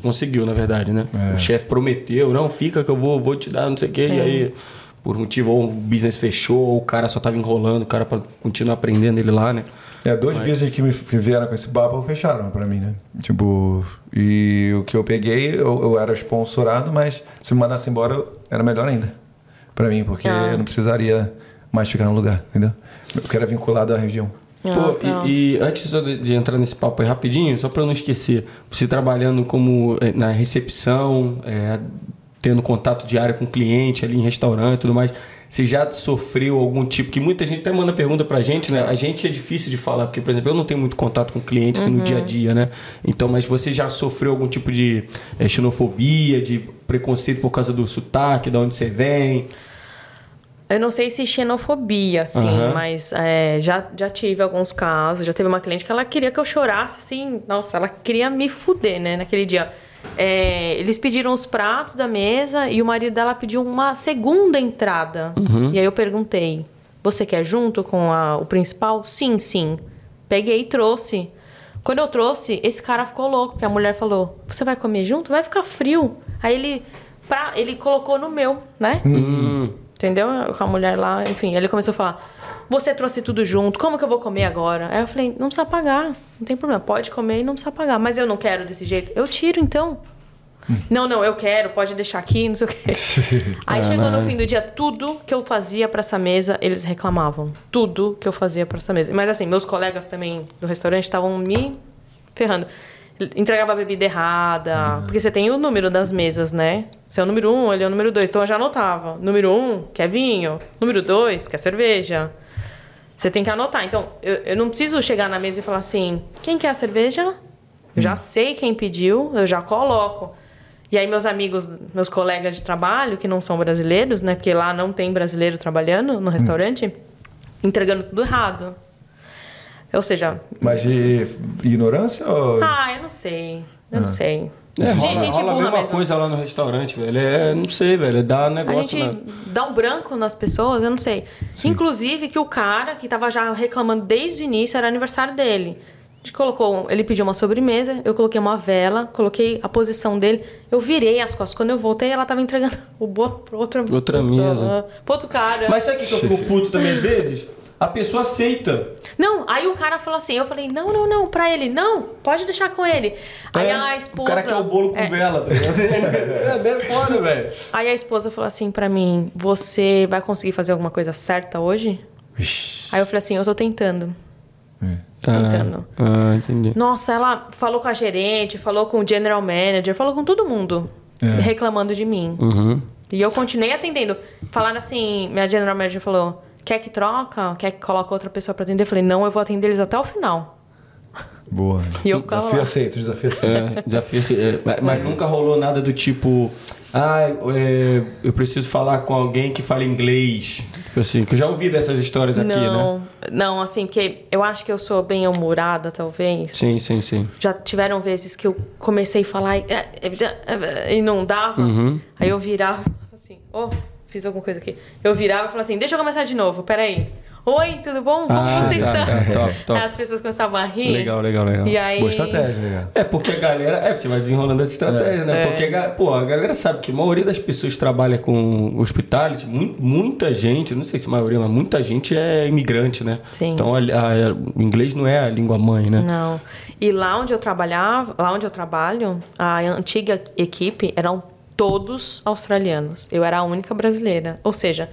Speaker 2: conseguiu, na verdade, né?
Speaker 1: É.
Speaker 2: O chefe prometeu, não, fica que eu vou, vou te dar não sei o quê.
Speaker 3: É.
Speaker 2: E aí, por motivo, ou o business fechou, ou o cara só tava enrolando, o cara pra continuar aprendendo ele lá, né?
Speaker 1: É, dois business que me que vieram com esse papo fecharam pra mim, né? Tipo, e o que eu peguei, eu, eu era sponsorado, mas se me mandasse embora, eu- era melhor ainda pra mim, porque
Speaker 3: Ah.
Speaker 1: eu não precisaria mais ficar no lugar, entendeu? Porque era vinculado à região.
Speaker 3: Ah,
Speaker 2: Pô,
Speaker 3: tá.
Speaker 2: e, e antes só de, de entrar nesse papo aí rapidinho, só pra eu não esquecer, você trabalhando como eh, na recepção, eh, tendo contato diário com cliente ali em restaurante e tudo mais, você já sofreu algum tipo, que muita gente até manda pergunta pra gente, né? A gente é difícil de falar, porque, por exemplo, eu não tenho muito contato com clientes no
Speaker 3: Uhum.
Speaker 2: dia a dia, né? Então, mas você já sofreu algum tipo de eh, xenofobia, de preconceito por causa do sotaque, de onde você vem?
Speaker 3: Eu não sei se xenofobia, assim,
Speaker 2: Aham.
Speaker 3: mas é, já, já tive alguns casos. Já teve uma cliente que ela queria que eu chorasse, assim, nossa, ela queria me fuder, né, naquele dia. É, eles pediram os pratos da mesa e o marido dela pediu uma segunda entrada. E aí eu perguntei: Você quer junto com a- o principal? Sim, sim. Peguei e trouxe. Quando eu trouxe, esse cara ficou louco, porque a mulher falou: Você vai comer junto? Vai ficar frio. Aí ele, pra- ele colocou no meu, né? Entendeu? Com a mulher lá, enfim. Ele começou a falar: Você trouxe tudo junto, como que eu vou comer agora? Aí eu falei: Não precisa pagar, não tem problema, pode comer e não precisa pagar. Mas eu não quero desse jeito. Eu tiro então. Não, não, eu quero, pode deixar aqui, não sei o quê. Aí chegou no fim do dia, tudo que eu fazia pra essa mesa, eles reclamavam. Tudo que eu fazia pra essa mesa. Mas assim, meus colegas também do restaurante estavam me ferrando. Entregava a bebida errada, porque você tem o número das mesas, né? Você é o número um, ele é o número dois. Então eu já anotava. Número um, quer vinho. Número dois, quer cerveja. Você tem que anotar. Então, eu, eu não preciso chegar na mesa e falar assim: quem quer a cerveja? Eu
Speaker 2: Hum.
Speaker 3: já sei quem pediu, eu já coloco. E aí, meus amigos, meus colegas de trabalho, que não são brasileiros, né? Porque lá não tem brasileiro trabalhando
Speaker 2: Hum.
Speaker 3: no restaurante, entregando tudo errado. Ou seja,
Speaker 1: Mas de ignorância ou.
Speaker 3: ah, eu não sei. Eu não sei.
Speaker 2: É,
Speaker 3: gente,
Speaker 2: rola,
Speaker 3: gente
Speaker 2: rola a
Speaker 3: burra
Speaker 2: mesma
Speaker 3: mesmo.
Speaker 2: coisa lá no restaurante, velho. É, não sei, velho. Dá
Speaker 3: A
Speaker 2: negócio,
Speaker 3: gente
Speaker 2: né?
Speaker 3: dá um branco nas pessoas, eu não sei. Inclusive que o cara que tava já reclamando desde o início era aniversário dele. A gente colocou, ele pediu uma sobremesa, eu coloquei uma vela, coloquei a posição dele, eu virei as costas. Quando eu voltei, ela tava entregando o bolo pra outra,
Speaker 2: Outra
Speaker 3: pessoa,
Speaker 2: mesa.
Speaker 3: Pro outro cara.
Speaker 2: Mas sabe o que que eu fico puto também às vezes? a pessoa aceita.
Speaker 3: Não, aí o cara falou assim, eu falei, não, não, não, pra ele, não, pode deixar com ele. Aí
Speaker 2: É,
Speaker 3: a esposa.
Speaker 2: O cara quer o bolo com
Speaker 3: É,
Speaker 2: vela, tá ligado? É bem foda, velho.
Speaker 3: Aí a esposa falou assim pra mim: Você vai conseguir fazer alguma coisa certa hoje? Aí eu falei assim: Eu tô tentando.
Speaker 1: É,
Speaker 3: Tô tentando.
Speaker 2: Ah, entendi.
Speaker 3: Nossa, ela falou com a gerente, falou com o general manager, falou com todo mundo
Speaker 2: É.
Speaker 3: reclamando de mim.
Speaker 2: Uhum.
Speaker 3: E eu continuei atendendo. Falaram assim: Minha general manager falou: Quer que troca? Quer que coloque outra pessoa pra atender? Eu falei: Não, eu vou atender eles até o final.
Speaker 1: Boa.
Speaker 3: E eu ficava
Speaker 1: Desafio
Speaker 3: lá.
Speaker 1: aceito, desafio aceito.
Speaker 2: É, já fiz. é, mas, mas
Speaker 3: Hum.
Speaker 2: nunca rolou nada do tipo. Ah, é, eu preciso falar com alguém que fale inglês. Tipo assim, que eu já ouvi dessas histórias aqui, né?
Speaker 3: não, não, assim, porque eu acho que eu sou bem humorada, talvez.
Speaker 2: Sim, sim, sim.
Speaker 3: Já tiveram vezes que eu comecei a falar e, é, é, já, é, e não dava.
Speaker 2: Uhum.
Speaker 3: Aí eu virava e falava assim, ô, fiz alguma coisa aqui. Eu virava e falava assim, deixa eu começar de novo, peraí. Oi, tudo bom? Como
Speaker 2: Ah,
Speaker 3: você
Speaker 2: tá,
Speaker 3: está?
Speaker 2: tá, top, top.
Speaker 3: Aí As pessoas começavam a rir.
Speaker 2: Legal, legal, legal.
Speaker 3: E aí...
Speaker 1: Boa estratégia, né? legal.
Speaker 2: É, porque a galera. É, você vai desenrolando essa estratégia,
Speaker 3: É.
Speaker 2: né? Porque, a ga- pô, a galera sabe que a maioria das pessoas trabalha com hospitais, muita gente, não sei se a maioria, mas muita gente é imigrante, né?
Speaker 3: Sim.
Speaker 2: Então, a- a- o inglês não é a língua mãe, né?
Speaker 3: Não. E lá onde eu trabalhava, lá onde eu trabalho, a antiga equipe eram todos australianos. Eu era a única brasileira. Ou seja,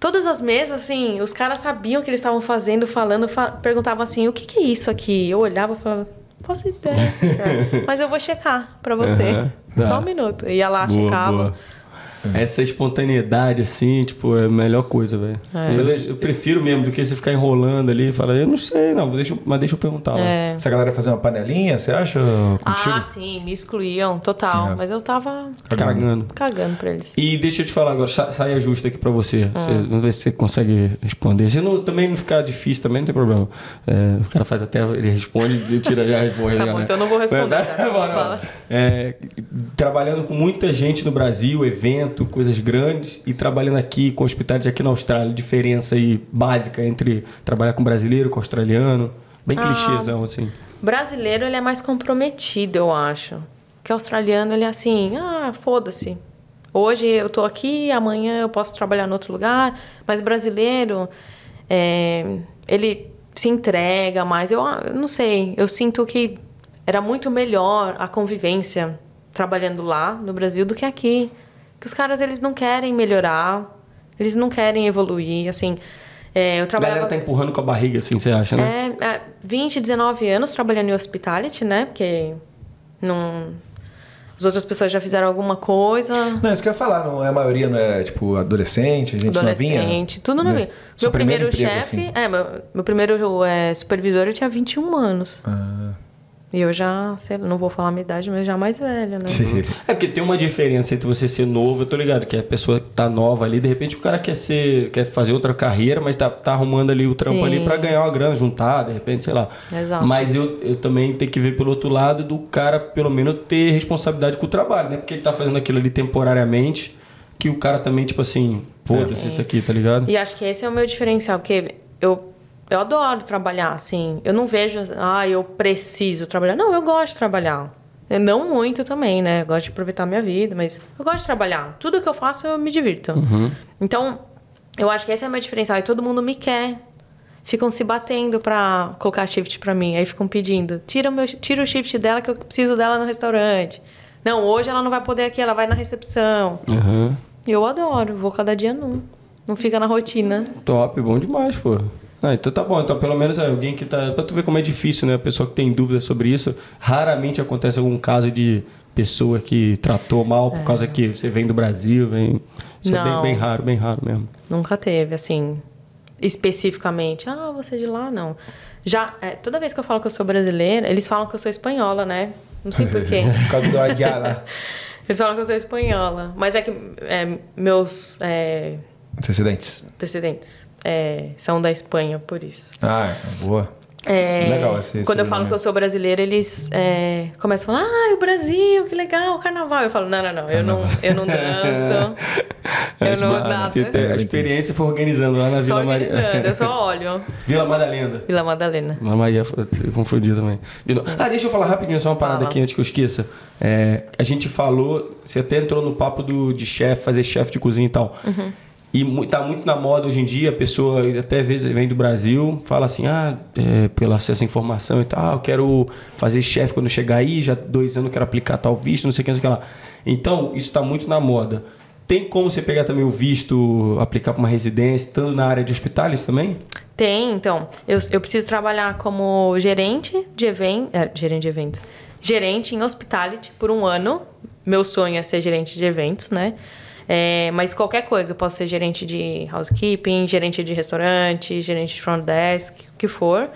Speaker 3: todas as mesas, assim, os caras sabiam o que eles estavam fazendo, falando, fa- perguntavam assim, o que, que é isso aqui? Eu olhava e falava, "Não faço ideia, cara. mas eu vou checar pra você.
Speaker 2: Aham, tá.
Speaker 3: Só um minuto. Eu Ia lá, checava.
Speaker 2: É. Essa espontaneidade, assim, tipo, é a melhor coisa, velho.
Speaker 3: É.
Speaker 2: Mas Eu, eu prefiro mesmo do que você ficar enrolando ali e falar, eu não sei, não, deixa, eu- mas deixa eu perguntar. lá.
Speaker 3: É.
Speaker 1: Essa galera fazer uma panelinha, você acha? Contigo?
Speaker 3: Ah, sim, me excluíam, total.
Speaker 1: É.
Speaker 3: Mas eu tava
Speaker 2: Cagando.
Speaker 3: cagando pra eles.
Speaker 2: E deixa eu te falar agora, sa- saia justa aqui pra você.
Speaker 3: Ah.
Speaker 2: Você- Vamos ver se você consegue responder. Se não, também não ficar difícil, também não tem problema. É, o cara faz até, ele responde e tira já a resposta.
Speaker 3: Tá
Speaker 2: já,
Speaker 3: bom,
Speaker 2: né?
Speaker 3: então eu não vou responder,
Speaker 2: Mas-
Speaker 3: né?
Speaker 2: Bora,
Speaker 3: Fala.
Speaker 2: é, trabalhando com muita gente no Brasil, evento, coisas grandes, e trabalhando aqui com hospitais aqui na Austrália. Diferença aí básica entre trabalhar com brasileiro, com australiano.
Speaker 3: Ah.
Speaker 2: Bem clichêzão, assim.
Speaker 3: Brasileiro, ele é mais comprometido, eu acho. Que australiano, ele é assim, ah, foda-se. Hoje eu tô aqui, amanhã eu posso trabalhar em outro lugar. Mas brasileiro, é, ele se entrega mais. Eu, ah, eu não sei, eu sinto que era muito melhor a convivência trabalhando lá no Brasil do que aqui. Que os caras, eles não querem melhorar, eles não querem evoluir, assim... é, eu
Speaker 2: A
Speaker 3: trabalhava...
Speaker 2: galera tá empurrando com a barriga, assim, você acha, né?
Speaker 3: É, é, 20, 19 anos trabalhando em hospitality, né? Porque não... as outras pessoas já fizeram alguma coisa.
Speaker 1: Não, isso que eu ia falar, não é a maioria, não é tipo adolescente, gente novinha?
Speaker 3: Adolescente, tudo novinho.
Speaker 1: Né?
Speaker 3: Meu
Speaker 1: Seu
Speaker 3: primeiro,
Speaker 1: emprego,
Speaker 3: chefe,
Speaker 1: assim.
Speaker 3: é, meu, meu primeiro é, supervisor eu tinha 21 anos. E eu já, sei lá, não vou falar a minha idade, mas já mais velha, né?
Speaker 1: Uhum.
Speaker 2: É porque tem uma diferença entre você ser novo, eu tô ligado, que a pessoa tá nova ali, de repente o cara quer ser, quer fazer outra carreira, mas tá, tá arrumando ali o trampo
Speaker 3: Sim.
Speaker 2: ali pra ganhar uma grana, juntar, de repente, sei lá.
Speaker 3: Exato.
Speaker 2: Mas eu, eu também tenho que ver pelo outro lado do cara, pelo menos, ter responsabilidade com o trabalho, né? Porque ele tá fazendo aquilo ali temporariamente, que o cara também, tipo assim, foda-se isso aqui, tá ligado?
Speaker 3: É. E acho que esse é o meu diferencial, porque eu, eu adoro trabalhar, assim. Eu não vejo, ah, eu preciso trabalhar. Não, eu gosto de trabalhar. Eu não muito também, né? Eu gosto de aproveitar a minha vida, mas eu gosto de trabalhar. Tudo que eu faço, eu me divirto. Então, eu acho que esse é o meu diferencial. E todo mundo me quer. Ficam se batendo pra colocar shift pra mim. Aí ficam pedindo. Tira o, meu, tira o shift dela que eu preciso dela no restaurante. Não, hoje ela não vai poder aqui, ela vai na recepção.
Speaker 2: Aham.
Speaker 3: E eu adoro, vou cada dia num. Não fica na rotina.
Speaker 2: Top, bom demais, pô. Ah, então tá bom. Então pelo menos é alguém que tá... Pra tu ver como é difícil, né? A pessoa que tem dúvida sobre isso. Raramente acontece algum caso de pessoa que tratou mal por causa que você vem do Brasil, vem... Isso é bem,
Speaker 3: É. Não.
Speaker 2: bem raro, bem raro mesmo.
Speaker 3: Nunca teve, assim, especificamente. Ah, você é de lá, não. Já, é, toda vez que eu falo que eu sou brasileira, eles falam que eu sou espanhola, né? Não sei porquê.
Speaker 1: Por causa do Aguiara.
Speaker 3: eles falam que eu sou espanhola. Mas é que é, meus é,
Speaker 1: Antecedentes.
Speaker 3: descendentes é, são da Espanha, por isso.
Speaker 1: Ah, então, boa.
Speaker 3: É,
Speaker 1: Legal esse- esse
Speaker 3: quando eu falo
Speaker 1: elemento.
Speaker 3: que eu sou brasileira, eles é, começam a falar, ah, o Brasil, que legal, o carnaval. Eu falo, não, não, não, eu não, eu não danço, eu não
Speaker 2: Se
Speaker 3: nada.
Speaker 2: tem- a experiência foi organizando lá na
Speaker 3: Só
Speaker 2: Vila Maria.
Speaker 3: organizando, eu só olho.
Speaker 2: Vila Madalena.
Speaker 3: Vila Madalena.
Speaker 2: Vila Maria, eu confundi também. Vila- Ah, deixa eu falar rapidinho só uma parada
Speaker 3: Fala.
Speaker 2: aqui antes que eu esqueça. É, a gente falou, você até entrou no papo do, de chefe, fazer chefe de cozinha e tal. E mu- tá muito na moda hoje em dia, a pessoa até às vezes vem do Brasil, fala assim, ah, é, pelo acesso à informação e tal, ah, eu quero fazer chefe quando eu chegar aí, já dois anos eu quero aplicar tal visto, não sei o que, não sei o que lá. Então, isso tá muito na moda. Tem como você pegar também o visto, aplicar para uma residência, estando na área de hospitais também?
Speaker 3: Tem, então. Eu, eu preciso trabalhar como gerente de eventos. gerente de eventos. Gerente em hospitality por um ano. Meu sonho é ser gerente de eventos, né? É, mas qualquer coisa, eu posso ser gerente de housekeeping, gerente de restaurante, gerente de front desk, o que for.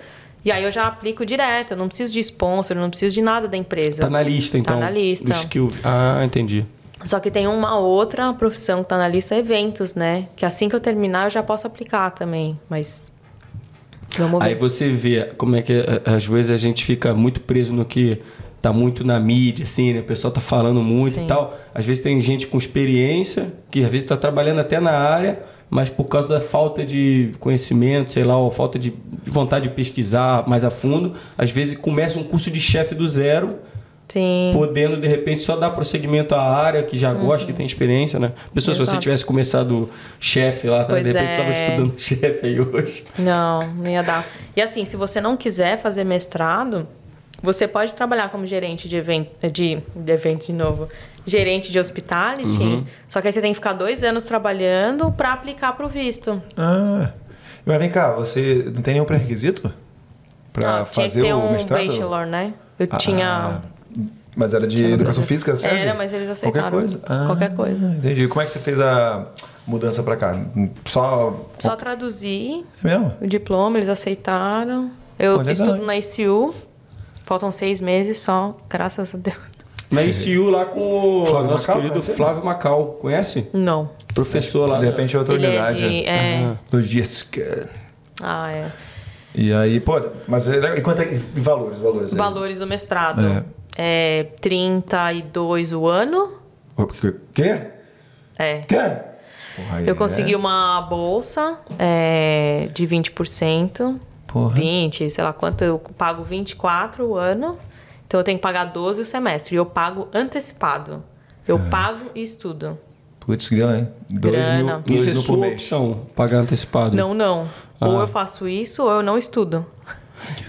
Speaker 3: E aí eu já aplico direto, eu não preciso de sponsor, eu não preciso de nada da empresa.
Speaker 2: Tá na lista, então.
Speaker 3: Tá na lista.
Speaker 2: Do skill. Ah, entendi.
Speaker 3: Só que tem uma outra profissão que tá na lista, eventos, né? Que assim que eu terminar eu já posso aplicar também, mas vamos ver.
Speaker 2: Aí você vê como é que é, às vezes a gente fica muito preso no que tá muito na mídia, assim, né? O pessoal tá falando muito
Speaker 3: Sim.
Speaker 2: e tal. Às vezes tem gente com experiência, que às vezes tá trabalhando até na área, mas por causa da falta de conhecimento, sei lá, ou falta de vontade de pesquisar mais a fundo, às vezes começa um curso de chefe do zero,
Speaker 3: Sim.
Speaker 2: podendo de repente só dar prosseguimento à área que já gosta, que tem experiência, né? Pessoa, se você
Speaker 3: Uhum. Exato.
Speaker 2: tivesse começado chefe lá, tá? de
Speaker 3: Pois
Speaker 2: repente
Speaker 3: é.
Speaker 2: você estava estudando chefe aí hoje.
Speaker 3: Não, não ia dar. E assim, se você não quiser fazer mestrado, você pode trabalhar como gerente de evento, de, de eventos de novo, gerente de hospitality.
Speaker 1: Uhum.
Speaker 3: Só que aí você tem que ficar dois anos trabalhando para aplicar pro visto.
Speaker 1: Ah. Mas vem cá, você não tem nenhum pré-requisito? Pra
Speaker 3: Ah, tinha que
Speaker 1: fazer
Speaker 3: ter
Speaker 1: o
Speaker 3: um
Speaker 1: mestrado?
Speaker 3: bachelor, né? Eu
Speaker 1: Ah,
Speaker 3: tinha um
Speaker 1: Mas era de educação física, sério?
Speaker 3: Era, mas eles aceitaram.
Speaker 1: Qualquer coisa? Ah,
Speaker 3: Qualquer coisa.
Speaker 1: Entendi. E Como é que você fez a mudança pra cá? Só...
Speaker 3: só traduzir
Speaker 1: É mesmo?
Speaker 3: o diploma, eles aceitaram. Eu
Speaker 1: Pô, legal,
Speaker 3: estudo
Speaker 1: hein?
Speaker 3: na ICU. Faltam seis meses só, graças a Deus.
Speaker 2: Na ICU lá com o
Speaker 1: Flávio
Speaker 2: nosso
Speaker 1: Macau,
Speaker 2: querido
Speaker 1: conhece ele?
Speaker 2: Flávio Macau, conhece?
Speaker 3: Não.
Speaker 2: Professor lá.
Speaker 1: De repente é outra
Speaker 3: Ele é
Speaker 1: unidade.
Speaker 3: de. É...
Speaker 1: Logística.
Speaker 3: Ah, é.
Speaker 1: E aí, pô, mas é legal. e quanto é que... e valores, valores. aí?
Speaker 3: Valores do mestrado. É. 32 o ano.
Speaker 1: O quê? Quê?
Speaker 3: É.
Speaker 1: Quê? Porra, aí
Speaker 3: Eu consegui
Speaker 1: é-
Speaker 3: uma bolsa é, de 20%.
Speaker 1: Porra.
Speaker 3: 20, sei lá quanto. Eu pago 24 o ano. Então eu tenho que pagar 12 o semestre. E eu pago antecipado. Eu
Speaker 2: É.
Speaker 3: pago e estudo.
Speaker 1: Putz, grila, hein? Dois
Speaker 3: Grana.
Speaker 1: mil, dois
Speaker 2: Isso é
Speaker 1: mil por
Speaker 2: sua
Speaker 1: mês.
Speaker 2: opção, pagar antecipado.
Speaker 3: Não, não. Ou
Speaker 2: Ah.
Speaker 3: eu faço isso ou eu não estudo.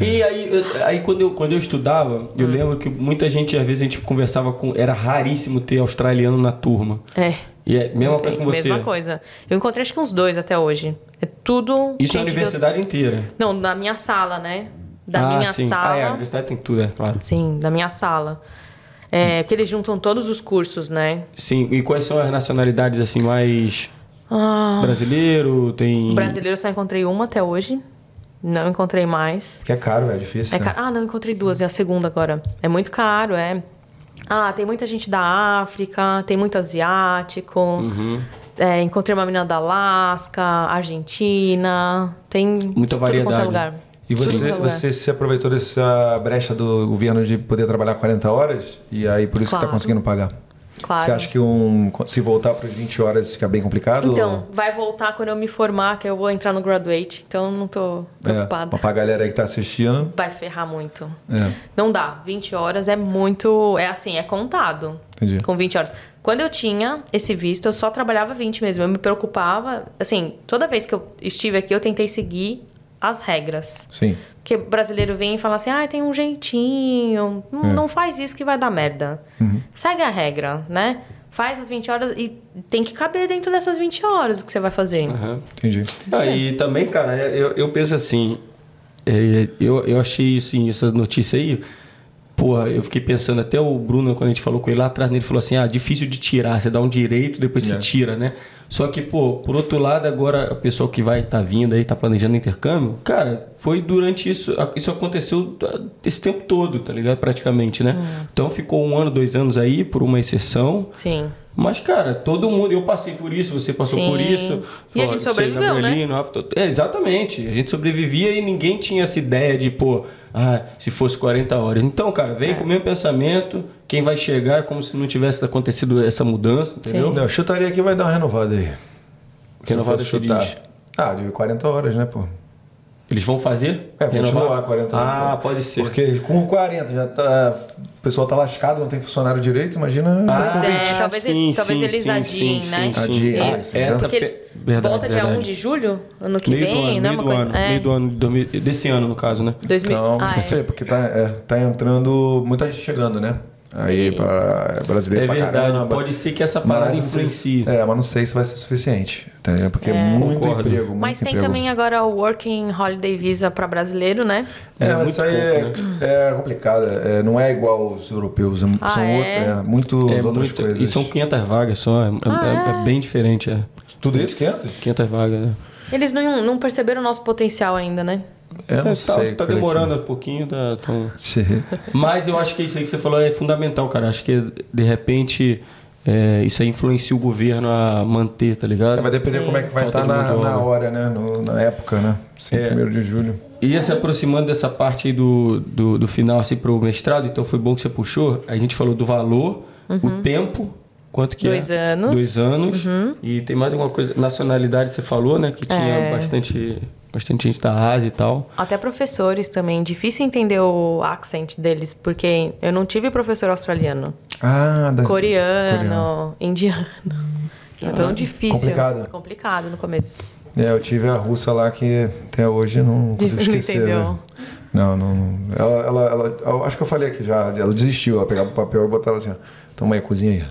Speaker 2: E aí, eu- aí quando, eu, quando eu estudava,
Speaker 3: Hum.
Speaker 2: eu lembro que muita gente, às vezes, a gente conversava com. Era raríssimo ter australiano na turma.
Speaker 3: É.
Speaker 2: E é a mesma coisa com você.
Speaker 3: Mesma coisa. Eu encontrei acho que uns dois até hoje. É tudo.
Speaker 2: Isso é a
Speaker 3: gente de-
Speaker 2: universidade inteira.
Speaker 3: Não, na minha sala, né? Da
Speaker 2: ah,
Speaker 3: minha
Speaker 2: sim.
Speaker 3: sala.
Speaker 2: Ah, é, a universidade tem tudo, é claro.
Speaker 3: Sim, da minha sala. É, porque eles juntam todos os cursos, né?
Speaker 2: Sim, e quais são as nacionalidades assim mais.
Speaker 3: Ah,
Speaker 2: Brasileiro, tem.
Speaker 3: brasileiro eu só encontrei uma até hoje. Não encontrei mais.
Speaker 1: Que é caro, é difícil.
Speaker 3: É
Speaker 1: né?
Speaker 3: caro. Ah, não, encontrei duas, é a segunda agora. É muito caro, é. Ah, tem muita gente da África, tem muito asiático.
Speaker 1: Uhum.
Speaker 3: É, encontrei uma menina da Alasca, Argentina. Tem
Speaker 2: Muita
Speaker 3: de tudo quanto é
Speaker 2: variedade.
Speaker 3: lugar.
Speaker 1: E
Speaker 3: De tudo
Speaker 1: você,
Speaker 3: quanto é lugar.
Speaker 1: você se aproveitou dessa brecha do governo de poder trabalhar 40 horas e aí por isso que
Speaker 3: Claro.
Speaker 1: tá conseguindo pagar.
Speaker 3: Claro.
Speaker 1: Você acha que um, se voltar para 20 horas fica bem complicado?
Speaker 3: Então, vai voltar quando eu me formar, que eu vou entrar no graduate. Então, não tô
Speaker 1: é,
Speaker 3: preocupada.
Speaker 1: para a galera aí que tá assistindo.
Speaker 3: Vai ferrar muito.
Speaker 1: É.
Speaker 3: Não dá. 20 horas é muito. É assim, é contado.
Speaker 1: Entendi.
Speaker 3: Com 20 horas. Quando eu tinha esse visto, eu só trabalhava 20 mesmo. Eu me preocupava. Assim, toda vez que eu estive aqui, eu tentei seguir as regras.
Speaker 1: Sim.
Speaker 3: Porque brasileiro vem e fala assim: ah, tem um jeitinho,
Speaker 1: É.
Speaker 3: não, não faz isso que vai dar merda.
Speaker 1: Uhum.
Speaker 3: Segue a regra, né? Faz as 20 horas e tem que caber dentro dessas 20 horas o que você vai fazer.
Speaker 1: Uhum.
Speaker 2: Aham.
Speaker 1: Entendi.
Speaker 2: Ah, e também, cara, eu, eu penso assim, é, eu, eu achei assim, essa notícia aí, porra, eu fiquei pensando, até o Bruno, quando a gente falou com ele lá atrás, ele falou assim, ah, difícil de tirar, você dá um direito, depois
Speaker 1: É.
Speaker 2: se tira, né? Só que, pô, por outro lado, agora o pessoal que vai tá vindo aí, tá planejando intercâmbio, cara, foi durante isso, a- isso aconteceu a- esse tempo todo, tá ligado? Praticamente, né? Então ficou um ano, dois anos aí, por uma exceção,
Speaker 3: Sim.
Speaker 2: mas, cara, todo mundo, eu passei por isso, você passou
Speaker 3: Sim.
Speaker 2: por isso.
Speaker 3: E a gente
Speaker 2: Ó, sei,
Speaker 3: sobreviveu, né?
Speaker 2: Gabrielino, Afton- é, exatamente. A gente sobrevivia e ninguém tinha essa ideia de, pô, ah, se fosse 40 horas. Então, cara,
Speaker 3: É.
Speaker 2: vem com o mesmo pensamento. Quem vai chegar é como se não tivesse acontecido essa mudança, entendeu?
Speaker 1: Não, eu chutaria aqui vai dar uma renovada aí. Se
Speaker 2: Renovada
Speaker 1: eu fosse
Speaker 2: você diz?
Speaker 1: Ah, de 40 horas, né, pô?
Speaker 2: Eles vão fazer?
Speaker 1: É, continuar
Speaker 2: Renovar?
Speaker 1: 40
Speaker 2: Ah,
Speaker 1: horas.
Speaker 2: pode ser.
Speaker 1: Porque com 40 já tá pessoal tá lascado, não tem funcionário direito, imagina.
Speaker 3: Pois é,
Speaker 2: Ah,
Speaker 3: talvez,
Speaker 2: sim,
Speaker 3: ele- talvez
Speaker 2: sim,
Speaker 3: eles
Speaker 2: sim,
Speaker 3: adiem,
Speaker 2: sim,
Speaker 3: né?
Speaker 2: sim, sim.
Speaker 1: Adiem.
Speaker 3: Isso.
Speaker 1: Ah,
Speaker 2: essa
Speaker 3: Porque ele
Speaker 2: pe- verdade,
Speaker 3: volta dia
Speaker 2: verdade.
Speaker 3: 1 de julho, ano que
Speaker 2: Meio do
Speaker 3: vem,
Speaker 2: ano,
Speaker 3: não é
Speaker 2: meio
Speaker 3: uma
Speaker 2: do
Speaker 3: coisa.
Speaker 2: ano,
Speaker 3: é,
Speaker 2: meio do ano, de 2000 desse ano, no caso, né?
Speaker 3: 2000,
Speaker 1: Então,
Speaker 3: ah,
Speaker 1: não
Speaker 3: é.
Speaker 1: sei, porque tá, é, tá entrando muita gente chegando, né? Aí,
Speaker 3: Isso.
Speaker 1: pra, é brasileiro
Speaker 2: É
Speaker 1: pra
Speaker 2: verdade,
Speaker 1: caramba.
Speaker 2: pode ser que essa parada
Speaker 1: Mas não sei se-
Speaker 2: influencie.
Speaker 1: É, mas não sei se vai ser suficiente, tá ligado? Porque é muito
Speaker 2: Concordo.
Speaker 1: emprego, muito
Speaker 3: Mas tem
Speaker 1: emprego.
Speaker 3: também agora o Working Holiday Visa para brasileiro, né?
Speaker 1: É,
Speaker 2: É,
Speaker 1: mas
Speaker 2: muito
Speaker 1: isso aí é,
Speaker 2: pouco, né?
Speaker 1: é complicado. é, não é igual os europeus, é-
Speaker 3: Ah,
Speaker 1: são
Speaker 3: é?
Speaker 1: outras, é, muito
Speaker 2: É
Speaker 1: outras
Speaker 2: muito-
Speaker 1: coisas.
Speaker 2: e são 500 vagas só, é, é-
Speaker 3: Ah,
Speaker 2: é- é bem diferente, é.
Speaker 1: Tudo isso, 500?
Speaker 2: 500 vagas, né?
Speaker 3: Eles não, não perceberam o nosso potencial ainda, né?
Speaker 1: Eu não
Speaker 2: É, tá,
Speaker 1: sei.
Speaker 2: tá
Speaker 1: cara,
Speaker 2: demorando um pouquinho, tá, tão-
Speaker 1: Sim.
Speaker 2: Mas eu acho que isso aí que você falou é fundamental, cara. Acho que de repente é, isso aí influencia o governo a manter, tá ligado?
Speaker 1: Vai depender como é que vai estar
Speaker 2: Falta de
Speaker 1: na,
Speaker 2: mão de obra.
Speaker 1: na hora, né? No- na época, né? Sim,
Speaker 2: É.
Speaker 1: 1 de julho.
Speaker 2: E se aproximando dessa parte aí do, do, do final assim, pro mestrado, então foi bom que você puxou. A gente falou do valor, o tempo, quanto que
Speaker 3: Uhum. Dois
Speaker 2: é?
Speaker 3: anos. Uhum.
Speaker 2: Dois anos. E tem mais alguma coisa. Nacionalidade você falou, né? Que tinha
Speaker 3: É.
Speaker 2: bastante, bastante gente da Ásia e tal.
Speaker 3: Até professores também. Difícil entender o accent deles, porque eu não tive professor australiano.
Speaker 1: Ah,
Speaker 2: É,
Speaker 1: das...
Speaker 3: Coreano,
Speaker 1: Coreano.
Speaker 3: indiano. Então difícil.
Speaker 1: Complicado.
Speaker 3: Complicado no começo.
Speaker 1: É, eu tive a russa lá que até hoje não consigo
Speaker 3: Não
Speaker 1: esquecer.
Speaker 3: entendeu.
Speaker 1: né? Não, não. não. Ela, ela, ela- eu acho que eu falei aqui já. Ela desistiu. Ela pegava o papel e botava assim: ó, toma aí, cozinha aí.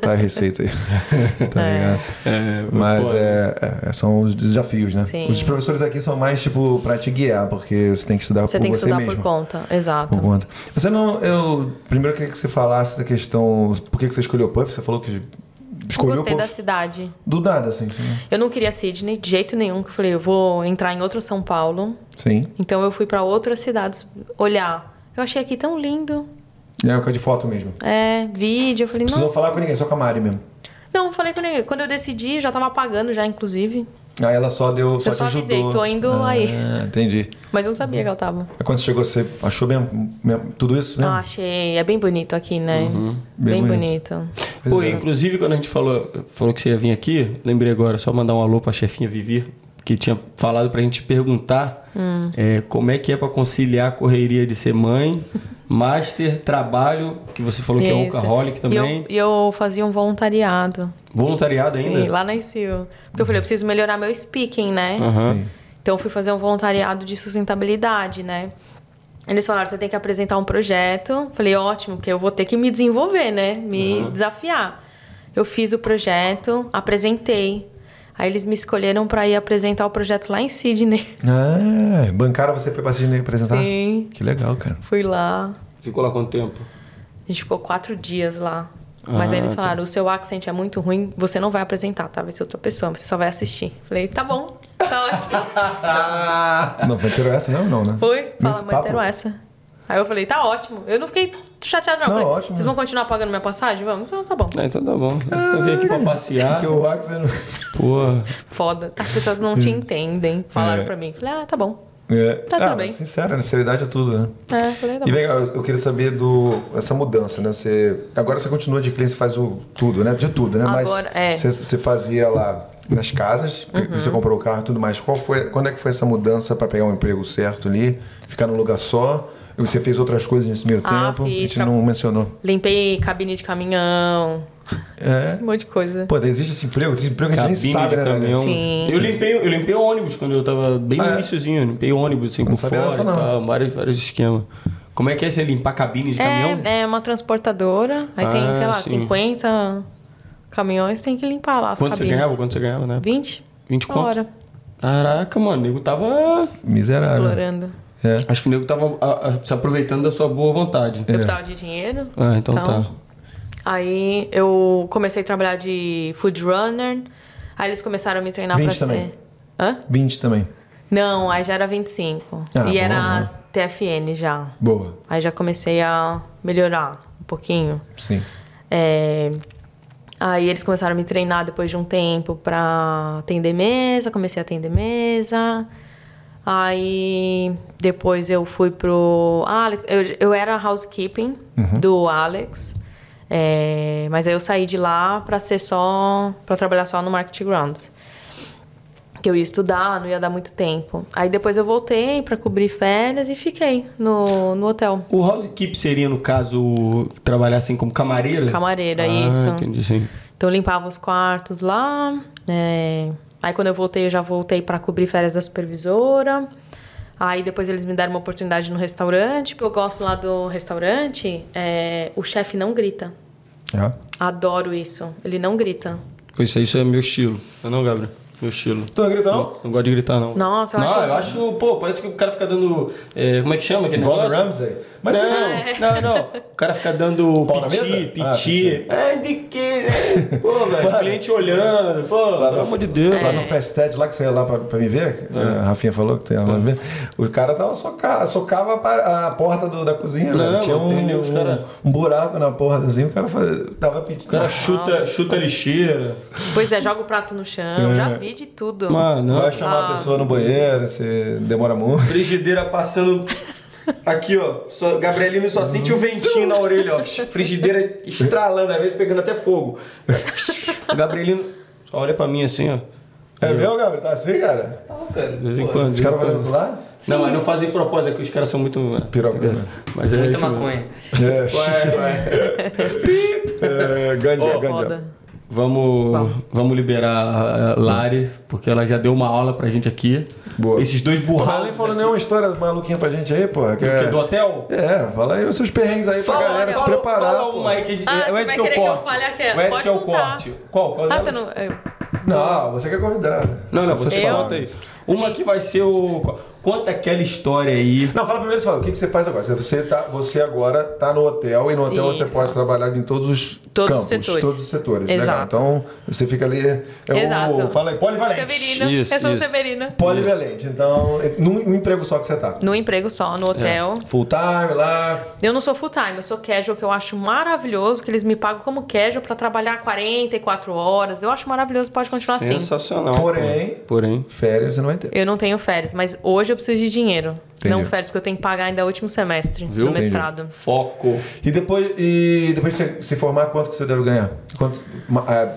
Speaker 1: Tá a receita aí. tá ligado?
Speaker 2: É,
Speaker 1: Mas
Speaker 2: pô,
Speaker 1: é, é, são os desafios, né?
Speaker 3: Sim.
Speaker 1: Os professores aqui são mais, tipo, pra te guiar, porque você tem que estudar
Speaker 3: Você
Speaker 1: por
Speaker 3: tem que
Speaker 1: você
Speaker 3: estudar
Speaker 1: mesmo.
Speaker 3: por conta. Exato.
Speaker 1: Por conta. Você não. Eu. Primeiro eu queria que você falasse da questão. Por que que você escolheu Puff? Você falou que
Speaker 3: Eu
Speaker 1: escolheu
Speaker 3: gostei
Speaker 1: Puff
Speaker 3: da cidade.
Speaker 1: do nada, assim.
Speaker 3: Eu não queria Sydney de jeito nenhum. que Eu falei, eu vou entrar em outro São Paulo.
Speaker 1: Sim.
Speaker 3: Então eu fui pra outras cidades olhar. Eu achei aqui tão lindo.
Speaker 1: É época de foto mesmo.
Speaker 3: É, vídeo. Eu falei,
Speaker 1: Precisou
Speaker 3: nossa.
Speaker 1: falar com ninguém, só com a Mari mesmo.
Speaker 3: Não, falei com ninguém. Quando eu decidi, já tava pagando já, inclusive.
Speaker 1: Aí ela só deu. Só
Speaker 3: Eu
Speaker 1: te
Speaker 3: só
Speaker 1: ajudou.
Speaker 3: avisei, tô indo
Speaker 1: ah,
Speaker 3: aí.
Speaker 1: Entendi.
Speaker 3: Mas eu não sabia que ela tava.
Speaker 1: Aí quando você chegou, você achou mesmo, mesmo tudo isso? Mesmo?
Speaker 3: Ah, achei. É bem bonito aqui, né?
Speaker 2: Uhum.
Speaker 3: Bem,
Speaker 1: Bem
Speaker 3: bonito.
Speaker 2: Pô,
Speaker 3: é.
Speaker 2: inclusive quando a gente falou, falou que você ia vir aqui, lembrei agora, só mandar um alô pra chefinha Vivi, que tinha falado pra gente perguntar
Speaker 3: Hum.
Speaker 2: é, como é que é pra conciliar a correria de ser mãe, master, trabalho, que você falou que é
Speaker 3: Isso.
Speaker 2: workaholic também,
Speaker 3: E eu, e eu fazia um voluntariado.
Speaker 2: voluntariado ainda.
Speaker 3: Sim, lá na ICU. Porque eu falei, eu preciso melhorar meu speaking, né?
Speaker 2: Aham.
Speaker 3: Então eu fui fazer um voluntariado de sustentabilidade, né? Eles falaram, você tem que apresentar um projeto. Falei, ótimo, porque eu vou ter que me desenvolver, né? Me
Speaker 2: Uhum.
Speaker 3: desafiar. Eu fiz o projeto, apresentei. Aí eles me escolheram para ir apresentar o projeto lá em Sydney.
Speaker 1: Ah, bancaram você pra ir pra Sidney apresentar?
Speaker 3: Sim.
Speaker 1: Que legal, cara.
Speaker 3: Fui lá.
Speaker 2: Ficou lá quanto tempo?
Speaker 3: A gente ficou quatro dias lá. Mas
Speaker 2: Ah,
Speaker 3: aí eles
Speaker 2: tá.
Speaker 3: falaram, o seu accent é muito ruim, você não vai apresentar, tá? Vai ser outra pessoa, você só vai assistir. Falei, tá bom, tá ótimo.
Speaker 1: Não, vai ter essa não, não, né?
Speaker 3: Foi, fala,
Speaker 1: Nesse
Speaker 3: mas
Speaker 1: papo?
Speaker 3: deram essa. Aí eu falei, tá ótimo. Eu não fiquei chateada, não.
Speaker 1: Não,
Speaker 3: Falei,
Speaker 1: ótimo.
Speaker 3: Vocês vão continuar pagando minha passagem? Vamos? Então tá bom.
Speaker 2: Ah, então tá bom. Eu vim aqui pra passear.
Speaker 1: Porque Ah, o Axel.
Speaker 3: Tá
Speaker 2: Pô,
Speaker 3: Foda. As pessoas não
Speaker 2: É.
Speaker 3: te entendem. Falaram
Speaker 1: É.
Speaker 3: pra mim. Falei, ah, tá bom.
Speaker 1: É.
Speaker 3: Tá tudo
Speaker 1: ah,
Speaker 3: bem.
Speaker 1: Sincero, a sinceridade é tudo, né?
Speaker 3: É, falei, tá
Speaker 1: E
Speaker 3: bom.
Speaker 1: vem cá, eu queria saber do essa mudança, né? Você agora você continua de cliente, você faz o tudo, né? De tudo, né?
Speaker 3: Agora,
Speaker 1: Mas
Speaker 3: é. Uhum.
Speaker 1: você, você fazia lá nas casas, pe- você comprou o carro e tudo mais. Qual foi, quando é que foi essa mudança pra pegar um emprego certo ali, ficar num lugar só? E você fez outras coisas nesse meio
Speaker 3: Ah,
Speaker 1: tempo?
Speaker 3: fiz,
Speaker 1: a gente
Speaker 3: tra-
Speaker 1: não mencionou.
Speaker 3: Limpei cabine de caminhão,
Speaker 1: É.
Speaker 3: um monte de coisa.
Speaker 1: Pô, existe esse emprego, tem emprego que a gente nem
Speaker 2: cabine
Speaker 1: sabe,
Speaker 2: de
Speaker 1: né, velho?
Speaker 2: caminhão.
Speaker 3: Sim.
Speaker 2: Eu limpei, eu limpei o ônibus quando eu tava bem
Speaker 1: Ah,
Speaker 2: no
Speaker 1: é?
Speaker 2: iniciozinho, eu limpei o ônibus assim por
Speaker 1: sabia
Speaker 2: fora
Speaker 1: dessa,
Speaker 2: e
Speaker 1: não.
Speaker 2: tal, vários, vários esquemas. Como é que é você limpar cabine de caminhão?
Speaker 3: É, é uma transportadora. Aí tem,
Speaker 2: Ah,
Speaker 3: sei lá,
Speaker 2: sim.
Speaker 3: 50 caminhões, tem que limpar lá as
Speaker 2: Quanto você
Speaker 3: cabines.
Speaker 2: ganhava? Quanto você ganhava, né?
Speaker 3: 20?
Speaker 2: 20
Speaker 3: Na
Speaker 2: conto?
Speaker 3: hora,
Speaker 2: Caraca, mano, o nego tava.
Speaker 1: Miserável.
Speaker 3: explorando.
Speaker 1: É.
Speaker 2: Acho que o nego tava ah, ah, se aproveitando da sua boa vontade.
Speaker 3: Eu precisava de dinheiro.
Speaker 2: É. Ah, então tá.
Speaker 3: Aí eu comecei a trabalhar de food runner. Aí eles começaram a me treinar
Speaker 1: 20
Speaker 3: pra
Speaker 1: também.
Speaker 3: ser. Hã?
Speaker 1: 20 também.
Speaker 3: Não, aí já era 25.
Speaker 1: Ah,
Speaker 3: e
Speaker 1: boa,
Speaker 3: era
Speaker 1: boa.
Speaker 3: TFN já.
Speaker 1: Boa.
Speaker 3: Aí já comecei a melhorar um pouquinho.
Speaker 1: Sim.
Speaker 3: É, Aí eles começaram a me treinar depois de um tempo pra atender mesa, comecei a atender mesa. Aí depois eu fui pro Alex, eu, eu era housekeeping do Alex, é, mas aí eu saí de lá pra ser só, pra trabalhar só no Market Grounds. que eu ia estudar, não ia dar muito tempo. Aí depois eu voltei pra cobrir férias e fiquei no, no hotel.
Speaker 2: O housekeep seria, no caso, trabalhar assim como camareira?
Speaker 3: Camareira,
Speaker 2: ah,
Speaker 3: isso.
Speaker 2: entendi, sim.
Speaker 3: Então eu limpava os quartos lá. é. Aí quando eu voltei, eu já voltei pra cobrir férias da supervisora. Aí depois eles me deram uma oportunidade no restaurante. Eu gosto lá do restaurante, é, o chefe não grita.
Speaker 1: É.
Speaker 3: Adoro isso. Ele não grita.
Speaker 2: Isso, isso é meu estilo. Não, é não Gabriel? Meu estilo.
Speaker 1: Tu não grita,
Speaker 2: Não, não gosto de gritar, não.
Speaker 3: Nossa, eu
Speaker 2: não,
Speaker 3: acho-
Speaker 2: eu acho, pô, parece que o cara fica dando. é, como é que chama aquele
Speaker 1: Igual o
Speaker 2: negócio?
Speaker 1: Ramsey. Mas
Speaker 2: não,
Speaker 1: você-
Speaker 2: então, não, não. O cara fica dando
Speaker 1: É. Pau na
Speaker 2: piti,
Speaker 1: mesa?
Speaker 2: piti.
Speaker 1: Ah, piti.
Speaker 2: É, de que, né? Pô, velho, o cliente olhando, pô, pelo amor de Deus.
Speaker 1: Lá Tá no É. Fested, lá que você ia lá pra, pra me ver,
Speaker 2: É.
Speaker 1: a Rafinha falou que tem lá pra me ver, o cara tava soca, socava a pa- a porta do- da cozinha,
Speaker 2: Não,
Speaker 1: velho. tinha
Speaker 2: tem
Speaker 1: um,
Speaker 2: os cara-
Speaker 1: um buraco na porta, assim, o cara fazia, tava
Speaker 2: O
Speaker 1: pedindo.
Speaker 2: cara chuta, chuta lixeira.
Speaker 3: Pois é, joga o prato no chão, já
Speaker 2: É.
Speaker 3: vi de tudo.
Speaker 2: Mano, não.
Speaker 1: Vai chamar a pessoa no banheiro, você demora muito.
Speaker 2: Frigideira passando. Aqui, ó. Só, Gabrielino só sente o ventinho na orelha, ó. Frigideira estralando, às vezes pegando até fogo. Gabrielino só olha pra mim assim, ó.
Speaker 1: É meu, Gabriel? Tá assim, cara?
Speaker 2: De vez em quando.
Speaker 1: Os caras fazendo isso lá?
Speaker 2: Não, mas não fazem propósito, é que os caras são muito.
Speaker 1: Piroca. né?
Speaker 2: Mas é
Speaker 4: Muita
Speaker 2: isso mesmo.
Speaker 4: maconha.
Speaker 1: É,
Speaker 2: Ué, ué.
Speaker 1: é, Gandia, Gandia.
Speaker 3: Foda.
Speaker 2: Vamos, vamos liberar a Lari, porque ela já deu uma aula pra gente aqui.
Speaker 1: Boa.
Speaker 2: Esses dois
Speaker 1: Fala
Speaker 2: burralos.
Speaker 1: aí, falou nenhuma história maluquinha pra gente aí, porra. Que
Speaker 2: que é
Speaker 1: é...
Speaker 2: do hotel?
Speaker 1: é, fala aí os seus perrengues aí pra galera se preparar.
Speaker 2: Fala
Speaker 1: pô.
Speaker 2: uma aí que a gente.
Speaker 3: Ah,
Speaker 2: é, o
Speaker 3: você
Speaker 2: Ed
Speaker 3: vai
Speaker 2: que eu
Speaker 3: querer que eu
Speaker 2: corte.
Speaker 3: fale aquela?
Speaker 2: O Ed
Speaker 3: Pode
Speaker 2: que eu
Speaker 3: contar.
Speaker 2: corte. Qual? Qual
Speaker 3: Ah,
Speaker 2: delas?
Speaker 3: você não. eu-
Speaker 1: Não, você que é convidada.
Speaker 2: Não, não,
Speaker 1: Essas
Speaker 2: você
Speaker 3: Eu?
Speaker 2: conta aí. Uma que vai ser o. Conta aquela história aí.
Speaker 1: Não, fala primeiro, você fala, o que, que você faz agora? Você- Você, tá, você agora tá no hotel e no hotel você
Speaker 3: Isso.
Speaker 1: pode trabalhar em todos os
Speaker 3: Todos
Speaker 1: campos,
Speaker 3: os setores.
Speaker 1: todos os setores.
Speaker 3: Exato.
Speaker 1: legal. Então, você fica ali... É O,
Speaker 3: Exato.
Speaker 1: fala aí, polivalente.
Speaker 3: Severina.
Speaker 2: Isso,
Speaker 3: eu sou
Speaker 2: isso.
Speaker 3: Severina.
Speaker 1: Polivalente. Então, é num, num emprego só que você tá.
Speaker 3: No emprego só,
Speaker 2: É.
Speaker 3: no hotel.
Speaker 1: Full time, lá...
Speaker 3: Eu não sou full time, eu sou casual, que eu acho maravilhoso, que eles me pagam como casual pra trabalhar 44 horas. Eu acho maravilhoso, pode continuar assim.
Speaker 2: Sensacional.
Speaker 1: Porém-
Speaker 2: pô. Porém.
Speaker 1: Férias você não vai ter.
Speaker 3: Eu não tenho férias, mas hoje eu preciso de dinheiro.
Speaker 1: Entendi.
Speaker 3: Não férias, porque eu tenho que pagar ainda o último semestre
Speaker 2: Viu?
Speaker 3: do mestrado.
Speaker 2: Foco.
Speaker 1: E depois, e depois que você se formar, quanto que você deve ganhar? Quanto, ma- ah,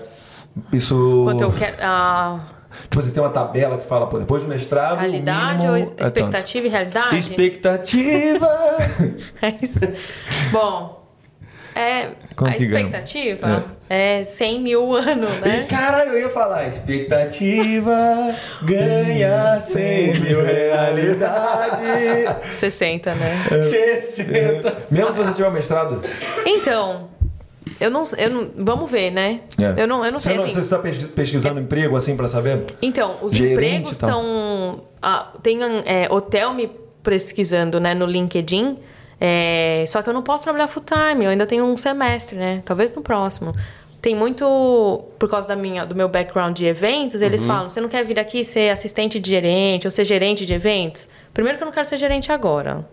Speaker 1: isso...
Speaker 3: Quanto eu quero. A
Speaker 1: Tipo, você tem uma tabela que fala, pô, depois do mestrado, o
Speaker 3: realidade
Speaker 1: mínimo
Speaker 3: ou
Speaker 1: é
Speaker 3: es-
Speaker 1: tanto.
Speaker 3: expectativa e realidade?
Speaker 2: Expectativa.
Speaker 3: É isso. Bom, é,
Speaker 1: Quanto
Speaker 3: a
Speaker 1: que ganha?
Speaker 3: expectativa é. 100 mil ano, né?
Speaker 2: Caralho, eu ia falar. Expectativa ganha 100 mil realidade.
Speaker 3: 60, né?
Speaker 2: 60.
Speaker 1: Mesmo se você tiver um mestrado...
Speaker 3: Então, eu não, eu não. Vamos ver, né?
Speaker 1: É.
Speaker 3: Eu não, eu não sei
Speaker 1: Você
Speaker 3: assim.
Speaker 1: Você está pesqui- pesquisando emprego assim pra saber?
Speaker 3: Então, os
Speaker 1: Gerente
Speaker 3: empregos
Speaker 1: e tal.
Speaker 3: estão. ah, tem é, hotel me pesquisando, né, no LinkedIn. É, só que eu não posso trabalhar full time, eu ainda tenho um semestre, né? Talvez no próximo. Tem muito, por causa da minha, do meu background de eventos, eles
Speaker 1: Uhum.
Speaker 3: falam: você não quer vir aqui ser assistente de gerente ou ser gerente de eventos? Primeiro que eu não quero ser gerente agora.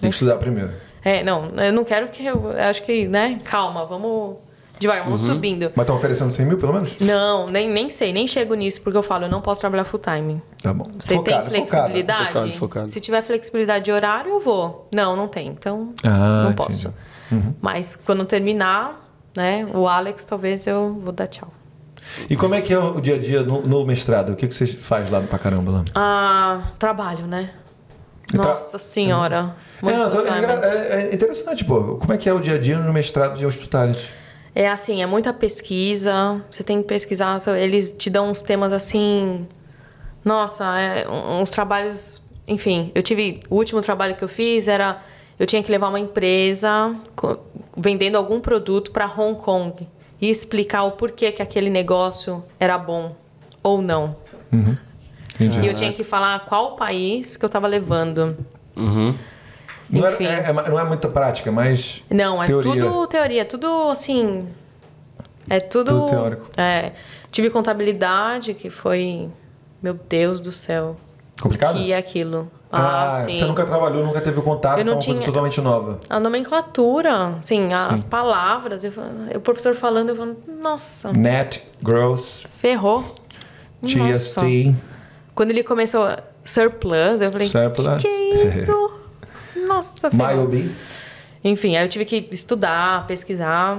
Speaker 1: Tem que estudar primeiro.
Speaker 3: É, não, eu não quero que. Eu eu acho que, né? Calma, vamos devagar, vamos subindo.
Speaker 1: Mas tá oferecendo 100 mil pelo menos?
Speaker 3: Não, nem, nem sei, nem chego nisso, porque eu falo, eu não posso trabalhar full time.
Speaker 1: Tá bom.
Speaker 3: Você
Speaker 1: Focado,
Speaker 3: tem
Speaker 1: focado.
Speaker 3: flexibilidade?
Speaker 2: focado, focado.
Speaker 3: Se tiver flexibilidade de horário, eu vou. Não, não tem. Então,
Speaker 1: Ah,
Speaker 3: não
Speaker 1: entendi. Uhum.
Speaker 3: posso. Mas quando terminar, né, o Alex, talvez eu vou dar tchau.
Speaker 1: E como é que é o dia a dia no, no mestrado? O que, que você faz lá pra caramba lá?
Speaker 3: Ah, trabalho, né?
Speaker 1: E tra-
Speaker 3: Nossa senhora.
Speaker 1: É,
Speaker 3: Muito né?
Speaker 1: não, tô- é,
Speaker 3: assignment.
Speaker 1: gra- é- é interessante, pô. Como é que é o dia a dia no mestrado de hospitais?
Speaker 3: É assim, é muita pesquisa. Você tem que pesquisar. so- Eles te dão uns temas assim. Nossa, é, um- uns trabalhos. Enfim, eu tive. O último trabalho que eu fiz era. Eu tinha que levar uma empresa co- vendendo algum produto para Hong Kong e explicar o porquê que aquele negócio era bom ou não.
Speaker 1: Entendi.
Speaker 3: E eu tinha que falar qual país que eu estava levando.
Speaker 1: não, era-
Speaker 3: Ah, enfim.
Speaker 1: é, é ma- não é muita prática, mas.
Speaker 3: Não, é
Speaker 1: teoria.
Speaker 3: tudo teoria, tudo assim. É tudo.
Speaker 1: Tudo teórico.
Speaker 3: É. Tive contabilidade, que foi. Meu Deus do céu.
Speaker 1: Complicado?
Speaker 3: O que é aquilo? Ah,
Speaker 1: Ah,
Speaker 3: sim.
Speaker 1: você nunca trabalhou, nunca teve contato,
Speaker 3: Eu
Speaker 1: então é
Speaker 3: não
Speaker 1: uma coisa
Speaker 3: tinha-
Speaker 1: totalmente nova.
Speaker 3: A nomenclatura, assim, as
Speaker 1: Sim.
Speaker 3: palavras. eu falo- o professor falando, eu falando, nossa,
Speaker 1: Net, gross,
Speaker 3: ferrou. Nossa.
Speaker 1: GST.
Speaker 3: Quando ele começou surplus, eu falei,
Speaker 1: Surplus.
Speaker 3: que, que é isso? Nossa, ferrou.
Speaker 1: MyOB.
Speaker 3: Enfim, aí eu tive que estudar, pesquisar.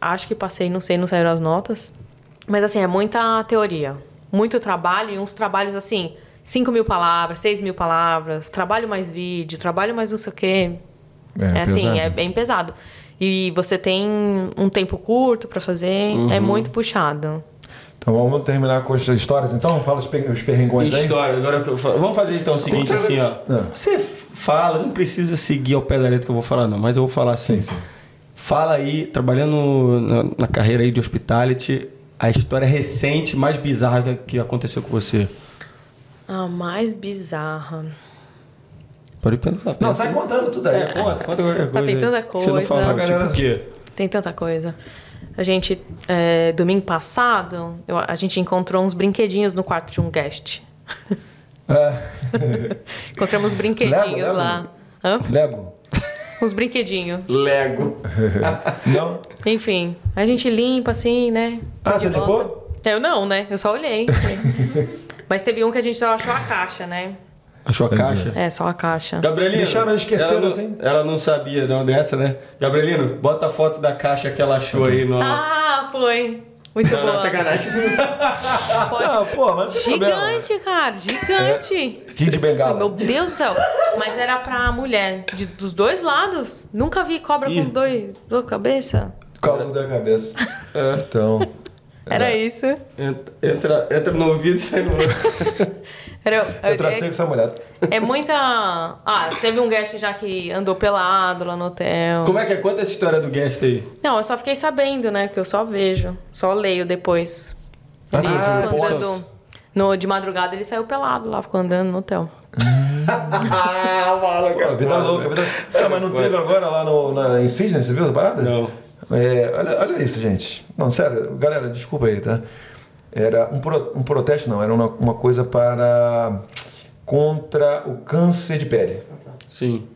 Speaker 3: Acho que passei, não sei, não saíram as notas. Mas assim, é muita teoria. muito trabalho e uns trabalhos assim, 5 mil palavras, 6 mil palavras, trabalho mais vídeo, trabalho mais não sei o quê.
Speaker 1: É,
Speaker 3: É, assim,
Speaker 1: pesado.
Speaker 3: é bem pesado. E você tem um tempo curto pra fazer, é muito puxado.
Speaker 1: Então vamos terminar com as histórias então? Fala os pe- os perrengões aí.
Speaker 2: História, agora que eu falo. é. Vamos fazer então o seguinte, assim, ó.
Speaker 1: Ah.
Speaker 2: Você fala, não precisa seguir ao pé da letra que eu vou falar, não, mas eu vou falar assim.
Speaker 1: sim.
Speaker 2: Fala aí, trabalhando na, na carreira aí de hospitality, a história recente mais bizarra que, que aconteceu com você.
Speaker 3: A mais bizarra.
Speaker 2: Pode pensar.
Speaker 1: Não,
Speaker 2: pensa.
Speaker 1: sai contando tudo aí.
Speaker 2: É, conta, conta qualquer coisa.
Speaker 3: tem
Speaker 2: aí.
Speaker 3: tanta
Speaker 2: Você não
Speaker 3: coisa.
Speaker 2: fala pra
Speaker 1: Tipo
Speaker 2: galera
Speaker 1: o
Speaker 2: o quê?
Speaker 3: Tem tanta coisa. A gente, é, domingo passado, eu- a gente encontrou uns brinquedinhos no quarto de um guest.
Speaker 1: É,
Speaker 3: Encontramos brinquedinhos
Speaker 1: Lego, Lego?
Speaker 3: lá. Hã?
Speaker 1: Lego?
Speaker 3: Uns brinquedinhos.
Speaker 2: Lego.
Speaker 1: Não?
Speaker 3: Enfim, a gente limpa assim, né?
Speaker 1: Ah,
Speaker 3: Põe
Speaker 1: você
Speaker 3: de volta.
Speaker 1: limpou?
Speaker 3: Eu não, né? Eu só olhei. Mas teve um que a gente só achou a caixa, né?
Speaker 2: Achou a caixa?
Speaker 3: É, só a caixa.
Speaker 1: Tá
Speaker 2: Gabrielino.
Speaker 1: Deixaram esquecendo,
Speaker 2: ela não,
Speaker 1: assim.
Speaker 2: Ela não sabia não dessa, né? Gabrielino, bota a foto da caixa que ela achou aí no.
Speaker 3: Ah, foi. Muito
Speaker 2: não,
Speaker 3: boa.
Speaker 4: Tá
Speaker 2: não, sacanagem.
Speaker 3: Pode-
Speaker 1: Ah, pô, mas não tem problema. É.
Speaker 3: Gigante, cara, gigante.
Speaker 1: Kid Bengala.
Speaker 3: Meu Deus do céu. Mas era pra mulher, de- dos dois lados. Nunca vi cobra
Speaker 2: Ih.
Speaker 3: com dois, duas cabeças.
Speaker 1: Calvo da cabeça.
Speaker 2: É.
Speaker 1: Então.
Speaker 3: Era isso.
Speaker 2: Ent- Entra, entra no ouvido e sai no outro.
Speaker 3: Era,
Speaker 1: Eu tracei com
Speaker 3: é,
Speaker 1: essa mulher.
Speaker 3: é muita. Ah, teve um guest já que andou pelado lá no hotel.
Speaker 2: Como é que é? Conta essa história do guest aí.
Speaker 3: Não, eu só fiquei sabendo, né? Que eu só vejo, só leio depois.
Speaker 2: Ah,
Speaker 3: Ele-
Speaker 2: tá,
Speaker 3: quando
Speaker 2: depois.
Speaker 3: eu dou- no, de madrugada ele saiu pelado lá, ficou andando no hotel.
Speaker 2: Ah, fala, né?
Speaker 1: Pô, a vida louca, a vida. Cara, mas não teve agora lá no, na, em Sydney, você viu essa parada?
Speaker 2: Não.
Speaker 1: É, olha, olha isso, gente. Não, sério, galera, desculpa aí, tá? Era um, pro- um protesto, não, era uma, uma coisa para. contra o câncer de pele.
Speaker 2: Sim.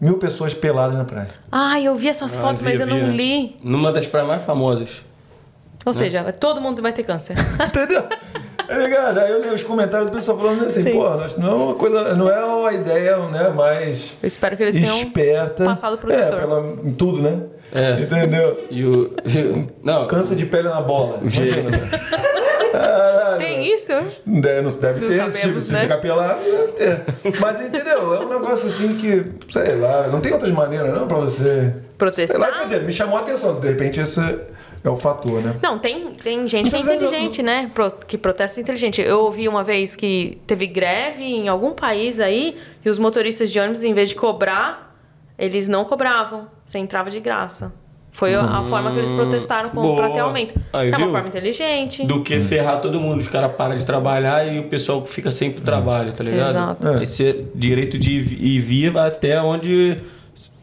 Speaker 1: Mil pessoas peladas na praia.
Speaker 3: Ai, eu vi
Speaker 2: Ah,
Speaker 3: essas fotos, mas eu
Speaker 2: é.
Speaker 3: não li.
Speaker 2: Numa das praias mais famosas.
Speaker 3: Ou seja, todo mundo vai ter câncer.
Speaker 1: Entendeu? É ligado? Aí eu leio os comentários, o pessoal falando assim, pô, nós- não é uma coisa, não é uma ideia, né, mais
Speaker 3: Eu espero que eles tenham
Speaker 1: esperta.
Speaker 3: passado pro
Speaker 1: É,
Speaker 3: doutor.
Speaker 1: pela, em tudo, né?
Speaker 2: É.
Speaker 1: Entendeu?
Speaker 2: E o. Não.
Speaker 1: Câncer de pele na bola.
Speaker 2: jeito.
Speaker 3: Tem isso?
Speaker 1: Não deve, É, não se deve
Speaker 3: Não
Speaker 1: ter, tipo,
Speaker 3: sabemos,
Speaker 1: se, se
Speaker 3: né?
Speaker 1: ficar pelado, deve ter. Mas entendeu? É um negócio assim que, sei lá, não tem outras maneiras não pra você.
Speaker 3: Protestar?
Speaker 1: Sei lá, quer dizer, me chamou a atenção. De repente, esse é o fator, né?
Speaker 3: Não, tem, tem gente que é
Speaker 1: Mas eu não-
Speaker 3: inteligente, né? Pro- que protesta inteligente. Eu ouvi uma vez que teve greve em algum país aí e os motoristas de ônibus, em vez de cobrar, eles não cobravam. Você entrava de graça. Foi a a forma que eles protestaram com,
Speaker 2: Hum, boa.
Speaker 3: pra ter aumento.
Speaker 2: Aí,
Speaker 3: é uma
Speaker 2: viu?
Speaker 3: forma inteligente.
Speaker 2: Do que ferrar todo mundo. Os caras param de trabalhar e o pessoal fica sem pro trabalho, tá ligado?
Speaker 3: Exato.
Speaker 1: É.
Speaker 2: Esse é direito de ir e vir vai até onde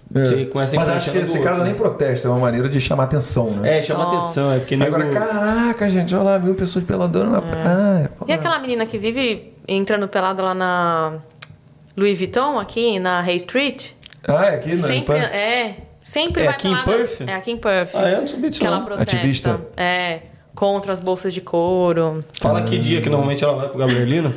Speaker 2: você começa a
Speaker 1: Mas
Speaker 2: encaixar
Speaker 1: acho que
Speaker 2: no
Speaker 1: esse
Speaker 2: outro.
Speaker 1: cara nem protesta, é uma maneira de chamar atenção, né?
Speaker 2: É, chama
Speaker 3: Não.
Speaker 2: atenção, é porque nego...
Speaker 1: Agora, caraca, gente, olha lá, mil pessoas peladoras na praia.
Speaker 3: É. E aquela menina que vive entrando pelada lá na Louis Vuitton, aqui na Hay Street?
Speaker 1: Ah, é aqui, né?
Speaker 3: Sempre, é, sempre
Speaker 2: É
Speaker 3: vai
Speaker 2: aqui em
Speaker 3: pelada.
Speaker 2: Perth?
Speaker 3: É aqui em Perth.
Speaker 2: Ah, eu não sabia disso,
Speaker 3: que ela
Speaker 2: não.
Speaker 3: protesta.
Speaker 1: Ativista.
Speaker 3: É, contra as bolsas de couro.
Speaker 2: Fala que dia que normalmente ela vai pro Gabrielino.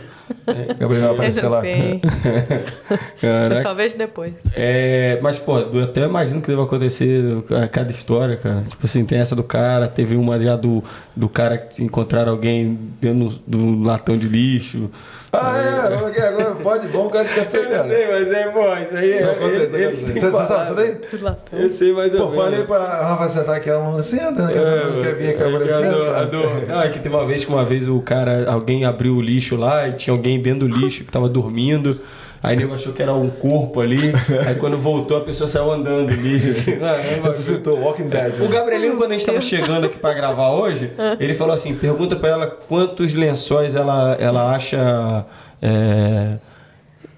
Speaker 1: Gabriel vai
Speaker 3: é.
Speaker 1: aparecer
Speaker 3: eu não
Speaker 1: lá.
Speaker 3: sei. Eu
Speaker 2: Caraca.
Speaker 3: só vejo depois.
Speaker 2: É, mas, pô, eu até imagino que deve acontecer a cada história, cara. Tipo assim, tem essa do cara, teve uma já do, do cara que encontraram alguém dentro do latão de lixo.
Speaker 1: Ah, é,
Speaker 2: né?
Speaker 1: ok, agora pode, vamos, cara, quer ser mesmo.
Speaker 2: mas é, pô, isso aí
Speaker 1: Não acontece, acontece. Você você sabe isso daí?
Speaker 3: Tudo latão.
Speaker 2: Eu sei, mas
Speaker 1: Pô, falei pra Rafa sentar aqui, ela não senta, né?
Speaker 2: É,
Speaker 1: que Você não quer vir aqui agora senta.
Speaker 2: Não, é que teve uma vez que uma vez o cara, alguém abriu o lixo lá e tinha alguém dentro do lixo que tava dormindo. Aí o nego achou que era um corpo ali. Aí quando voltou, a pessoa saiu andando no lixo. Assim, lá, é um bagulho.
Speaker 1: Ressuscitou, Walking Dead. né?
Speaker 2: O Gabrielino, quando a gente tava chegando aqui pra gravar hoje, ele falou assim: pergunta pra ela quantos lençóis ela, ela acha. É,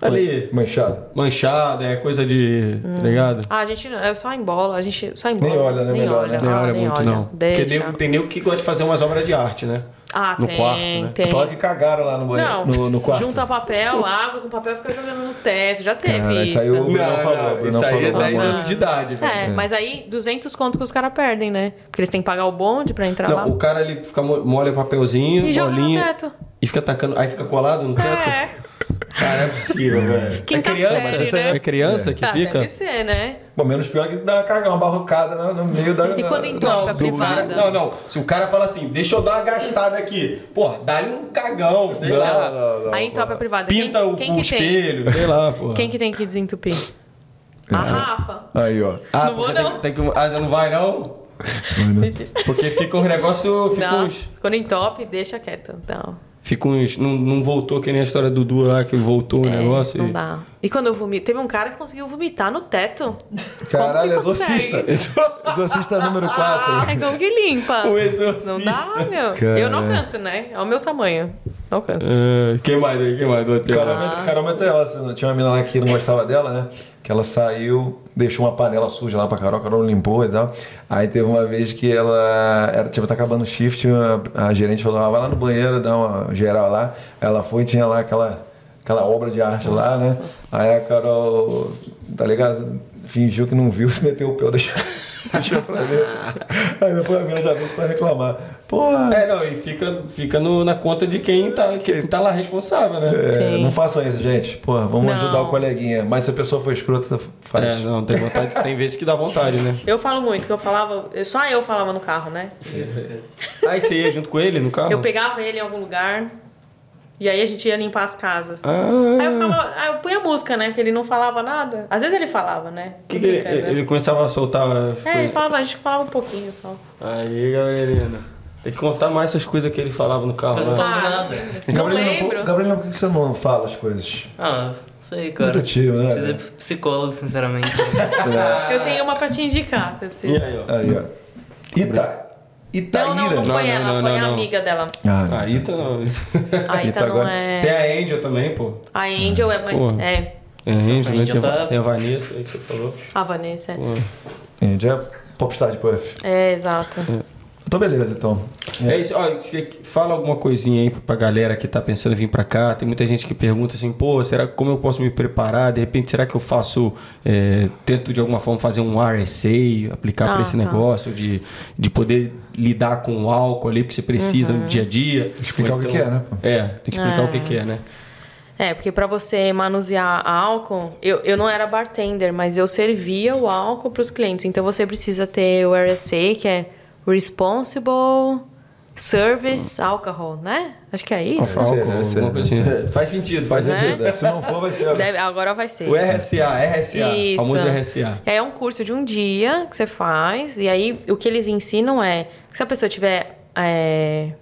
Speaker 2: ali.
Speaker 1: Manchado.
Speaker 2: Manchada, é coisa de. Tá ligado?
Speaker 3: Ah, a gente não- eu só embola, a gente só embola.
Speaker 1: Nem olha, né?
Speaker 3: Nem
Speaker 1: Melhor,
Speaker 3: olha,
Speaker 1: né?
Speaker 2: Não
Speaker 3: Ah,
Speaker 2: olha
Speaker 3: nem
Speaker 2: muito,
Speaker 3: olha.
Speaker 2: não.
Speaker 3: Deixa.
Speaker 2: Porque nego- tem nego que gosta de fazer umas obras de arte, né?
Speaker 3: Ah,
Speaker 2: no
Speaker 3: tem,
Speaker 2: quarto, né?
Speaker 3: tem.
Speaker 1: Fala que cagaram lá no banheiro,
Speaker 3: Não,
Speaker 1: no, no quarto.
Speaker 3: junta papel, água com papel, fica jogando no teto. Já teve
Speaker 1: Cara,
Speaker 3: isso.
Speaker 1: isso aí eu- Não, não, isso aí é 10
Speaker 3: anos de
Speaker 2: um idade,
Speaker 3: É, mas aí 200 conto que os caras perdem, né? Porque eles têm que pagar o bonde pra entrar lá.
Speaker 2: Não, o cara ele fica mo- molha papelzinho,
Speaker 3: E joga no
Speaker 2: bolinha.
Speaker 3: teto.
Speaker 2: E fica atacando, aí fica colado no teto.
Speaker 3: É.
Speaker 2: Cara, é possível, velho.
Speaker 3: Quinta
Speaker 2: é criança,
Speaker 3: série, né?
Speaker 2: é criança que
Speaker 3: Ah,
Speaker 2: fica.
Speaker 3: Deve ser, né?
Speaker 1: Bom, menos pior que dar uma carga, uma barrocada né? no, no meio da.
Speaker 3: E quando
Speaker 1: da-
Speaker 3: entoca a
Speaker 2: se o cara,
Speaker 3: privada?
Speaker 2: não, não. Se o cara fala assim, deixa eu dar uma gastada aqui. Porra, dá-lhe um cagão, sei
Speaker 1: Não,
Speaker 2: lá.
Speaker 1: não, não,
Speaker 3: Aí entope a privada.
Speaker 2: é. Pinta
Speaker 3: quem,
Speaker 2: o,
Speaker 3: quem
Speaker 2: o
Speaker 3: que tem?
Speaker 2: espelho, É. sei lá, porra.
Speaker 3: Quem que tem que desentupir? A Rafa.
Speaker 1: Aí, ó.
Speaker 2: Ah,
Speaker 3: Não vou,
Speaker 2: porque tem-
Speaker 3: não.
Speaker 2: Tem, que, ah, já não vai não? Porque fica uns negócios. Fica uns.
Speaker 3: Nossa, quando entope, deixa quieto. então. Não,
Speaker 2: Fica uns. Não, não voltou que nem a história do Dudu lá que voltou o
Speaker 3: É,
Speaker 2: negócio.
Speaker 3: não
Speaker 2: e-
Speaker 3: dá. E quando eu vomito, teve um cara que conseguiu vomitar no teto.
Speaker 1: Caralho,
Speaker 3: Como que consegue?
Speaker 1: exorcista. Exorcista número 4.
Speaker 3: É como que limpa.
Speaker 2: O exorcista.
Speaker 3: Não dá, meu.
Speaker 1: Cara.
Speaker 3: Eu não alcanço, né? É o meu tamanho. Não alcanço.
Speaker 2: Ah, quem mais aí? Quem mais do hotel?
Speaker 1: Carol, Carol Meteola, assim, tinha uma menina lá que não gostava dela, né? Que ela saiu, deixou uma panela suja lá pra Carol, a Carol limpou e tal. Aí teve uma vez que ela era, tipo, tá acabando o shift, a, a gerente falou, ah, vai lá no banheiro, dá uma geral lá. Ela foi e tinha lá aquela, aquela obra de arte lá, né? Aí a Carol, tá ligado? Fingiu que não viu, se meteu o pé, deixou, deixou pra ver. Aí depois a menina já veio só reclamar. Porra,
Speaker 2: É, não, e fica, fica no- na conta de quem tá, quem tá lá responsável, né?
Speaker 1: É,
Speaker 3: Sim.
Speaker 1: não façam isso, gente. Porra, vamos
Speaker 3: Não.
Speaker 1: ajudar o coleguinha. Mas se a pessoa for escrota, tá faz.
Speaker 2: não, tem vontade, tem vezes que dá vontade, né?
Speaker 3: Eu falo muito, que eu falava. eu- Só eu falava no carro, né?
Speaker 2: Aí Ah, é que você ia junto com ele no carro?
Speaker 3: Eu pegava ele em algum lugar. E aí a gente ia limpar as casas.
Speaker 2: Ah,
Speaker 3: Aí eu, ficava, aí eu punha música, né? Porque ele não falava nada. Às vezes ele falava, né?
Speaker 2: que que ele,
Speaker 3: Brincando, né?
Speaker 2: ele começava a soltar.
Speaker 3: É, ele falava, a gente falava um pouquinho só.
Speaker 2: Aí, galerinha. Tem que contar mais essas coisas que ele falava no carro.
Speaker 4: Eu não
Speaker 2: né?
Speaker 4: falo
Speaker 3: Ah.
Speaker 4: Tá nada.
Speaker 3: Não
Speaker 1: por-
Speaker 3: lembro.
Speaker 1: Gabriel, por que você não fala as coisas?
Speaker 4: Ah, não sei, cara.
Speaker 1: Muito tio, né?
Speaker 4: Precisa de psicólogo, sinceramente.
Speaker 3: Eu tenho uma pra te indicar, se você
Speaker 2: E
Speaker 3: precisa.
Speaker 2: aí, ó.
Speaker 1: Aí, ó. Ita. Itaíra.
Speaker 3: Não, não, não
Speaker 2: Não,
Speaker 3: foi
Speaker 2: Tá não,
Speaker 3: ela,
Speaker 2: não,
Speaker 3: foi
Speaker 2: não,
Speaker 3: a
Speaker 2: não. Tá
Speaker 3: amiga dela.
Speaker 1: Ah, não.
Speaker 2: A Ita não.
Speaker 3: A Ita
Speaker 1: Então
Speaker 3: não
Speaker 1: agora-
Speaker 2: Tem
Speaker 3: é.
Speaker 2: a Angel também, pô.
Speaker 3: A Angel é.
Speaker 2: Porra.
Speaker 3: É.
Speaker 2: É, Angel,
Speaker 4: né? Tem a-
Speaker 2: Tem
Speaker 4: tem
Speaker 2: a Vanessa aí que você falou.
Speaker 3: A Vanessa. é.
Speaker 1: Gente, é popstar de puff.
Speaker 3: É, exato.
Speaker 1: Então, beleza, então.
Speaker 2: É isso, ó, você fala alguma coisinha aí pra galera que tá pensando em vir pra cá. Tem muita gente que pergunta assim, pô, será como eu posso me preparar? De repente, será que eu faço, é, tento de alguma forma fazer um RSA, aplicar pra
Speaker 3: Ah,
Speaker 2: esse
Speaker 3: tá.
Speaker 2: negócio de, de poder lidar com o álcool ali, porque você precisa
Speaker 3: Uhum.
Speaker 2: no dia a dia.
Speaker 1: Explicar
Speaker 2: Ou
Speaker 1: o que que é, né, pô?
Speaker 2: É, tem que explicar o que que é, né?
Speaker 3: É, porque pra você manusear álcool, eu, eu não era bartender, mas eu servia o álcool pros clientes. Então você precisa ter o RSA, que é Responsible Service Alcohol, né? Acho que é isso.
Speaker 1: Deve ser,
Speaker 2: Álcool,
Speaker 1: deve ser,
Speaker 2: alguma
Speaker 1: deve
Speaker 2: coisa assim. Faz sentido, faz
Speaker 3: Né?
Speaker 2: sentido.
Speaker 1: É, Se não for, vai ser.
Speaker 3: Deve- agora vai ser.
Speaker 2: O RSA, RSA,
Speaker 3: Isso.
Speaker 2: famoso RSA.
Speaker 3: É um curso de um dia que você faz, e aí o que eles ensinam é que se a pessoa estiver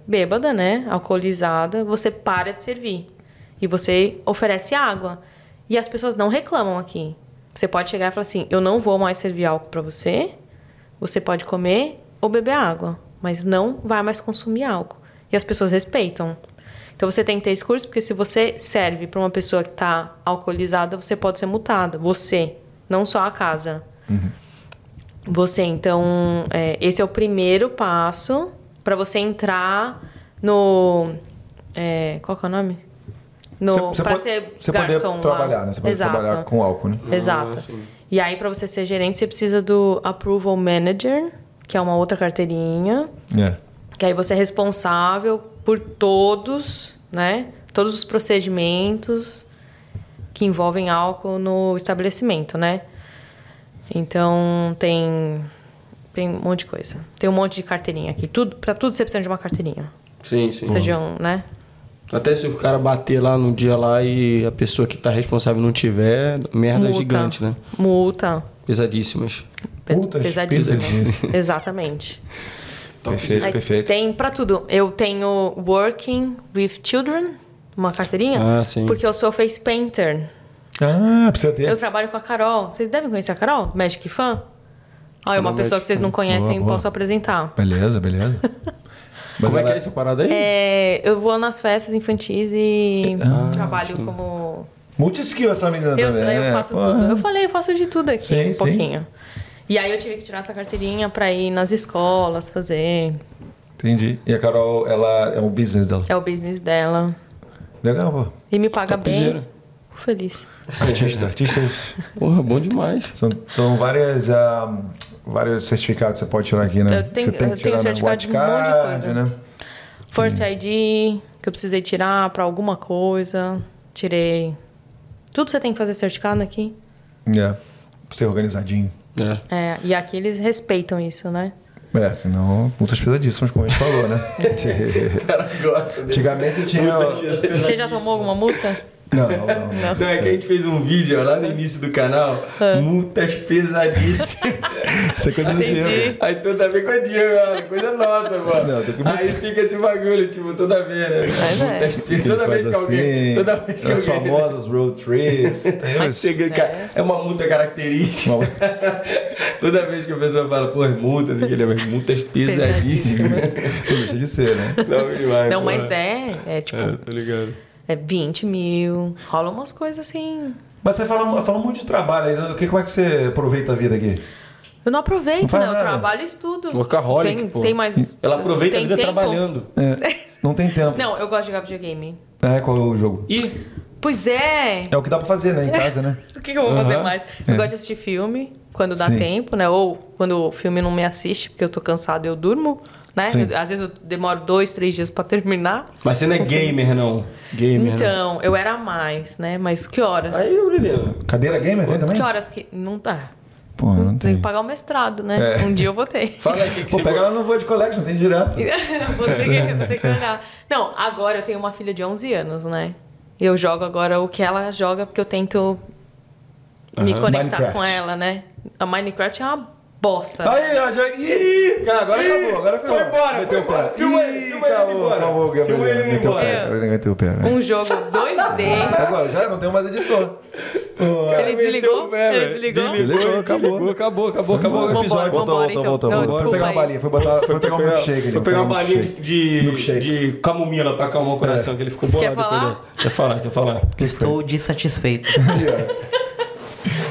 Speaker 3: bêbada, né? Alcoolizada, você para de servir. E você oferece água. E as pessoas não reclamam aqui. Você pode chegar e falar assim: eu não vou mais servir álcool pra você, você pode comer ou beber água, mas não vai mais consumir álcool. E as pessoas respeitam. Então você tem que ter esse curso, porque se você serve para uma pessoa que está alcoolizada, você pode ser multada. Você, não só a casa.
Speaker 1: Uhum.
Speaker 3: Você, então, é, esse é o primeiro passo para você entrar no. é, qual que é o nome? No,
Speaker 1: Você- você
Speaker 3: para
Speaker 1: pode-
Speaker 3: ser
Speaker 1: você poder
Speaker 3: garçom. lá.
Speaker 1: trabalhar, né? Você pode
Speaker 3: Exato.
Speaker 1: trabalhar com álcool, né?
Speaker 3: Exato.
Speaker 2: assim.
Speaker 3: E aí, para você ser gerente, você precisa do Approval Manager, que é uma outra carteirinha.
Speaker 1: É.
Speaker 3: Que aí você é responsável por todos, né? Todos os procedimentos que envolvem álcool no estabelecimento, né? Então tem tem um monte de coisa. Tem um monte de carteirinha aqui. Tudo, para tudo você precisa de uma carteirinha.
Speaker 2: Sim, sim.
Speaker 3: Precisa de um, né?
Speaker 2: Até se o cara bater lá num dia lá e a pessoa que tá responsável não tiver, merda gigante, né?
Speaker 3: Multa.
Speaker 2: Pesadíssimas.
Speaker 3: Pe-
Speaker 1: Multas
Speaker 3: Pesadíssimas.
Speaker 1: pesadíssimas.
Speaker 3: Exatamente.
Speaker 1: Perfeito,
Speaker 3: Aí
Speaker 1: perfeito.
Speaker 3: Tem pra tudo. Eu tenho Working with Children, uma carteirinha.
Speaker 2: Ah, sim.
Speaker 3: Porque eu sou face painter.
Speaker 1: Ah, precisa ter.
Speaker 3: Eu trabalho com a Carol. Vocês devem conhecer a Carol? Magic Fan? Olha, uma
Speaker 2: Não,
Speaker 3: pessoa
Speaker 2: Magic
Speaker 3: que vocês não conhecem,
Speaker 1: Boa, boa.
Speaker 3: posso apresentar.
Speaker 1: Beleza, beleza. Mas
Speaker 2: Como é que é
Speaker 1: ela-
Speaker 2: essa parada aí?
Speaker 3: É, eu vou nas festas infantis e
Speaker 1: Ah,
Speaker 3: trabalho como.
Speaker 2: é?
Speaker 1: Multiskill essa menina
Speaker 3: Eu,
Speaker 1: também.
Speaker 3: eu
Speaker 1: né?
Speaker 3: faço
Speaker 1: Porra.
Speaker 3: tudo. Eu falei, eu faço de tudo aqui,
Speaker 1: Sim,
Speaker 3: um
Speaker 1: sim.
Speaker 3: pouquinho. E aí eu tive que tirar essa carteirinha pra ir nas escolas, fazer.
Speaker 1: Entendi. E a Carol, ela é um business dela.
Speaker 3: É o business dela.
Speaker 1: Legal, pô.
Speaker 3: E me paga
Speaker 2: Topzera.
Speaker 3: bem. Fico feliz.
Speaker 1: Artista, artistas.
Speaker 2: Porra, bom demais.
Speaker 1: São, são várias, ah, vários certificados que você pode tirar aqui, né?
Speaker 3: Eu tenho-
Speaker 1: você tem
Speaker 3: eu
Speaker 1: que
Speaker 3: tenho
Speaker 1: tirar na
Speaker 3: certificado de um
Speaker 1: White
Speaker 3: monte de coisa.
Speaker 1: Né?
Speaker 3: Force ID, que eu precisei tirar pra alguma coisa. Tirei. Tudo você tem que fazer certificado aqui.
Speaker 1: É. né? Pra ser organizadinho.
Speaker 2: É.
Speaker 3: É, e aqui eles respeitam isso, né?
Speaker 1: É, senão multas pesadíssimas, como a gente falou, né? Antigamente eu tinha.
Speaker 3: Você já tomou alguma multa?
Speaker 1: Não, não, não.
Speaker 2: Não, é que a gente fez um vídeo lá no início do canal,
Speaker 3: É.
Speaker 2: multas pesadíssimas.
Speaker 1: Isso é coisa do dinheiro.
Speaker 2: Aí toda vez com a Diego, mano, é coisa nossa, mano.
Speaker 1: Não, tô com
Speaker 2: Aí fica esse bagulho, tipo, toda vez, né?
Speaker 3: Mas é.
Speaker 2: Multas pe-
Speaker 1: Ele
Speaker 2: Toda
Speaker 1: faz
Speaker 2: vez que É alguém.
Speaker 1: assim,
Speaker 2: Toda vez que
Speaker 1: As
Speaker 2: alguém.
Speaker 1: famosas road trips. Tem
Speaker 2: Aí
Speaker 1: uns-
Speaker 2: chega, cara, é uma multa característica.
Speaker 1: Uma-
Speaker 2: Toda vez que a pessoa fala, pô, multas, ele é multas pesadíssimas.
Speaker 1: Não deixa de ser, né?
Speaker 2: Não, demais,
Speaker 3: Não,
Speaker 2: pô.
Speaker 3: mas é. É tipo,
Speaker 2: É, tá ligado.
Speaker 3: é 20 mil. Rola umas coisas assim.
Speaker 1: Mas você fala, fala muito de trabalho aí. né? O que, como é que você aproveita a vida aqui?
Speaker 3: Eu não aproveito,
Speaker 1: Não
Speaker 3: né?
Speaker 1: faz
Speaker 3: Eu
Speaker 1: nada.
Speaker 3: trabalho e estudo.
Speaker 2: Workaholic,
Speaker 3: tem,
Speaker 2: pô.
Speaker 3: tem mais.
Speaker 2: Ela aproveita
Speaker 3: tem
Speaker 2: a vida
Speaker 3: tempo?
Speaker 2: trabalhando.
Speaker 1: É, não tem tempo.
Speaker 3: Não, eu gosto de jogar videogame.
Speaker 1: É, qual é o jogo?
Speaker 2: E
Speaker 3: Pois é!
Speaker 1: É o que dá pra fazer, né? Em casa, né?
Speaker 3: O que, que eu vou fazer
Speaker 2: Aham.
Speaker 3: mais? Eu gosto de assistir filme quando dá
Speaker 1: É. Sim.
Speaker 3: tempo, né? Ou quando o filme não me assiste, porque eu tô cansado eu durmo, né?
Speaker 1: Sim.
Speaker 3: Às vezes eu demoro dois, três dias pra terminar.
Speaker 2: Mas você não é gamer, não. Gamer. não.
Speaker 3: Então, eu era mais, né? Mas que horas?
Speaker 2: Aí, Brilhão.
Speaker 1: Cadeira gamer tem também?
Speaker 3: Que horas que. Não dá.
Speaker 1: Pô, não
Speaker 3: Tem
Speaker 1: tem.
Speaker 3: que pagar o mestrado, né?
Speaker 1: É.
Speaker 3: Um dia eu vou ter.
Speaker 2: Fala aí, o que, que
Speaker 1: Pô,
Speaker 2: você
Speaker 1: pega ela no Void Collection, tem direto.
Speaker 3: vou, ter que, vou ter que olhar. Não, agora eu tenho uma filha de 11 anos, né? Eu jogo agora o que ela joga, porque eu tento me
Speaker 1: Aham.
Speaker 3: conectar com
Speaker 1: Minecraft. Ah,
Speaker 3: ela, né? A Minecraft é uma bosta. né?
Speaker 1: Aí, ó, já. Ih, cara, agora
Speaker 2: Ih,
Speaker 1: acabou, agora
Speaker 2: foi embora,
Speaker 1: Meteu
Speaker 2: foi
Speaker 1: o pé.
Speaker 2: embora. Filma ele,
Speaker 1: Ih,
Speaker 2: filma ele indo
Speaker 1: acabou,
Speaker 2: embora.
Speaker 1: acabou, Gabriel.
Speaker 2: Filma ele indo
Speaker 1: Meteu o pé,
Speaker 3: embora.
Speaker 1: agora ele Meteu o pé. né? velho.
Speaker 3: Um jogo 2D.
Speaker 1: Agora já não tem mais editor. Pô, é.
Speaker 3: Ele desligou? Ele desligou?
Speaker 1: Desligou, acabou.
Speaker 2: Acabou, acabou, acabou o
Speaker 3: Vambora.
Speaker 2: episódio.
Speaker 3: Vambora.
Speaker 1: Voltou,
Speaker 3: então.
Speaker 1: voltou, voltou.
Speaker 3: Não,
Speaker 1: voltou. Foi
Speaker 3: desculpa
Speaker 1: pegar uma
Speaker 3: aí.
Speaker 1: balinha, foi botar, foi pegar um
Speaker 2: pegar-
Speaker 1: milkshake.
Speaker 2: Foi pegar uma balinha
Speaker 1: balinha.
Speaker 2: de,
Speaker 1: Milkshake.
Speaker 2: de camomila pra acalmar o coração, que ele ficou bolado
Speaker 3: Quer falar?
Speaker 2: depois dessa. Quer falar, quer falar.
Speaker 4: Estou dissatisfeito.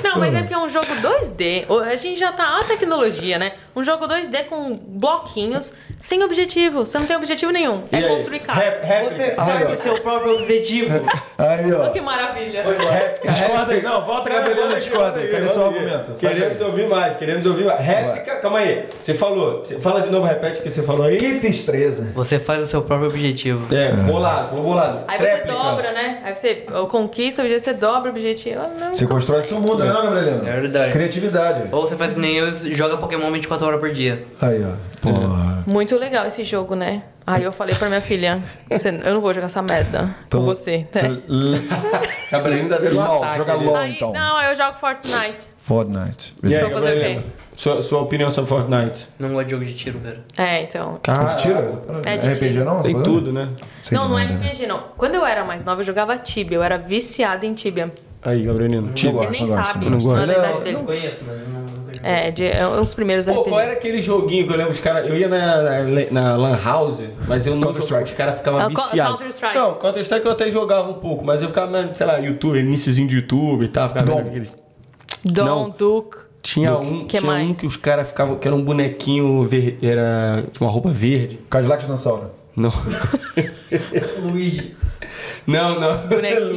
Speaker 3: Não, mas é porque é um jogo 2D. O- A gente já tá a tecnologia, né? Um jogo 2D com bloquinhos sem objetivo. Você não tem objetivo nenhum.
Speaker 2: E
Speaker 3: é
Speaker 2: aí?
Speaker 3: construir casa.
Speaker 2: Rap- rap-
Speaker 4: Você faz o seu próprio objetivo.
Speaker 1: Aí, ó.
Speaker 3: Olha que maravilha.
Speaker 2: rap-
Speaker 1: Discorda aí, não, É, volta Gabrielino,
Speaker 2: Não,
Speaker 1: discorda aí. Cadê
Speaker 2: volta
Speaker 1: seu
Speaker 2: aí.
Speaker 1: argumento? Faz
Speaker 2: Queremos
Speaker 1: aí.
Speaker 2: ouvir mais, queremos ouvir mais. Réplica, calma aí. Você falou, você- fala de novo, repete o que você falou aí.
Speaker 1: Que destreza.
Speaker 4: Você faz o seu próprio objetivo.
Speaker 2: É, bolado, vou bolado.
Speaker 3: Aí você
Speaker 2: Réplica.
Speaker 3: dobra, né? Aí você ou conquista o objetivo, você dobra o objetivo. Ah, Não.
Speaker 1: Você constrói seu mundo, né, não, Gabrielino?
Speaker 4: É verdade.
Speaker 1: Criatividade.
Speaker 4: Ou você faz que nem eu e joga Pokémon 24 horas por dia.
Speaker 1: Aí, ó. Porra.
Speaker 3: Muito legal esse jogo, né? Aí eu falei pra minha filha, "Você- eu não vou jogar essa merda
Speaker 1: Então,
Speaker 3: com você. né?
Speaker 2: Gabrielino tá dando um
Speaker 1: LOL,
Speaker 2: ataque.
Speaker 1: joga
Speaker 2: ali.
Speaker 1: LOL
Speaker 3: Aí,
Speaker 1: então.
Speaker 3: não, aí eu jogo Fortnite.
Speaker 1: Fortnite.
Speaker 2: E aí,
Speaker 3: Pra fazer o quê?
Speaker 2: Gabrielino? Sua, sua opinião sobre Fortnite?
Speaker 1: Tá
Speaker 4: Não gosto de jogo de tiro, cara.
Speaker 3: É, então.
Speaker 1: É de tiro?
Speaker 3: É de
Speaker 1: RPG
Speaker 3: tiro.
Speaker 1: não?
Speaker 2: Tem tudo, né?
Speaker 1: Sei
Speaker 3: não,
Speaker 1: de
Speaker 3: não é
Speaker 1: nada, né?
Speaker 3: RPG, não. Quando eu era mais nova, eu jogava Tibia. Eu era viciada em Tibia.
Speaker 2: Aí, Gabrielino.
Speaker 1: Não
Speaker 3: Ele
Speaker 1: gosto,
Speaker 3: nem
Speaker 1: não gosto,
Speaker 3: sabe
Speaker 1: não gosto.
Speaker 3: a idade
Speaker 1: Não,
Speaker 3: dele.
Speaker 4: Não conheço, mas não, não conheço.
Speaker 3: É, de, é um dos primeiros
Speaker 2: Pô,
Speaker 3: RPG.
Speaker 2: qual era aquele joguinho que eu lembro os caras. Eu ia na, na, na Lan House, mas eu não
Speaker 1: Counter
Speaker 2: jogava,
Speaker 1: Strike.
Speaker 2: os caras ficavam
Speaker 3: Ah, co-
Speaker 2: viciados.
Speaker 3: Counter Strike.
Speaker 2: Não, Counter Strike eu até jogava um pouco, mas eu ficava, mano, sei lá, YouTube, iníciozinho de YouTube e tal. Ficava
Speaker 1: Dom.
Speaker 2: vendo aquele-
Speaker 3: Don,
Speaker 2: Não.
Speaker 3: Duke.
Speaker 2: Tinha um,
Speaker 3: Que
Speaker 2: tinha
Speaker 3: mais?
Speaker 2: um que os caras ficavam, que era um bonequinho verde, era tinha uma roupa verde.
Speaker 1: Cadillac Dinossauro.
Speaker 2: Não.
Speaker 4: É. Luigi.
Speaker 2: Não, não.
Speaker 3: Bonequinho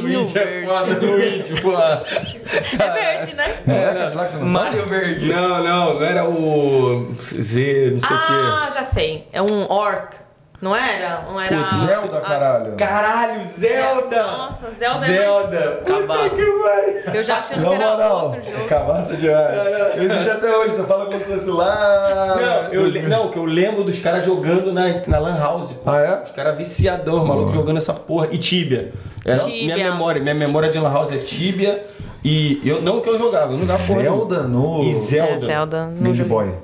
Speaker 2: Luigi é
Speaker 3: verde.
Speaker 2: foda, Luigi, pô.
Speaker 3: É verde, né?
Speaker 1: Não é Cadillac Dinossauro?
Speaker 4: Mario Verde.
Speaker 2: Não, não, não era o Z, não sei o quê.
Speaker 3: Ah, já sei. É um orc. Não era? Não era.
Speaker 2: Putz,
Speaker 1: Zelda,
Speaker 3: Ah,
Speaker 1: caralho.
Speaker 2: Caralho, Zelda!
Speaker 3: Nossa, Zelda é
Speaker 2: Zelda! Puta
Speaker 4: Cabaço.
Speaker 2: que pariu!
Speaker 3: Eu já achei que
Speaker 1: Na
Speaker 3: era
Speaker 1: moral,
Speaker 3: outro jogo.
Speaker 1: cavaço de ar. Existe até hoje, você fala como se fosse lá.
Speaker 2: Não, eu, le- não, que eu lembro dos caras jogando na, na Lan House. pô.
Speaker 1: Ah, é?
Speaker 2: Os caras viciador, maluco, jogando essa porra. E Tibia. Era
Speaker 3: Tibia.
Speaker 2: Minha memória, minha memória de Lan House é Tibia. E eu, não que eu jogava, eu não jogava porra. nenhuma.
Speaker 1: Zelda no.
Speaker 2: E Zelda.
Speaker 3: É, Zelda. não
Speaker 1: Game
Speaker 3: joguei.
Speaker 1: Boy.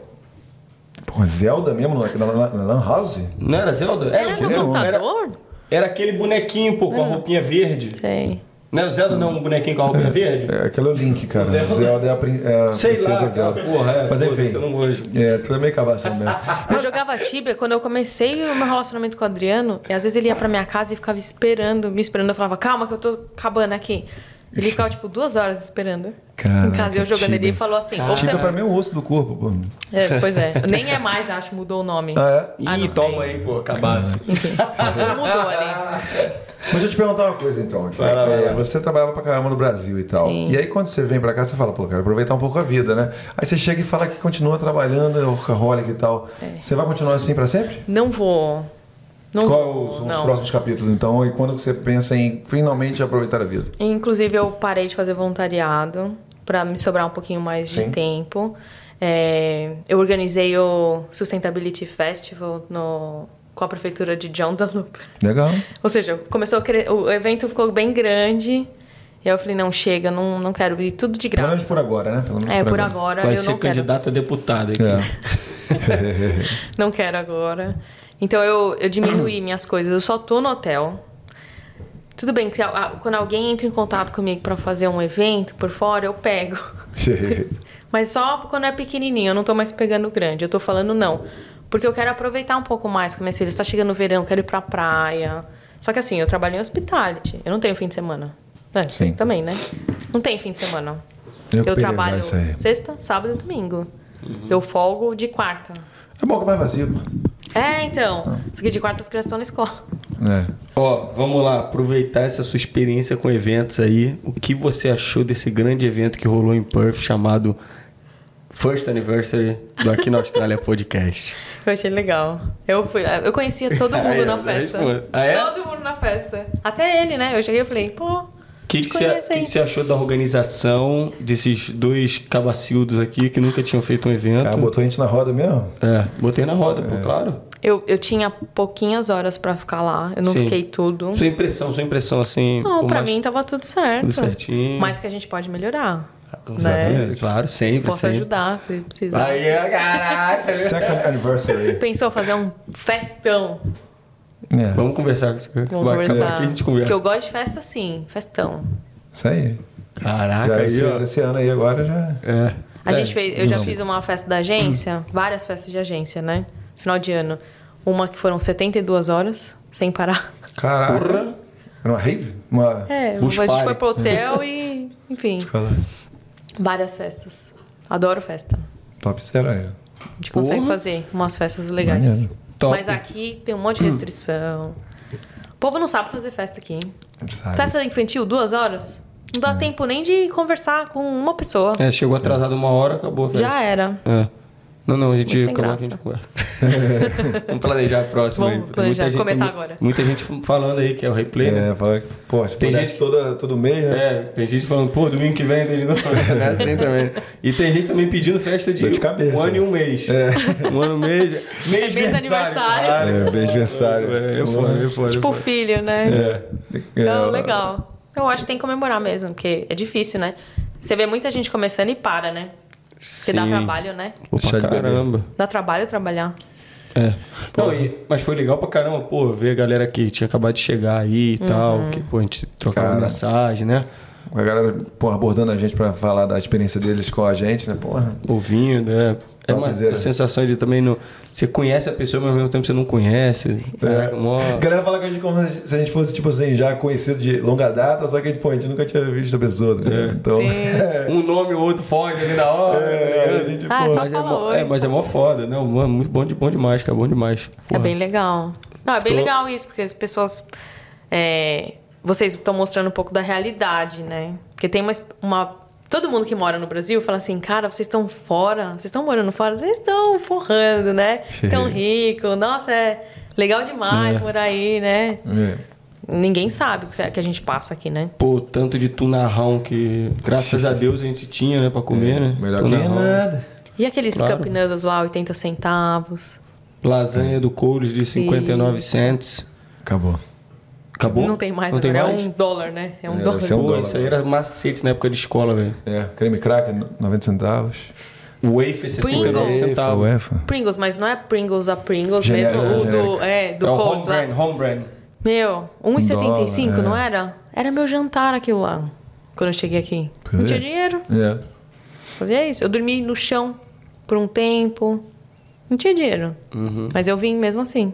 Speaker 1: Pô, Zelda mesmo? Na, na, na- na Lan House?
Speaker 2: Não era Zelda? É, Era,
Speaker 3: Era
Speaker 2: aquele-
Speaker 3: no
Speaker 2: era,
Speaker 3: computador? Hum.
Speaker 2: era aquele bonequinho, pô, com a roupinha verde.
Speaker 3: Sei.
Speaker 2: Não é o Zelda, não, um bonequinho com a roupinha verde?
Speaker 1: É, aquele é o Link, cara.
Speaker 2: Zelda.
Speaker 1: Zelda, é a, prin- é a
Speaker 2: Sei
Speaker 1: princesa
Speaker 2: lá,
Speaker 1: Zelda.
Speaker 2: aquela porra, é,
Speaker 1: Mas
Speaker 2: foda-se,
Speaker 1: enfim.
Speaker 2: eu não gosto.
Speaker 1: É, tu é meio cabaço mesmo. Tipo,
Speaker 3: Eu jogava Tibia quando eu comecei o meu relacionamento com o Adriano. E às vezes ele ia pra minha casa e ficava esperando, me esperando. Eu falava, calma que eu tô acabando aqui. Ele ficava, tipo, duas horas esperando. em casa,
Speaker 1: Caraca,
Speaker 3: e eu jogando. Ele
Speaker 1: Tibia.
Speaker 3: falou assim... ou você-
Speaker 1: Tira pra mim o osso do corpo, pô.
Speaker 3: É, pois é. Nem é mais, acho, mudou o nome.
Speaker 1: Ah, é?
Speaker 2: Ih,
Speaker 3: Ah, não
Speaker 2: toma aí, pô, cabaço.
Speaker 3: Mudou ali.
Speaker 1: Mas deixa eu te perguntar uma coisa então. Aqui.
Speaker 2: Vai lá, vai lá.
Speaker 1: É, você trabalhava pra caramba no Brasil e tal.
Speaker 3: Sim.
Speaker 1: E aí quando você vem pra cá, você fala, pô, quero aproveitar um pouco a vida, né? Aí você chega e fala que continua trabalhando, é workaholic e tal. Você vai continuar assim pra sempre?
Speaker 3: Não vou... Não
Speaker 1: Qual
Speaker 3: vou,
Speaker 1: os, os
Speaker 3: não.
Speaker 1: próximos capítulos então? E quando que você pensa em finalmente aproveitar a vida?
Speaker 3: Inclusive, eu parei de fazer voluntariado. para me sobrar um pouquinho mais
Speaker 1: Sim.
Speaker 3: de tempo. É, eu organizei o Sustainability Festival no, com a prefeitura de John Dunlop.
Speaker 1: Legal.
Speaker 3: Ou seja, começou a cre... o evento ficou bem grande. E aí eu falei, não, chega, não, não quero ir tudo de
Speaker 1: Pelo menos
Speaker 3: graça.
Speaker 1: por agora, né? Pelo menos
Speaker 3: É, por agora
Speaker 2: Vai
Speaker 3: eu
Speaker 2: ser
Speaker 3: não quero.
Speaker 2: candidata a deputada aqui.
Speaker 1: É.
Speaker 3: Não quero agora. Então eu, eu diminuí minhas coisas. Eu só tô no hotel. Tudo bem que a- a- quando alguém entra em contato comigo pra fazer um evento por fora, eu pego. Mas só quando é pequenininho. Eu não tô mais pegando grande. Eu tô falando não. Porque eu quero aproveitar um pouco mais com minhas filhas. Tá chegando o verão, eu quero ir pra praia. Só que assim, eu trabalho em hospitality. Eu não tenho fim de semana. É, vocês
Speaker 1: Sim.
Speaker 3: também, né? Não tem fim de semana.
Speaker 1: Eu
Speaker 3: eu
Speaker 1: peguei
Speaker 3: trabalho
Speaker 1: isso aí.
Speaker 3: sexta, sábado e domingo.
Speaker 2: Uhum.
Speaker 3: Eu folgo de quarta.
Speaker 1: É bom que é mais vazio.
Speaker 3: É,
Speaker 1: Ah.
Speaker 3: então. Só que de quarta as crianças estão na escola.
Speaker 1: É.
Speaker 2: Ó, vamos lá, aproveitar essa sua experiência com eventos aí. O que você achou desse grande evento que rolou em Perth chamado First Anniversary do Aqui na Austrália Podcast?
Speaker 3: Eu achei legal. Eu fui. Eu conhecia todo mundo
Speaker 2: Ah, é?
Speaker 3: na festa.
Speaker 2: Ah, é?
Speaker 3: Todo mundo na festa. Até ele, né? Eu cheguei e falei, pô.
Speaker 2: O que,
Speaker 3: te
Speaker 2: que, você,
Speaker 3: conheço,
Speaker 2: que
Speaker 3: hein?
Speaker 2: que você achou da organização desses dois cabacildos aqui que nunca tinham feito um evento?
Speaker 1: Cara, botou a gente na roda mesmo?
Speaker 2: É, botei na roda, pô, claro.
Speaker 3: Eu, eu tinha pouquinhas horas pra ficar lá. Eu não
Speaker 2: Sim.
Speaker 3: fiquei tudo.
Speaker 2: Sua impressão, sua impressão assim.
Speaker 3: Não,
Speaker 2: por
Speaker 3: pra
Speaker 2: mais-
Speaker 3: mim tava tudo certo.
Speaker 2: Tudo certinho. Ah,
Speaker 3: Mas que a gente pode melhorar. né?
Speaker 2: Exatamente, claro, sempre,
Speaker 3: Posso
Speaker 2: sempre.
Speaker 3: ajudar né? se precisar.
Speaker 2: Aí, ó, caraca.
Speaker 1: Second anniversary.
Speaker 3: Pensou fazer um festão?
Speaker 1: É.
Speaker 2: Vamos conversar com esse cara.
Speaker 3: Vamos
Speaker 2: Vai,
Speaker 3: conversar.
Speaker 2: Aqui a gente
Speaker 3: Porque
Speaker 2: conversa.
Speaker 3: eu gosto de festa, sim. Festão.
Speaker 1: Isso aí.
Speaker 2: Caraca,
Speaker 1: Já
Speaker 2: aí,
Speaker 1: esse,
Speaker 2: ó.
Speaker 1: esse ano aí agora já.
Speaker 2: É. Hum.
Speaker 3: A gente fez, eu já
Speaker 1: não.
Speaker 3: fiz uma festa da agência, várias festas de agência, né? Final de ano. Uma que foram 72 horas, sem parar.
Speaker 2: É.
Speaker 1: Caraca. Era uma rave? Uma.
Speaker 3: É,
Speaker 2: Bush
Speaker 3: a gente
Speaker 2: party.
Speaker 3: foi pro hotel e, enfim,
Speaker 1: Fala.
Speaker 3: várias festas. Adoro festa.
Speaker 1: Top zero aí.
Speaker 3: A gente consegue
Speaker 2: Porra.
Speaker 3: fazer umas festas legais.
Speaker 1: Maneiro.
Speaker 2: Top.
Speaker 3: Mas aqui tem um monte de restrição. O povo não sabe fazer festa aqui, hein?
Speaker 1: Sabe?
Speaker 3: Festa infantil, duas horas? Não dá tempo nem de conversar com uma pessoa.
Speaker 2: É, chegou atrasado uma hora, acabou a festa.
Speaker 3: Já era.
Speaker 2: É. Não, não, a gente
Speaker 3: Muito sem
Speaker 2: acabou
Speaker 3: graça.
Speaker 2: aqui, a gente conversa. Vamos planejar a próxima
Speaker 3: Vamos
Speaker 2: aí.
Speaker 3: planejar,
Speaker 2: Muita gente-
Speaker 3: começar agora.
Speaker 2: Muita gente falando aí que é o replay, né?
Speaker 1: É, fala que, pô, se
Speaker 2: Tem
Speaker 1: pudesse
Speaker 2: gente-
Speaker 1: toda, todo mês, né?
Speaker 2: É, tem gente falando, pô, domingo que vem tem de novo. É assim também. E tem gente também pedindo festa de,
Speaker 1: Dor de cabeça.
Speaker 2: um ano e um mês. Um ano e um mês. Mês,
Speaker 3: É Mês aniversário.
Speaker 1: É, bem aniversário.
Speaker 2: É, eu foda, eu foda.
Speaker 3: Tipo filho, né?
Speaker 1: É,
Speaker 3: Então, legal. Eu acho que tem que comemorar mesmo, porque é difícil, né? Você vê muita gente começando e para, né? Porque dá trabalho, né?
Speaker 2: Pô,
Speaker 1: Chá
Speaker 2: pra
Speaker 1: de bebê.
Speaker 2: caramba.
Speaker 3: Dá trabalho trabalhar.
Speaker 2: É. Não, e- mas foi legal pra caramba, pô, ver a galera que tinha acabado de chegar aí e
Speaker 3: Uhum.
Speaker 2: tal, que, pô, a gente trocava
Speaker 1: Cara.
Speaker 2: mensagem, né?
Speaker 1: A galera, pô, abordando a gente pra falar da experiência deles com a gente, né? Porra.
Speaker 2: Ouvindo, é. É uma,
Speaker 1: Topzera.
Speaker 2: uma sensação de também não. Você conhece a pessoa, mas ao mesmo tempo você não conhece.
Speaker 1: É.
Speaker 2: Caraca, É, mó-
Speaker 1: A galera fala que a gente como se a gente fosse, tipo assim, já conhecido de longa data, só que a gente, pô, a gente nunca tinha visto a pessoa, tá
Speaker 2: É.
Speaker 1: ligado? Então.
Speaker 3: Sim.
Speaker 2: Um nome ou outro foge ali na hora. tá
Speaker 1: É,
Speaker 2: ligado?
Speaker 1: a gente,
Speaker 3: Ah,
Speaker 1: pô,
Speaker 3: só
Speaker 2: Mas é,
Speaker 3: fala
Speaker 2: mó,
Speaker 3: oi.
Speaker 2: é, mas é mó foda, né? Mano, muito bom, de, bom demais, cara. Bom demais.
Speaker 3: É
Speaker 2: Porra.
Speaker 3: bem legal. Não, é bem
Speaker 2: Ficou-
Speaker 3: legal isso, porque as pessoas. é, vocês estão mostrando um pouco da realidade, né? Porque tem uma, es- uma- Todo mundo que mora no Brasil fala assim, cara, vocês estão fora, vocês estão morando fora, vocês estão forrando, né? Tão rico, nossa, é legal demais
Speaker 2: É.
Speaker 3: morar aí, né?
Speaker 1: é.
Speaker 3: Ninguém sabe o que que a gente passa aqui, né?
Speaker 2: Pô, tanto de tunarrão que, graças a Deus, a gente tinha, né, pra comer, né?
Speaker 1: É, Melhor que
Speaker 3: é
Speaker 2: Tunarrão.
Speaker 1: nada.
Speaker 3: E aqueles
Speaker 2: Claro.
Speaker 3: Cup Noodles lá, 80 centavos.
Speaker 2: Lasanha do Coles de 59
Speaker 3: Isso.
Speaker 2: cents.
Speaker 1: Acabou.
Speaker 2: Acabou?
Speaker 3: Não tem mais
Speaker 2: Não tem
Speaker 3: agora,
Speaker 2: mais?
Speaker 3: é um dólar, né? É um
Speaker 1: É,
Speaker 3: dólar.
Speaker 1: deve ser um
Speaker 2: Pô,
Speaker 1: dólar.
Speaker 2: isso aí era macete na época de escola, velho.
Speaker 1: É, creme crack, 90 centavos.
Speaker 2: Wafer, 69
Speaker 3: Pringles.
Speaker 2: centavos.
Speaker 1: UEFA.
Speaker 3: Pringles, mas não é Pringles a Pringles
Speaker 1: Genérico,
Speaker 3: mesmo, o
Speaker 1: genérico.
Speaker 3: do, é, do
Speaker 2: é o home
Speaker 3: Coles lá.
Speaker 2: brand, home brand.
Speaker 3: Meu, 1,75,
Speaker 1: dólar, é.
Speaker 3: não era? Era meu jantar aquilo lá, quando eu cheguei aqui. Não tinha
Speaker 1: Putz.
Speaker 3: dinheiro,
Speaker 1: É.
Speaker 3: fazia isso. Eu dormi no chão por um tempo, não tinha dinheiro.
Speaker 1: Uhum.
Speaker 3: Mas eu vim mesmo assim.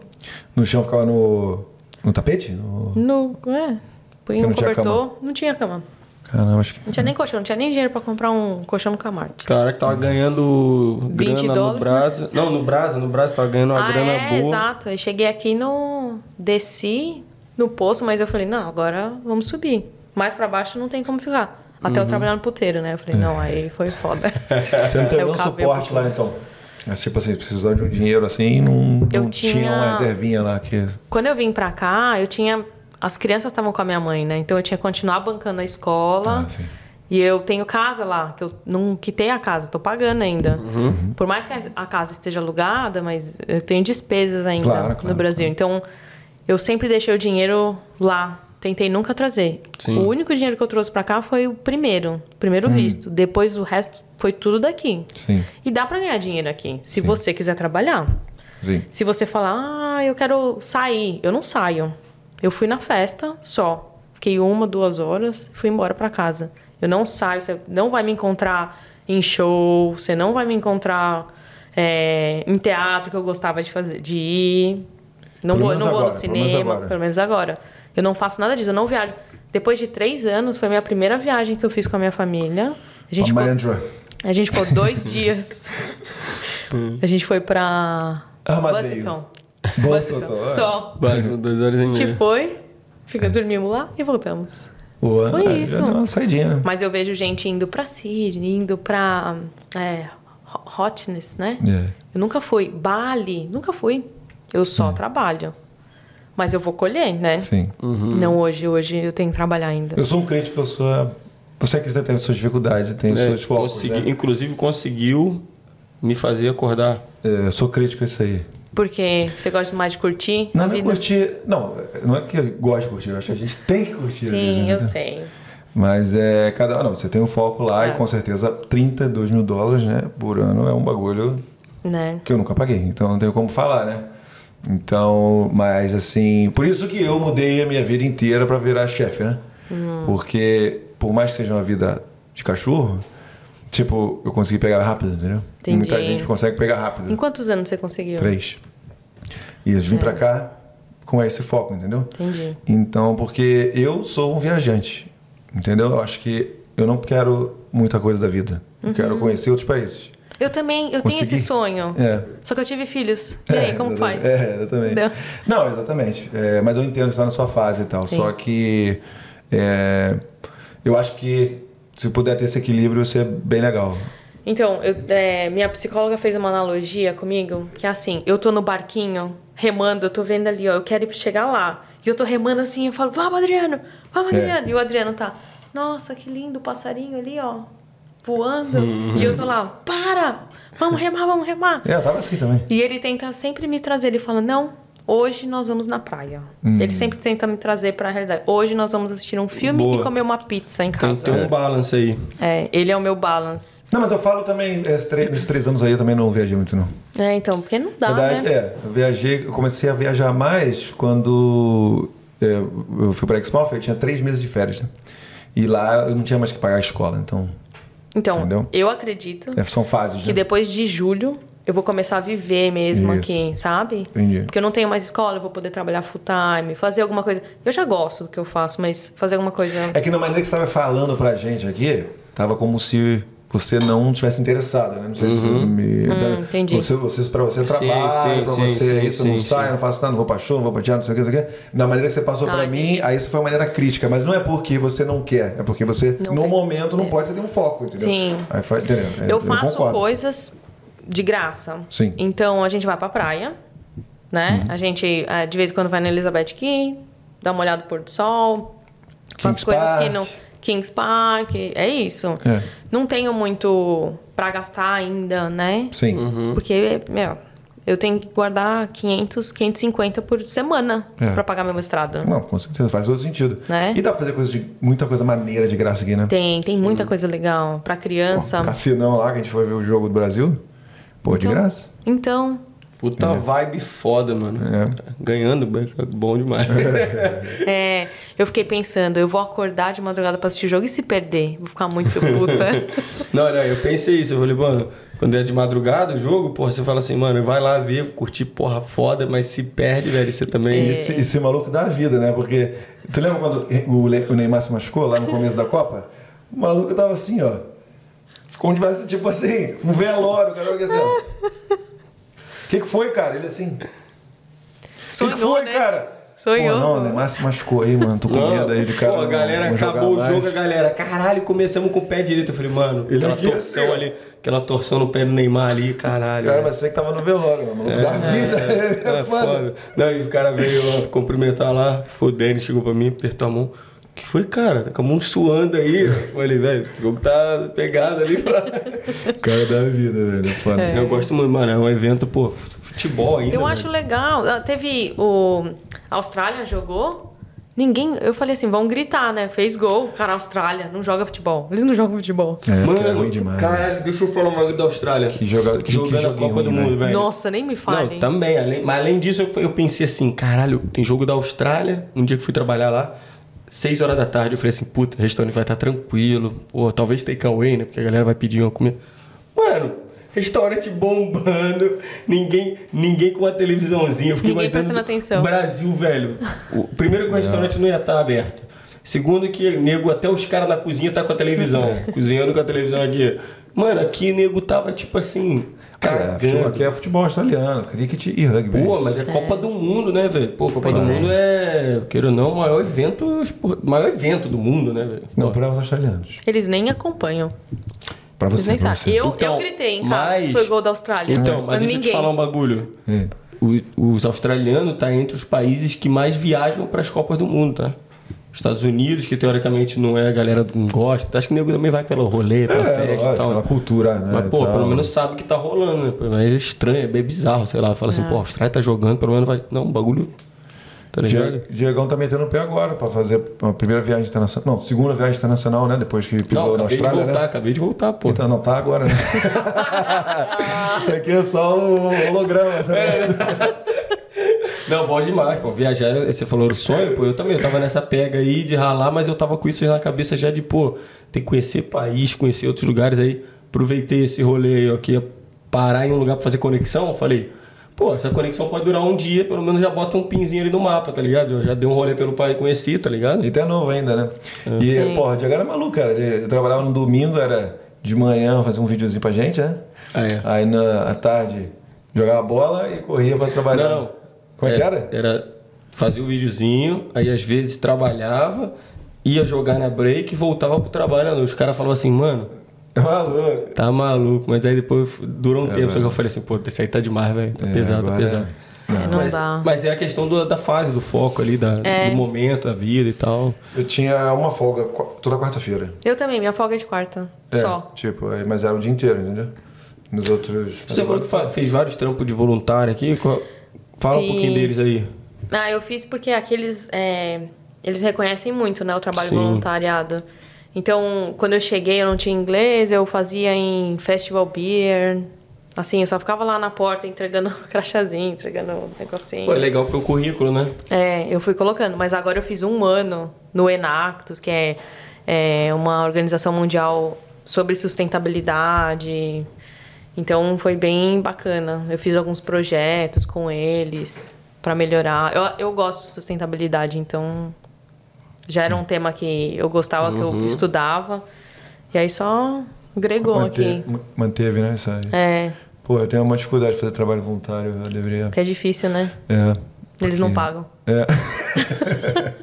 Speaker 1: No chão ficava no. No tapete? No...
Speaker 3: No, é, punha
Speaker 1: Porque
Speaker 3: um
Speaker 1: não tinha
Speaker 3: cobertor, não tinha cama.
Speaker 1: Caramba, acho que.
Speaker 3: Não tinha nem colchão, não tinha nem dinheiro pra comprar um colchão no Camart.
Speaker 2: Cara que tava ganhando grana
Speaker 3: 20
Speaker 2: no
Speaker 3: dólares, né?
Speaker 2: Brasa. Não, no Brasa, no Brasa tava ganhando uma
Speaker 3: ah,
Speaker 2: grana
Speaker 3: é,
Speaker 2: boa.
Speaker 3: exato. Eu cheguei aqui no. Desci no poço, mas eu falei, não, agora vamos subir. Mais pra baixo não tem como ficar. Até eu trabalhar no puteiro, né? Eu falei, não, aí foi foda.
Speaker 1: Uhum. Você não teve
Speaker 3: Eu
Speaker 1: nenhum
Speaker 3: cavei
Speaker 1: suporte
Speaker 3: um
Speaker 1: lá então. Mas, tipo assim, precisando de um dinheiro assim, não,
Speaker 3: Eu
Speaker 1: não tinha...
Speaker 3: tinha
Speaker 1: uma reservinha lá que.
Speaker 3: Quando eu vim pra cá, eu tinha. As crianças estavam com a minha mãe, né? Então eu tinha que continuar bancando a escola.
Speaker 1: Ah, sim.
Speaker 3: E eu tenho casa lá, que eu não quitei a casa, tô pagando ainda.
Speaker 1: Uhum.
Speaker 3: Por mais que a casa esteja alugada, mas eu tenho despesas ainda
Speaker 1: Claro,
Speaker 3: no
Speaker 1: claro,
Speaker 3: Brasil. Então, eu sempre deixei o dinheiro lá. Tentei nunca trazer.
Speaker 2: Sim.
Speaker 3: O único dinheiro que eu trouxe pra cá foi o primeiro, primeiro visto. Depois o resto foi tudo daqui.
Speaker 1: Uhum. Sim.
Speaker 3: E dá pra ganhar dinheiro aqui, se você quiser trabalhar.
Speaker 1: Sim.
Speaker 3: Se você falar, ah, eu quero sair, eu não saio. Eu fui na festa só. Fiquei uma, duas horas, fui embora pra casa. Eu não saio, você não vai me encontrar em show, você não vai me encontrar é, em teatro que eu gostava de fazer, de ir. Não
Speaker 1: Pelo
Speaker 3: vou,
Speaker 1: menos
Speaker 3: não vou no
Speaker 1: agora, pelo menos
Speaker 3: cinema,
Speaker 1: agora.
Speaker 3: pelo menos agora. Eu não faço nada disso, eu não viajo. Depois de três anos, foi a minha primeira viagem que eu fiz com a minha família. A gente ficou-
Speaker 1: Amandra.
Speaker 3: a gente ficou dois dias. a gente foi pra.
Speaker 1: Armadeio.
Speaker 3: Busseton.
Speaker 1: Bolsonaro.
Speaker 3: então. tá- Só.
Speaker 2: Basta, duas horas
Speaker 3: A
Speaker 2: e
Speaker 3: gente
Speaker 2: meia. É,
Speaker 3: foi, fica, dormimos lá e voltamos.
Speaker 1: O ano,
Speaker 3: Foi
Speaker 1: é,
Speaker 3: isso.
Speaker 1: já deu uma saidinha, né?
Speaker 3: Mas eu vejo gente indo pra Sydney, indo pra. É, ho- hotness, né?
Speaker 1: É.
Speaker 3: Eu nunca fui. Bali, nunca fui. Eu só trabalho. Mas eu vou colher, né?
Speaker 1: Hum. É, Sim.
Speaker 3: Não hoje, hoje eu tenho que trabalhar ainda.
Speaker 1: Eu sou um crente pela sua. Você acredita que tem suas dificuldades, tem
Speaker 2: É,
Speaker 1: suas focos.
Speaker 2: consegui-
Speaker 1: Né?
Speaker 2: Inclusive conseguiu me fazer acordar.
Speaker 1: É, eu sou crítico a isso aí.
Speaker 3: Porque você gosta mais de curtir
Speaker 1: Não,
Speaker 3: a
Speaker 1: não é
Speaker 3: vida?
Speaker 1: curtir. Não, não é que eu gosto de curtir, eu acho que a gente tem que curtir. a vida,
Speaker 3: Sim,
Speaker 1: né?
Speaker 3: eu sei.
Speaker 1: Mas é cada. ah, Não, você tem um foco lá e
Speaker 3: É.
Speaker 1: com certeza 32 mil dólares, né? Por ano é um bagulho
Speaker 3: Né?
Speaker 1: que eu nunca paguei, então não tenho como falar, né? Então, mas assim, por isso que eu mudei a minha vida inteira pra virar chefe, né?
Speaker 3: Uhum.
Speaker 1: Porque por mais que seja uma vida de cachorro, tipo, eu consegui pegar rápido, entendeu?
Speaker 3: Entendi.
Speaker 1: Muita gente consegue pegar rápido.
Speaker 3: Em quantos anos você conseguiu?
Speaker 1: Três. E eu vim pra cá com esse foco, entendeu?
Speaker 3: É. Entendi.
Speaker 1: Então, porque eu sou um viajante, entendeu? Eu acho que eu não quero muita coisa da vida. Eu quero
Speaker 3: Uhum.
Speaker 1: conhecer outros países.
Speaker 3: Eu também, eu tenho
Speaker 1: Consegui.
Speaker 3: esse sonho.
Speaker 1: É.
Speaker 3: Só que eu tive filhos. E aí, como
Speaker 1: exatamente.
Speaker 3: faz?
Speaker 1: É, exatamente.
Speaker 3: Entendeu?
Speaker 1: Não, exatamente. É, mas eu entendo que você tá na sua fase e tal.
Speaker 3: Sim.
Speaker 1: Só que é, eu acho que se puder ter esse equilíbrio, isso é bem legal.
Speaker 3: Então, eu- é, minha psicóloga fez uma analogia comigo, que é assim, eu tô no barquinho, remando, eu tô vendo ali, ó, eu quero ir chegar lá. E eu tô remando assim, eu falo, vamos, Adriano, vamos,
Speaker 1: É.
Speaker 3: Adriano. E o Adriano tá, nossa, que lindo o passarinho ali, ó, voando. e eu tô lá, para, vamos remar, vamos remar.
Speaker 1: É, eu tava assim também.
Speaker 3: E ele tenta sempre me trazer. Ele fala: Não, hoje nós vamos na praia.
Speaker 1: Hum.
Speaker 3: Ele sempre tenta me trazer pra realidade. Hoje nós vamos assistir um filme
Speaker 2: Boa.
Speaker 3: e comer uma pizza
Speaker 2: Tem
Speaker 3: em
Speaker 2: que
Speaker 3: casa.
Speaker 1: Então,
Speaker 2: ter um balance aí.
Speaker 3: É, ele é o meu balance.
Speaker 1: Não, mas eu falo também, é, esses três, nesses três anos aí eu também não viajei muito, não.
Speaker 3: É, então, porque não dá,
Speaker 1: verdade,
Speaker 3: né?
Speaker 1: é. Eu viajei, eu comecei a viajar mais quando é, eu fui pra Exmouth, eu tinha três meses de férias, né? E lá eu não tinha mais que pagar a escola, então.
Speaker 3: Então,
Speaker 1: Entendeu?
Speaker 3: eu acredito
Speaker 1: é, são fases,
Speaker 3: que
Speaker 1: né?
Speaker 3: depois de julho eu vou começar a viver mesmo
Speaker 1: Isso.
Speaker 3: aqui, sabe?
Speaker 1: Entendi.
Speaker 3: Porque eu não tenho mais escola, eu vou poder trabalhar full time, fazer alguma coisa. Eu já gosto do que eu faço, mas fazer alguma coisa.
Speaker 1: É que na maneira que você estava falando pra gente aqui, tava como se você não tivesse interessado, né? Não sei se eu me. Então,
Speaker 3: Hum, entendi.
Speaker 1: Você, você, pra você trabalha,
Speaker 2: Uhum. sim,
Speaker 1: pra
Speaker 2: sim,
Speaker 1: você
Speaker 2: sim,
Speaker 1: isso, eu não
Speaker 2: sim,
Speaker 1: sai,
Speaker 2: sim.
Speaker 1: não faço nada, não vou pra show, não vou pra teatro, não sei o que, não sei o que. Na maneira que você passou
Speaker 3: Ah,
Speaker 1: pra mim, aí isso foi uma maneira crítica. Mas não é porque você não quer, é porque você,
Speaker 3: Não
Speaker 1: no
Speaker 3: tem. é.
Speaker 1: momento, não pode, você tem um foco, entendeu?
Speaker 3: Sim.
Speaker 1: Aí foi, entendeu? É,
Speaker 3: eu faço
Speaker 1: concordo.
Speaker 3: coisas de graça.
Speaker 1: Sim. Uhum.
Speaker 3: Então a gente vai pra praia, né? A gente eh, de vez em quando vai na Elizabeth Key, dá uma olhada no pôr do sol,
Speaker 1: Kings
Speaker 3: faz coisas que
Speaker 1: Park.
Speaker 3: não. Kings Park, é isso.
Speaker 1: É.
Speaker 3: Não tenho muito pra gastar ainda, né?
Speaker 1: Sim.
Speaker 2: Uhum.
Speaker 3: Porque, meu, eu tenho que guardar 500, 550 por semana
Speaker 1: É.
Speaker 3: pra pagar meu mestrado.
Speaker 1: Não, com certeza, faz todo sentido.
Speaker 3: Né?
Speaker 1: E dá pra fazer coisa de, muita coisa maneira de graça aqui, né?
Speaker 3: Tem, tem muita coisa legal pra
Speaker 1: Pô,
Speaker 3: criança.
Speaker 1: Cassinão lá, que a gente foi ver o jogo do Brasil. Pô, de graça.
Speaker 3: Então,
Speaker 2: Puta vibe foda, mano.
Speaker 1: É.
Speaker 2: Ganhando, é bom demais.
Speaker 3: É, eu fiquei pensando, eu vou acordar de madrugada pra assistir o jogo e se perder? Vou ficar muito puta.
Speaker 2: Não, não, eu pensei isso, eu falei, mano, quando é de madrugada o jogo, porra, você fala assim, mano, vai lá ver, curtir, porra, foda, mas se perde, velho, você também.
Speaker 3: É.
Speaker 1: E esse, esse maluco dá a vida, né? Porque tu lembra quando o Le- o Neymar se machucou lá no começo da Copa? O maluco tava assim, ó. Como tivesse, tipo assim, um velório, o cara tava assim, ó. O que, que foi, cara? Ele assim. O que,
Speaker 3: Sonhou,
Speaker 1: que foi,
Speaker 3: né?
Speaker 1: cara?
Speaker 3: Sonhou.
Speaker 1: Pô, não, o Neymar se machucou aí, mano. Tô com
Speaker 2: Não,
Speaker 1: medo aí de cara.
Speaker 2: Pô, a
Speaker 1: não-
Speaker 2: galera
Speaker 1: não jogar
Speaker 2: acabou o
Speaker 1: mais.
Speaker 2: jogo, a galera. Caralho, começamos com o pé direito. Eu falei, mano,
Speaker 1: Ele
Speaker 2: aquela
Speaker 1: aqui, assim,
Speaker 2: torção
Speaker 1: ó.
Speaker 2: ali, aquela torção no pé do Neymar ali, caralho.
Speaker 1: Cara,
Speaker 2: velho.
Speaker 1: mas você que tava no velório, mano. O maluco dá a vida. É,
Speaker 2: É
Speaker 1: foda.
Speaker 2: foda. Não, e o cara veio lá cumprimentar lá, foi o Denis, chegou pra mim, apertou a mão. Que foi, cara? Tá com a mão suando aí. Eu Falei, velho, o jogo tá pegado ali pra.
Speaker 1: Cara da vida, velho. é Foda.
Speaker 2: Eu gosto muito, mano. É um evento, pô, futebol ainda.
Speaker 3: Eu
Speaker 2: né?
Speaker 3: acho legal. Ah, Teve o. A Austrália jogou. Ninguém. Eu falei assim, vão gritar, né? Fez gol. Cara, a Austrália não joga futebol. Eles não jogam futebol.
Speaker 1: É,
Speaker 2: Mano,
Speaker 1: que é ruim demais.
Speaker 2: Caralho, deixa eu falar uma coisa da Austrália.
Speaker 1: Que joga- que- que
Speaker 2: Jogando a
Speaker 1: joguinho
Speaker 2: Copa do
Speaker 1: ruim, né?
Speaker 2: Mundo, velho.
Speaker 3: Nossa, nem me
Speaker 2: Não, tá-
Speaker 3: falem.
Speaker 2: também. Além, mas além disso, eu, eu pensei assim, caralho, tem jogo da Austrália. Um dia que fui trabalhar lá, 6 horas da tarde, eu falei assim, puta, o restaurante vai estar tranquilo. Ou talvez take away, né? Porque a galera vai pedir uma comida. Mano, restaurante bombando. Ninguém, ninguém com uma televisãozinha. Eu fiquei
Speaker 3: Ninguém
Speaker 2: imaginando
Speaker 3: prestando atenção.
Speaker 2: Brasil, velho. O, primeiro que o restaurante não ia estar aberto. Segundo que, nego, até os caras na cozinha tá com a televisão. cozinhando com a televisão aqui. Mano, aqui, nego, tava tipo assim...
Speaker 1: Cara, futebol
Speaker 2: cagando.
Speaker 1: aqui é futebol australiano, cricket e rugby.
Speaker 2: Pô, mas é Copa do Mundo, né, velho? Pô, Copa
Speaker 3: Pois
Speaker 2: do
Speaker 3: é.
Speaker 2: Mundo é, queira ou não, o maior evento, espor- maior evento do mundo, né, velho?
Speaker 1: Não, para os australianos.
Speaker 3: Eles nem acompanham.
Speaker 1: Pra
Speaker 3: Eles
Speaker 1: você,
Speaker 3: nem
Speaker 1: pra
Speaker 3: sabem.
Speaker 1: você.
Speaker 3: Eu,
Speaker 2: Então,
Speaker 3: eu gritei em casa.
Speaker 2: mas-
Speaker 3: Foi gol da Austrália.
Speaker 2: Então, mas deixa eu te
Speaker 3: ninguém.
Speaker 2: falar um bagulho.
Speaker 1: É.
Speaker 2: O- os australianos tá entre os países que mais viajam para as Copas do Mundo, tá? Estados Unidos, que teoricamente não é a galera que não gosta, acho que o nego também vai pelo rolê, pela
Speaker 1: É,
Speaker 2: festa
Speaker 1: lógico,
Speaker 2: e tal.
Speaker 1: pela cultura, né,
Speaker 2: Mas, pô,
Speaker 1: e tal.
Speaker 2: pelo menos sabe que tá rolando, né? Mas é estranho, é bem bizarro, sei lá. Fala assim, pô, a Austrália tá jogando, pelo menos vai. Não, o bagulho. Tá ligado?
Speaker 1: Die- Diegão tá metendo o pé agora pra fazer a primeira viagem internacional. Não, segunda viagem internacional, né? Depois que pisou
Speaker 2: Não,
Speaker 1: na
Speaker 2: acabei de
Speaker 1: Austrália,
Speaker 2: voltar,
Speaker 1: né?
Speaker 2: acabei de voltar, pô.
Speaker 1: Então, não, tá agora, né? Isso aqui é só o holograma. Né?
Speaker 2: Não, bom demais, pô. Viajar, você falou o sonho, pô. Eu também, eu tava nessa pega aí de ralar, mas eu tava com isso na cabeça já de, pô, tem que conhecer país, conhecer outros lugares aí. Aproveitei esse rolê aí, ó, que ia parar em um lugar pra fazer conexão. Eu Falei, pô, essa conexão pode durar um dia, pelo menos já bota um pinzinho ali no mapa, tá ligado? Eu já dei um rolê pelo país conheci, tá ligado?
Speaker 1: E até novo ainda, né?
Speaker 2: É.
Speaker 1: E, porra, o Diego era maluco, cara. Ele trabalhava no domingo, era de manhã, fazia um videozinho pra gente, né?
Speaker 2: Ah, é.
Speaker 1: Aí na à tarde jogava bola e corria pra trabalhar.
Speaker 2: Não, não.
Speaker 1: Como é que era?
Speaker 2: Era fazia o videozinho, aí às vezes trabalhava, ia jogar na break e voltava pro trabalho à noite. Os caras falavam assim, mano,
Speaker 1: Maluco.
Speaker 2: Tá maluco, mas aí depois eu fu- durou um tempo, só que eu falei assim, pô, esse aí tá demais, velho. Tá pesado, tá
Speaker 1: agora
Speaker 2: pesado.
Speaker 3: É, não
Speaker 2: mas,
Speaker 3: dá.
Speaker 2: mas é a questão do- da fase, do foco ali, da- do momento, da vida e tal.
Speaker 1: Eu tinha uma folga qu- toda quarta-feira.
Speaker 3: Eu também, minha folga é de quarta.
Speaker 1: É,
Speaker 3: Só.
Speaker 1: Tipo, aí- mas era o dia inteiro, entendeu? Nos outros.
Speaker 2: Você falou que fa- fez vários trampos de voluntário aqui. qual- Fala um pouquinho
Speaker 3: Fiz.
Speaker 2: deles aí.
Speaker 3: Ah, eu fiz porque aqueles. é, eles reconhecem muito, né, o trabalho
Speaker 2: Sim.
Speaker 3: voluntariado. Então, quando eu cheguei, eu não tinha inglês, eu fazia em festival beer. Assim, eu só ficava lá na porta entregando o crachazinho, entregando o negocinho.
Speaker 2: Pô, é legal pro currículo, né?
Speaker 3: É, eu fui colocando, mas agora eu fiz um ano no Enactus, que é, é uma organização mundial sobre sustentabilidade. Então foi bem bacana. Eu fiz alguns projetos com eles para melhorar. Eu, eu gosto de sustentabilidade, então já era um tema que eu gostava, que eu estudava. E aí só agregou
Speaker 1: Mante-
Speaker 3: um aqui.
Speaker 1: ma- Manteve, né? Isso aí.
Speaker 3: É,
Speaker 1: Pô, eu tenho uma dificuldade de fazer trabalho voluntário, eu deveria.
Speaker 3: que é difícil, né?
Speaker 1: É.
Speaker 3: Eles não pagam.
Speaker 1: É,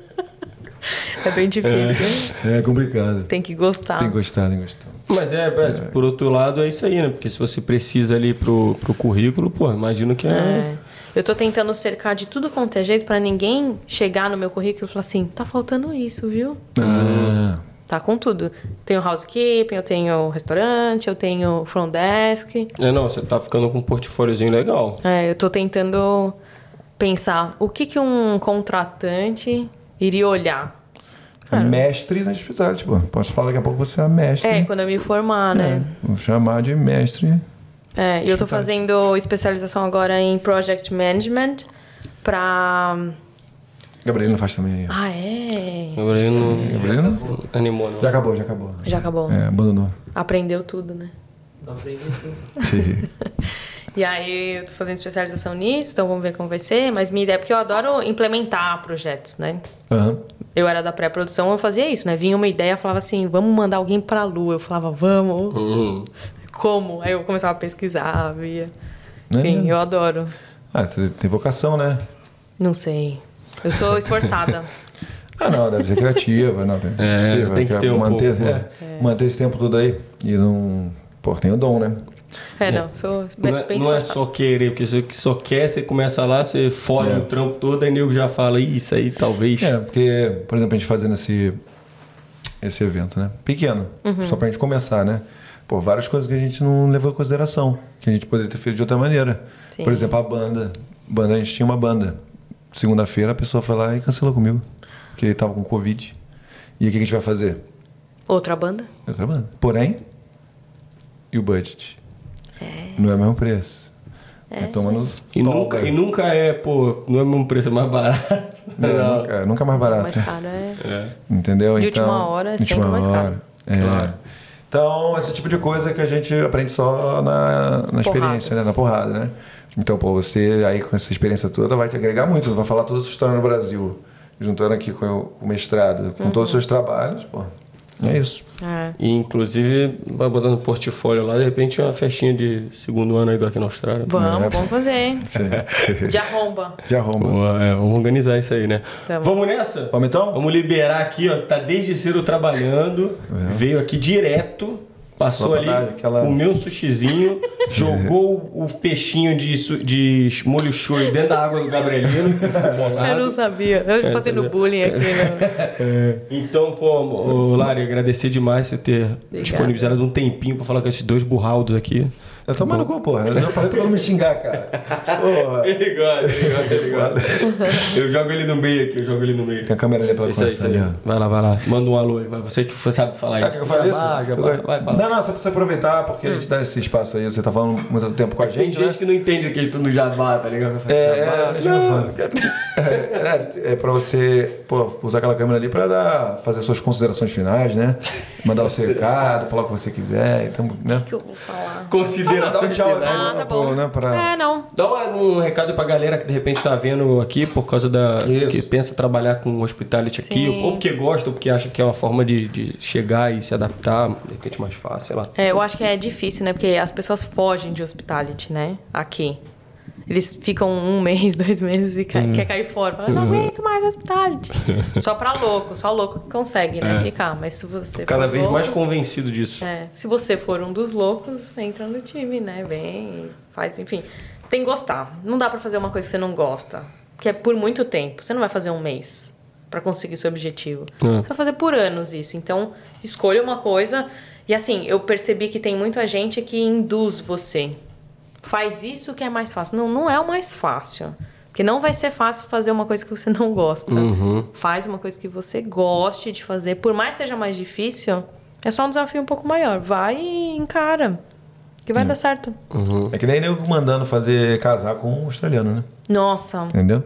Speaker 3: É bem difícil.
Speaker 1: é complicado.
Speaker 3: Tem que gostar.
Speaker 1: Tem que gostar, tem que gostar.
Speaker 2: Mas é, mas por outro lado, é isso aí, né? Porque se você precisa ali pro, pro currículo, pô, imagino que é.
Speaker 3: É. Eu tô tentando cercar de tudo quanto é jeito pra ninguém chegar no meu currículo e falar assim, tá faltando isso, viu?
Speaker 1: Ah,
Speaker 3: Tá com tudo. Tenho housekeeping, eu tenho restaurante, eu tenho front desk.
Speaker 2: É, não, você tá ficando com um portfóliozinho legal.
Speaker 3: É, eu tô tentando pensar o que, que um contratante iria olhar.
Speaker 1: é mestre na hospitalidade, tipo, posso falar daqui a pouco você é mestre.
Speaker 3: É, quando eu me formar, né?
Speaker 1: Vou chamar de mestre.
Speaker 3: É, e eu tô
Speaker 1: Hospitais.
Speaker 3: fazendo especialização agora em project management pra.
Speaker 1: Gabrielino faz também. aí.
Speaker 3: Ah, é.
Speaker 2: Agora ele não
Speaker 1: Gabrielino?
Speaker 2: animou, não.
Speaker 1: Já acabou, já acabou.
Speaker 3: Já acabou.
Speaker 1: É, abandonou.
Speaker 3: Aprendeu tudo, né?
Speaker 4: Não aprendi tudo.
Speaker 3: E aí eu tô fazendo especialização nisso, então vamos ver como vai ser. Mas minha ideia é porque eu adoro implementar projetos, né?
Speaker 1: Aham.
Speaker 3: Eu era da pré-produção, eu fazia isso, né? Vinha uma ideia, eu falava assim, vamos mandar alguém pra lua. Eu falava, vamos.
Speaker 2: Uhum.
Speaker 3: Como? Aí eu começava a pesquisar, via.
Speaker 1: Não é
Speaker 3: Enfim,
Speaker 1: mesmo?
Speaker 3: eu adoro.
Speaker 1: Ah, você tem vocação, né?
Speaker 3: Não sei. Eu sou esforçada.
Speaker 1: Ah, não, deve ser criativa. Não, tem,
Speaker 2: É,
Speaker 1: criativa,
Speaker 2: tem que ter um
Speaker 1: manter,
Speaker 2: pouco,
Speaker 1: é, manter esse tempo todo aí. E não. Pô, tem o dom, né?
Speaker 3: É, não, sou bem
Speaker 2: Não é, não é só querer, porque você que só quer, você começa lá, você fode o trampo todo, aí nego já fala, "Ih, isso aí talvez.
Speaker 1: É, porque, por exemplo, a gente fazendo esse, esse evento, né? Pequeno, só pra gente começar, né? Pô, várias coisas que a gente não levou em consideração, que a gente poderia ter feito de outra maneira.
Speaker 3: Sim.
Speaker 1: Por exemplo, a banda. banda. A gente tinha uma banda. Segunda-feira a pessoa foi lá e cancelou comigo, que ele tava com Covid. E o que a gente vai fazer?
Speaker 3: Outra banda?
Speaker 1: Outra banda. Porém, e o budget? Não é o mesmo preço. É, tomando
Speaker 2: E, nunca, e nunca é, pô, não é mesmo preço é mais barato. Não.
Speaker 1: nunca, é, nunca mais barato.
Speaker 3: Mais caro é.
Speaker 1: Entendeu? Então,
Speaker 3: De última hora é sempre mais caro.
Speaker 1: É.
Speaker 2: Claro.
Speaker 1: Então, esse tipo de coisa que a gente aprende só na, na experiência, né? na porrada, né? Então, pô, você aí com essa experiência toda vai te agregar muito, vai falar toda a sua história no Brasil, juntando aqui com o com o mestrado, com todos os
Speaker 3: Uhum.
Speaker 1: seus trabalhos, pô. É isso.
Speaker 3: É.
Speaker 2: E inclusive, vai botando um portfólio lá, de repente é uma festinha de segundo ano aí daqui na Austrália.
Speaker 3: Vamos, vamos fazer, hein?
Speaker 1: Sim.
Speaker 3: De arromba.
Speaker 1: De arromba.
Speaker 2: Boa, é, vamos organizar isso aí, né?
Speaker 3: Tá bom.
Speaker 2: Vamos nessa?
Speaker 1: Vamos então?
Speaker 2: Vamos liberar aqui, ó. Tá desde cedo trabalhando. Veio aqui direto. Passou
Speaker 1: Só pra
Speaker 2: ali,
Speaker 1: dar É. aquela-
Speaker 2: comeu um sushizinho, jogou o peixinho de, su- de molho shoyu dentro da água do Gabrielino. que ficou bolado.
Speaker 3: Eu não sabia. Eu fazendo
Speaker 2: sabia.
Speaker 3: bullying aqui. né?
Speaker 2: Então, pô, ô, Lari, agradecer demais você ter disponibilizado um tempinho pra falar com esses dois burraldos aqui.
Speaker 1: Eu tô no Tá cu, porra. Eu falei pra não me xingar, cara. Porra.
Speaker 2: Ele gosta, ele gosta, ele gosta. Eu jogo ele no meio aqui, eu jogo ele no meio. É
Speaker 1: Tem a câmera ali pra
Speaker 2: Isso aí,
Speaker 1: começar
Speaker 2: isso
Speaker 1: ali,
Speaker 2: aí.
Speaker 1: ó.
Speaker 2: Vai lá, vai lá. Manda um alô aí, vai. Você que sabe falar aí.
Speaker 1: Ah, quer que eu fale isso?
Speaker 2: Jabá, jabá. Vai, fala.
Speaker 1: Não, não, só pra você aproveitar, porque a gente dá esse espaço aí, você tá falando muito tempo com a
Speaker 2: Tem
Speaker 1: Hum. gente,
Speaker 2: gente
Speaker 1: né?
Speaker 2: que não entende a questão do jabá, tá ligado? tipo,
Speaker 1: É, é, deixa eu falar. é, é, é pra você pô, usar aquela câmera ali pra dar, fazer suas considerações finais, né? Mandar o seu recado, falar o que você quiser. Então, né?
Speaker 3: O que eu vou falar?
Speaker 1: Dá
Speaker 2: Consideração
Speaker 1: um
Speaker 2: de
Speaker 1: tchau aí,
Speaker 2: final.
Speaker 3: Ah,
Speaker 1: pra-
Speaker 3: tá bom.
Speaker 1: Né, pra...
Speaker 3: É, não.
Speaker 2: Dá um, um recado pra galera que de repente tá vendo aqui por causa da.
Speaker 1: Isso.
Speaker 2: que pensa trabalhar com um hospitality aqui,
Speaker 3: Sim.
Speaker 2: ou porque gosta, ou porque acha que é uma forma de, de chegar e se adaptar, de repente mais fácil, sei lá.
Speaker 3: É, eu acho que é difícil, né? Porque as pessoas fogem de hospitality, né? Aqui. Eles ficam um mês, dois meses e
Speaker 2: Hum.
Speaker 3: ca- quer cair fora. Fala,
Speaker 2: Uhum.
Speaker 3: não aguento mais hospitality. só pra louco, só louco que consegue, né? Ficar. Mas se você
Speaker 2: É. Cada
Speaker 3: for
Speaker 2: vez
Speaker 3: louco-
Speaker 2: mais convencido disso.
Speaker 3: É, se você for um dos loucos, entra no time, né? Vem, faz, enfim. Tem que gostar. Não dá pra fazer uma coisa que você não gosta. Que é por muito tempo. Você não vai fazer um mês pra conseguir seu objetivo. Você vai fazer por anos isso. Então, escolha uma coisa. E assim, eu percebi que tem muita gente que induz você. Faz isso que é mais fácil. Não, não é o mais fácil. Porque não vai ser fácil fazer uma coisa que você não gosta. Faz uma coisa que você goste de fazer. Por mais que seja mais difícil, é só um desafio um pouco maior. Vai e encara. Que vai dar certo.
Speaker 1: É que nem eu mandando fazer casar com um australiano, né?
Speaker 3: Nossa.
Speaker 1: Entendeu?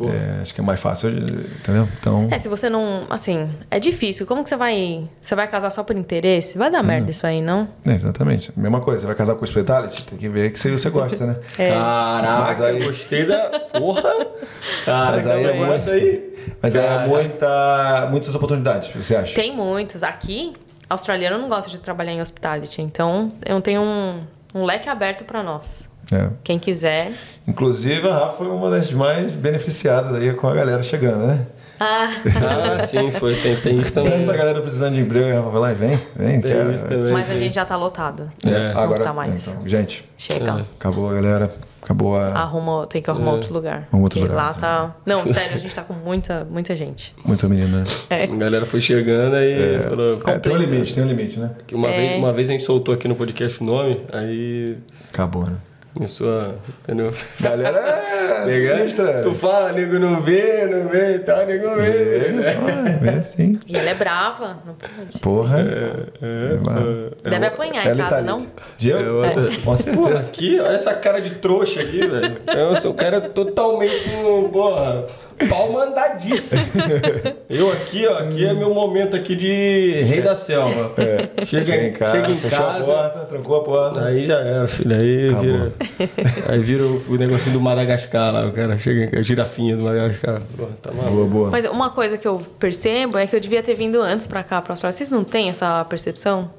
Speaker 1: É, acho que é mais fácil, entendeu? Então.
Speaker 3: É, se você não. Assim, é difícil. Como que você vai. Você vai casar só por interesse? Vai dar merda isso aí, não?
Speaker 1: É, exatamente. Mesma coisa, você vai casar com o hospitality, tem que ver que você, você gosta, né?
Speaker 3: É.
Speaker 1: Mas
Speaker 2: Caraca,
Speaker 1: aí-
Speaker 2: gostei da porra.
Speaker 1: Mas
Speaker 2: Caraca,
Speaker 1: aí é
Speaker 2: é
Speaker 1: muito-
Speaker 2: essa aí.
Speaker 1: Mas é
Speaker 2: Caraca.
Speaker 1: muita, muitas oportunidades, você acha?
Speaker 3: Tem muitos. Aqui, australiano não gosta de trabalhar em hospitality. Então, eu tenho um, um leque aberto pra nós.
Speaker 1: É.
Speaker 3: Quem quiser.
Speaker 1: Inclusive, a Rafa foi uma das mais beneficiadas aí com a galera chegando, né?
Speaker 3: Ah,
Speaker 2: Ah, sim, foi. Tem, tem isso também.
Speaker 1: Tanta galera precisando de emprego, a Rafa vai lá e vem, vem.
Speaker 2: Tem
Speaker 1: quer-
Speaker 2: isso também.
Speaker 3: mas a gente já tá lotado.
Speaker 1: É,
Speaker 2: É.
Speaker 1: agora,
Speaker 3: Não precisa mais. Ah.
Speaker 1: então, gente,
Speaker 3: Chega.
Speaker 1: acabou a galera, acabou a...
Speaker 3: Arruma, tem que arrumar outro lugar.
Speaker 1: É. Arruma outro
Speaker 3: Porque
Speaker 1: lugar,
Speaker 3: lá tá. Não, sério, a gente tá com muita, muita gente.
Speaker 1: Muita menina.
Speaker 2: A galera foi chegando aí falou.
Speaker 1: É, tem um limite, tem um limite, né?
Speaker 2: que
Speaker 3: É.
Speaker 2: Uma, vez, uma vez a gente soltou aqui no podcast o nome, aí
Speaker 1: Acabou, né?
Speaker 2: começou a. Entendeu?
Speaker 1: Galera é sinistra.
Speaker 2: Tu fala, nego não vê, não vê e tal, nego vê.
Speaker 1: É,
Speaker 2: né?
Speaker 1: só, é assim.
Speaker 3: E ela é brava, não pode.
Speaker 1: Porra. Sei lá.
Speaker 3: Deve apanhar em
Speaker 1: Ela
Speaker 3: casa,
Speaker 1: tá
Speaker 3: não?
Speaker 1: ali. Diego?
Speaker 2: É.
Speaker 1: Com
Speaker 2: Pô,
Speaker 1: certeza.
Speaker 2: aqui, olha essa cara de trouxa aqui, velho. Eu sou um cara totalmente, um, porra, pau mandadíssimo. Eu aqui, ó, aqui é meu momento aqui de rei da selva. Chega,
Speaker 1: É. Chega em casa,
Speaker 2: chega em
Speaker 1: fechou a
Speaker 2: casa,
Speaker 1: porta, trancou a porta.
Speaker 2: Aí já era, filho. Aí
Speaker 1: Acabou.
Speaker 2: vira, aí vira o, o negocinho do Madagascar lá. O cara chega em casa, girafinha do Madagascar. Pô, tá maluco.
Speaker 1: Boa, boa.
Speaker 3: Mas uma coisa que eu percebo é que eu devia ter vindo antes pra cá, pra Austrália. Vocês não têm essa percepção?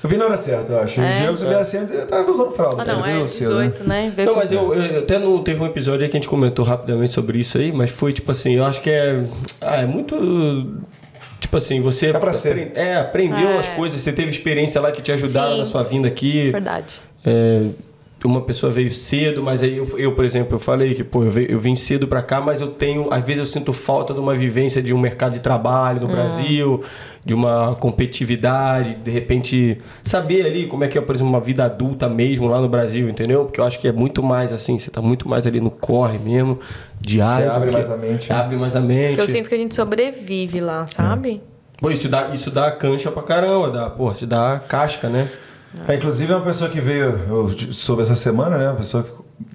Speaker 1: Eu vi na hora certa, eu acho. O Diego, se viesse antes, ele tava usando fralda.
Speaker 3: É. Ah, não,
Speaker 1: ele
Speaker 3: é
Speaker 1: veio cedo, né?
Speaker 3: 18, né? Veio
Speaker 2: Não,
Speaker 3: com-
Speaker 2: mas eu, eu- até não teve um episódio aí que a gente comentou rapidamente sobre isso aí, mas foi tipo assim, eu acho que é. Ah, é muito. Tipo assim, você.
Speaker 1: É pra ser.
Speaker 2: apre- é, aprendeu
Speaker 3: É.
Speaker 2: as coisas, você teve experiência lá que te ajudaram
Speaker 3: Sim.
Speaker 2: na sua vinda aqui.
Speaker 3: Verdade.
Speaker 2: é, uma pessoa veio cedo, mas aí eu, eu, por exemplo, eu falei que, pô, eu, veio- eu vim cedo pra cá, mas eu tenho, às vezes eu sinto falta de uma vivência de um mercado de trabalho no
Speaker 3: Ah.
Speaker 2: Brasil, de uma competitividade, de repente saber ali como é que é, por exemplo, uma vida adulta mesmo lá no Brasil, entendeu? Porque eu acho que é muito mais assim, você tá muito mais ali no corre mesmo, diário.
Speaker 1: Você abre
Speaker 2: porque-
Speaker 1: mais a mente, né?
Speaker 2: Abre mais a mente.
Speaker 3: Porque eu sinto que a gente sobrevive lá, sabe?
Speaker 2: Pô, isso dá, isso dá cancha pra caramba, dá, porra, isso dá casca, né?
Speaker 1: É, inclusive, é uma pessoa que veio, eu de- soube essa semana, né? Uma pessoa que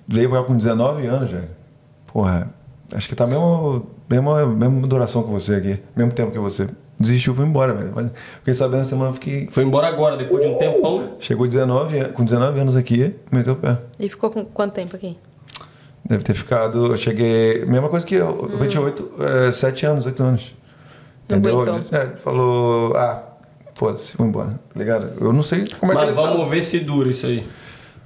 Speaker 1: veio pra cá com 19 anos, velho. Porra, acho que tá mesmo, mesmo, mesmo duração que você aqui, mesmo tempo que você. Desistiu, foi embora, velho. Mas Fiquei sabendo essa semana, fiquei.
Speaker 2: Foi embora agora, depois de um tempão.
Speaker 1: Chegou 19, an- com 19 anos aqui, meteu o pé.
Speaker 3: E ficou com quanto tempo aqui?
Speaker 1: Deve ter ficado. Eu cheguei. Mesma coisa que eu. Eu tinha 8, 7 eh, anos, 8 anos.
Speaker 3: Hum. Não
Speaker 1: Entendeu?
Speaker 3: aguentou.
Speaker 1: É, falou. Ah, foda-se, vou embora. tá Ligado? Eu não sei como é que
Speaker 2: Mas
Speaker 1: ele tá.
Speaker 2: vamos ver se dura isso aí.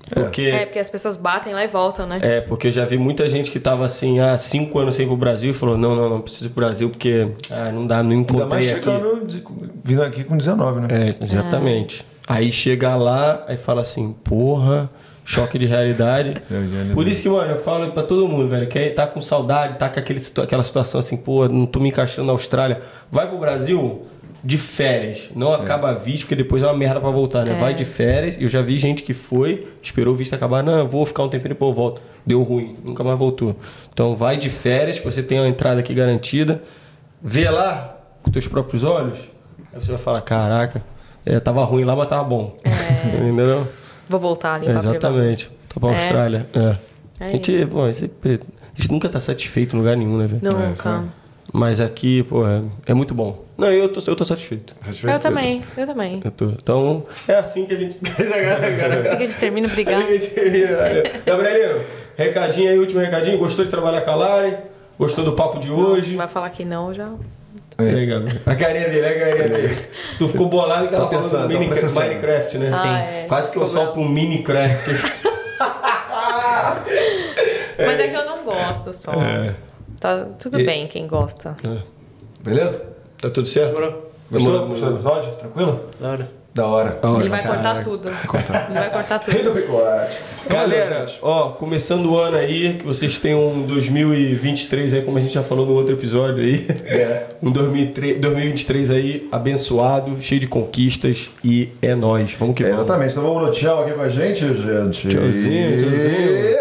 Speaker 2: Porque.
Speaker 3: É, porque as pessoas batem lá e voltam, né?
Speaker 2: É, porque eu já vi muita gente que tava assim, há cinco anos sem ir pro Brasil e falou, não, não, não preciso ir pro Brasil porque ah, não dá, não
Speaker 1: Ainda mais
Speaker 2: encontrei aqui.
Speaker 1: chegando, de- vindo aqui com 19, né?
Speaker 2: É, exatamente. Aí chega lá, aí fala assim, porra, choque de realidade.
Speaker 1: É, realidade.
Speaker 2: Por isso que, mano, eu falo pra todo mundo, velho, que aí tá com saudade, tá com aquele, situa- aquela situação assim, pô, não tô me encaixando na Austrália. Vai pro Brasil de férias. Não acaba visto, porque depois é uma merda pra voltar, né? Vai de férias. Eu já vi gente que foi, esperou o visto acabar, não, eu vou ficar um tempinho e depois eu volto. Deu ruim, nunca mais voltou. Então vai de férias, que você tem a entrada aqui garantida. Vê lá com teus próprios olhos, aí você vai falar, caraca, é, tava ruim lá, mas tava bom. Entendeu?
Speaker 3: Vou voltar ali
Speaker 2: É,
Speaker 3: pra
Speaker 2: exatamente. Tô pra
Speaker 3: É.
Speaker 2: Austrália. É.
Speaker 3: É
Speaker 2: a gente, pô, a gente- a gente nunca tá satisfeito em lugar nenhum, né, velho?
Speaker 3: Nunca.
Speaker 2: Mas aqui, pô, é, é muito bom. Não, eu tô, eu tô satisfeito.
Speaker 3: eu também, eu também.
Speaker 2: Eu tô. Então, é assim que a gente.
Speaker 3: Assim que a gente termina brigando.
Speaker 2: Gabrielino, recadinho aí, último recadinho. Gostou de trabalhar com a Lari? Gostou do papo de hoje?
Speaker 3: Vai falar que não, já.
Speaker 2: E aí, Gabi? A carinha dele, a carinha dele. Tu ficou bolado que ela falou
Speaker 1: pensando, tá
Speaker 2: do Minecraft,
Speaker 1: processando.
Speaker 2: Minecraft, né?
Speaker 3: Ah, é.
Speaker 2: Quase que eu
Speaker 3: Ficou
Speaker 2: solto um Minecraft.
Speaker 3: Mas é que eu não gosto só.
Speaker 1: É.
Speaker 3: Tá tudo
Speaker 2: É. E-
Speaker 3: bem quem gosta.
Speaker 1: Beleza?
Speaker 2: É. tá tudo certo?
Speaker 4: Demorou.
Speaker 1: Gostou?
Speaker 2: Demorou.
Speaker 1: Gostou do episódio? Tranquilo?
Speaker 4: Da hora.
Speaker 1: Da hora.
Speaker 3: Ele vai cortar tudo. Ele vai cortar
Speaker 1: Rei
Speaker 3: tudo.
Speaker 1: do bigode.
Speaker 2: Galera, ó, começando o ano aí, que vocês tenham um 2023 aí, como a gente já falou no outro episódio aí.
Speaker 1: É.
Speaker 2: Um 2003 2023 aí abençoado, cheio de conquistas e é nóis. Vamos que
Speaker 1: É,
Speaker 2: vamos.
Speaker 1: exatamente. Então vamos no tchau aqui com a gente, gente.
Speaker 2: Tchauzinho,
Speaker 1: E-
Speaker 2: tchauzinho.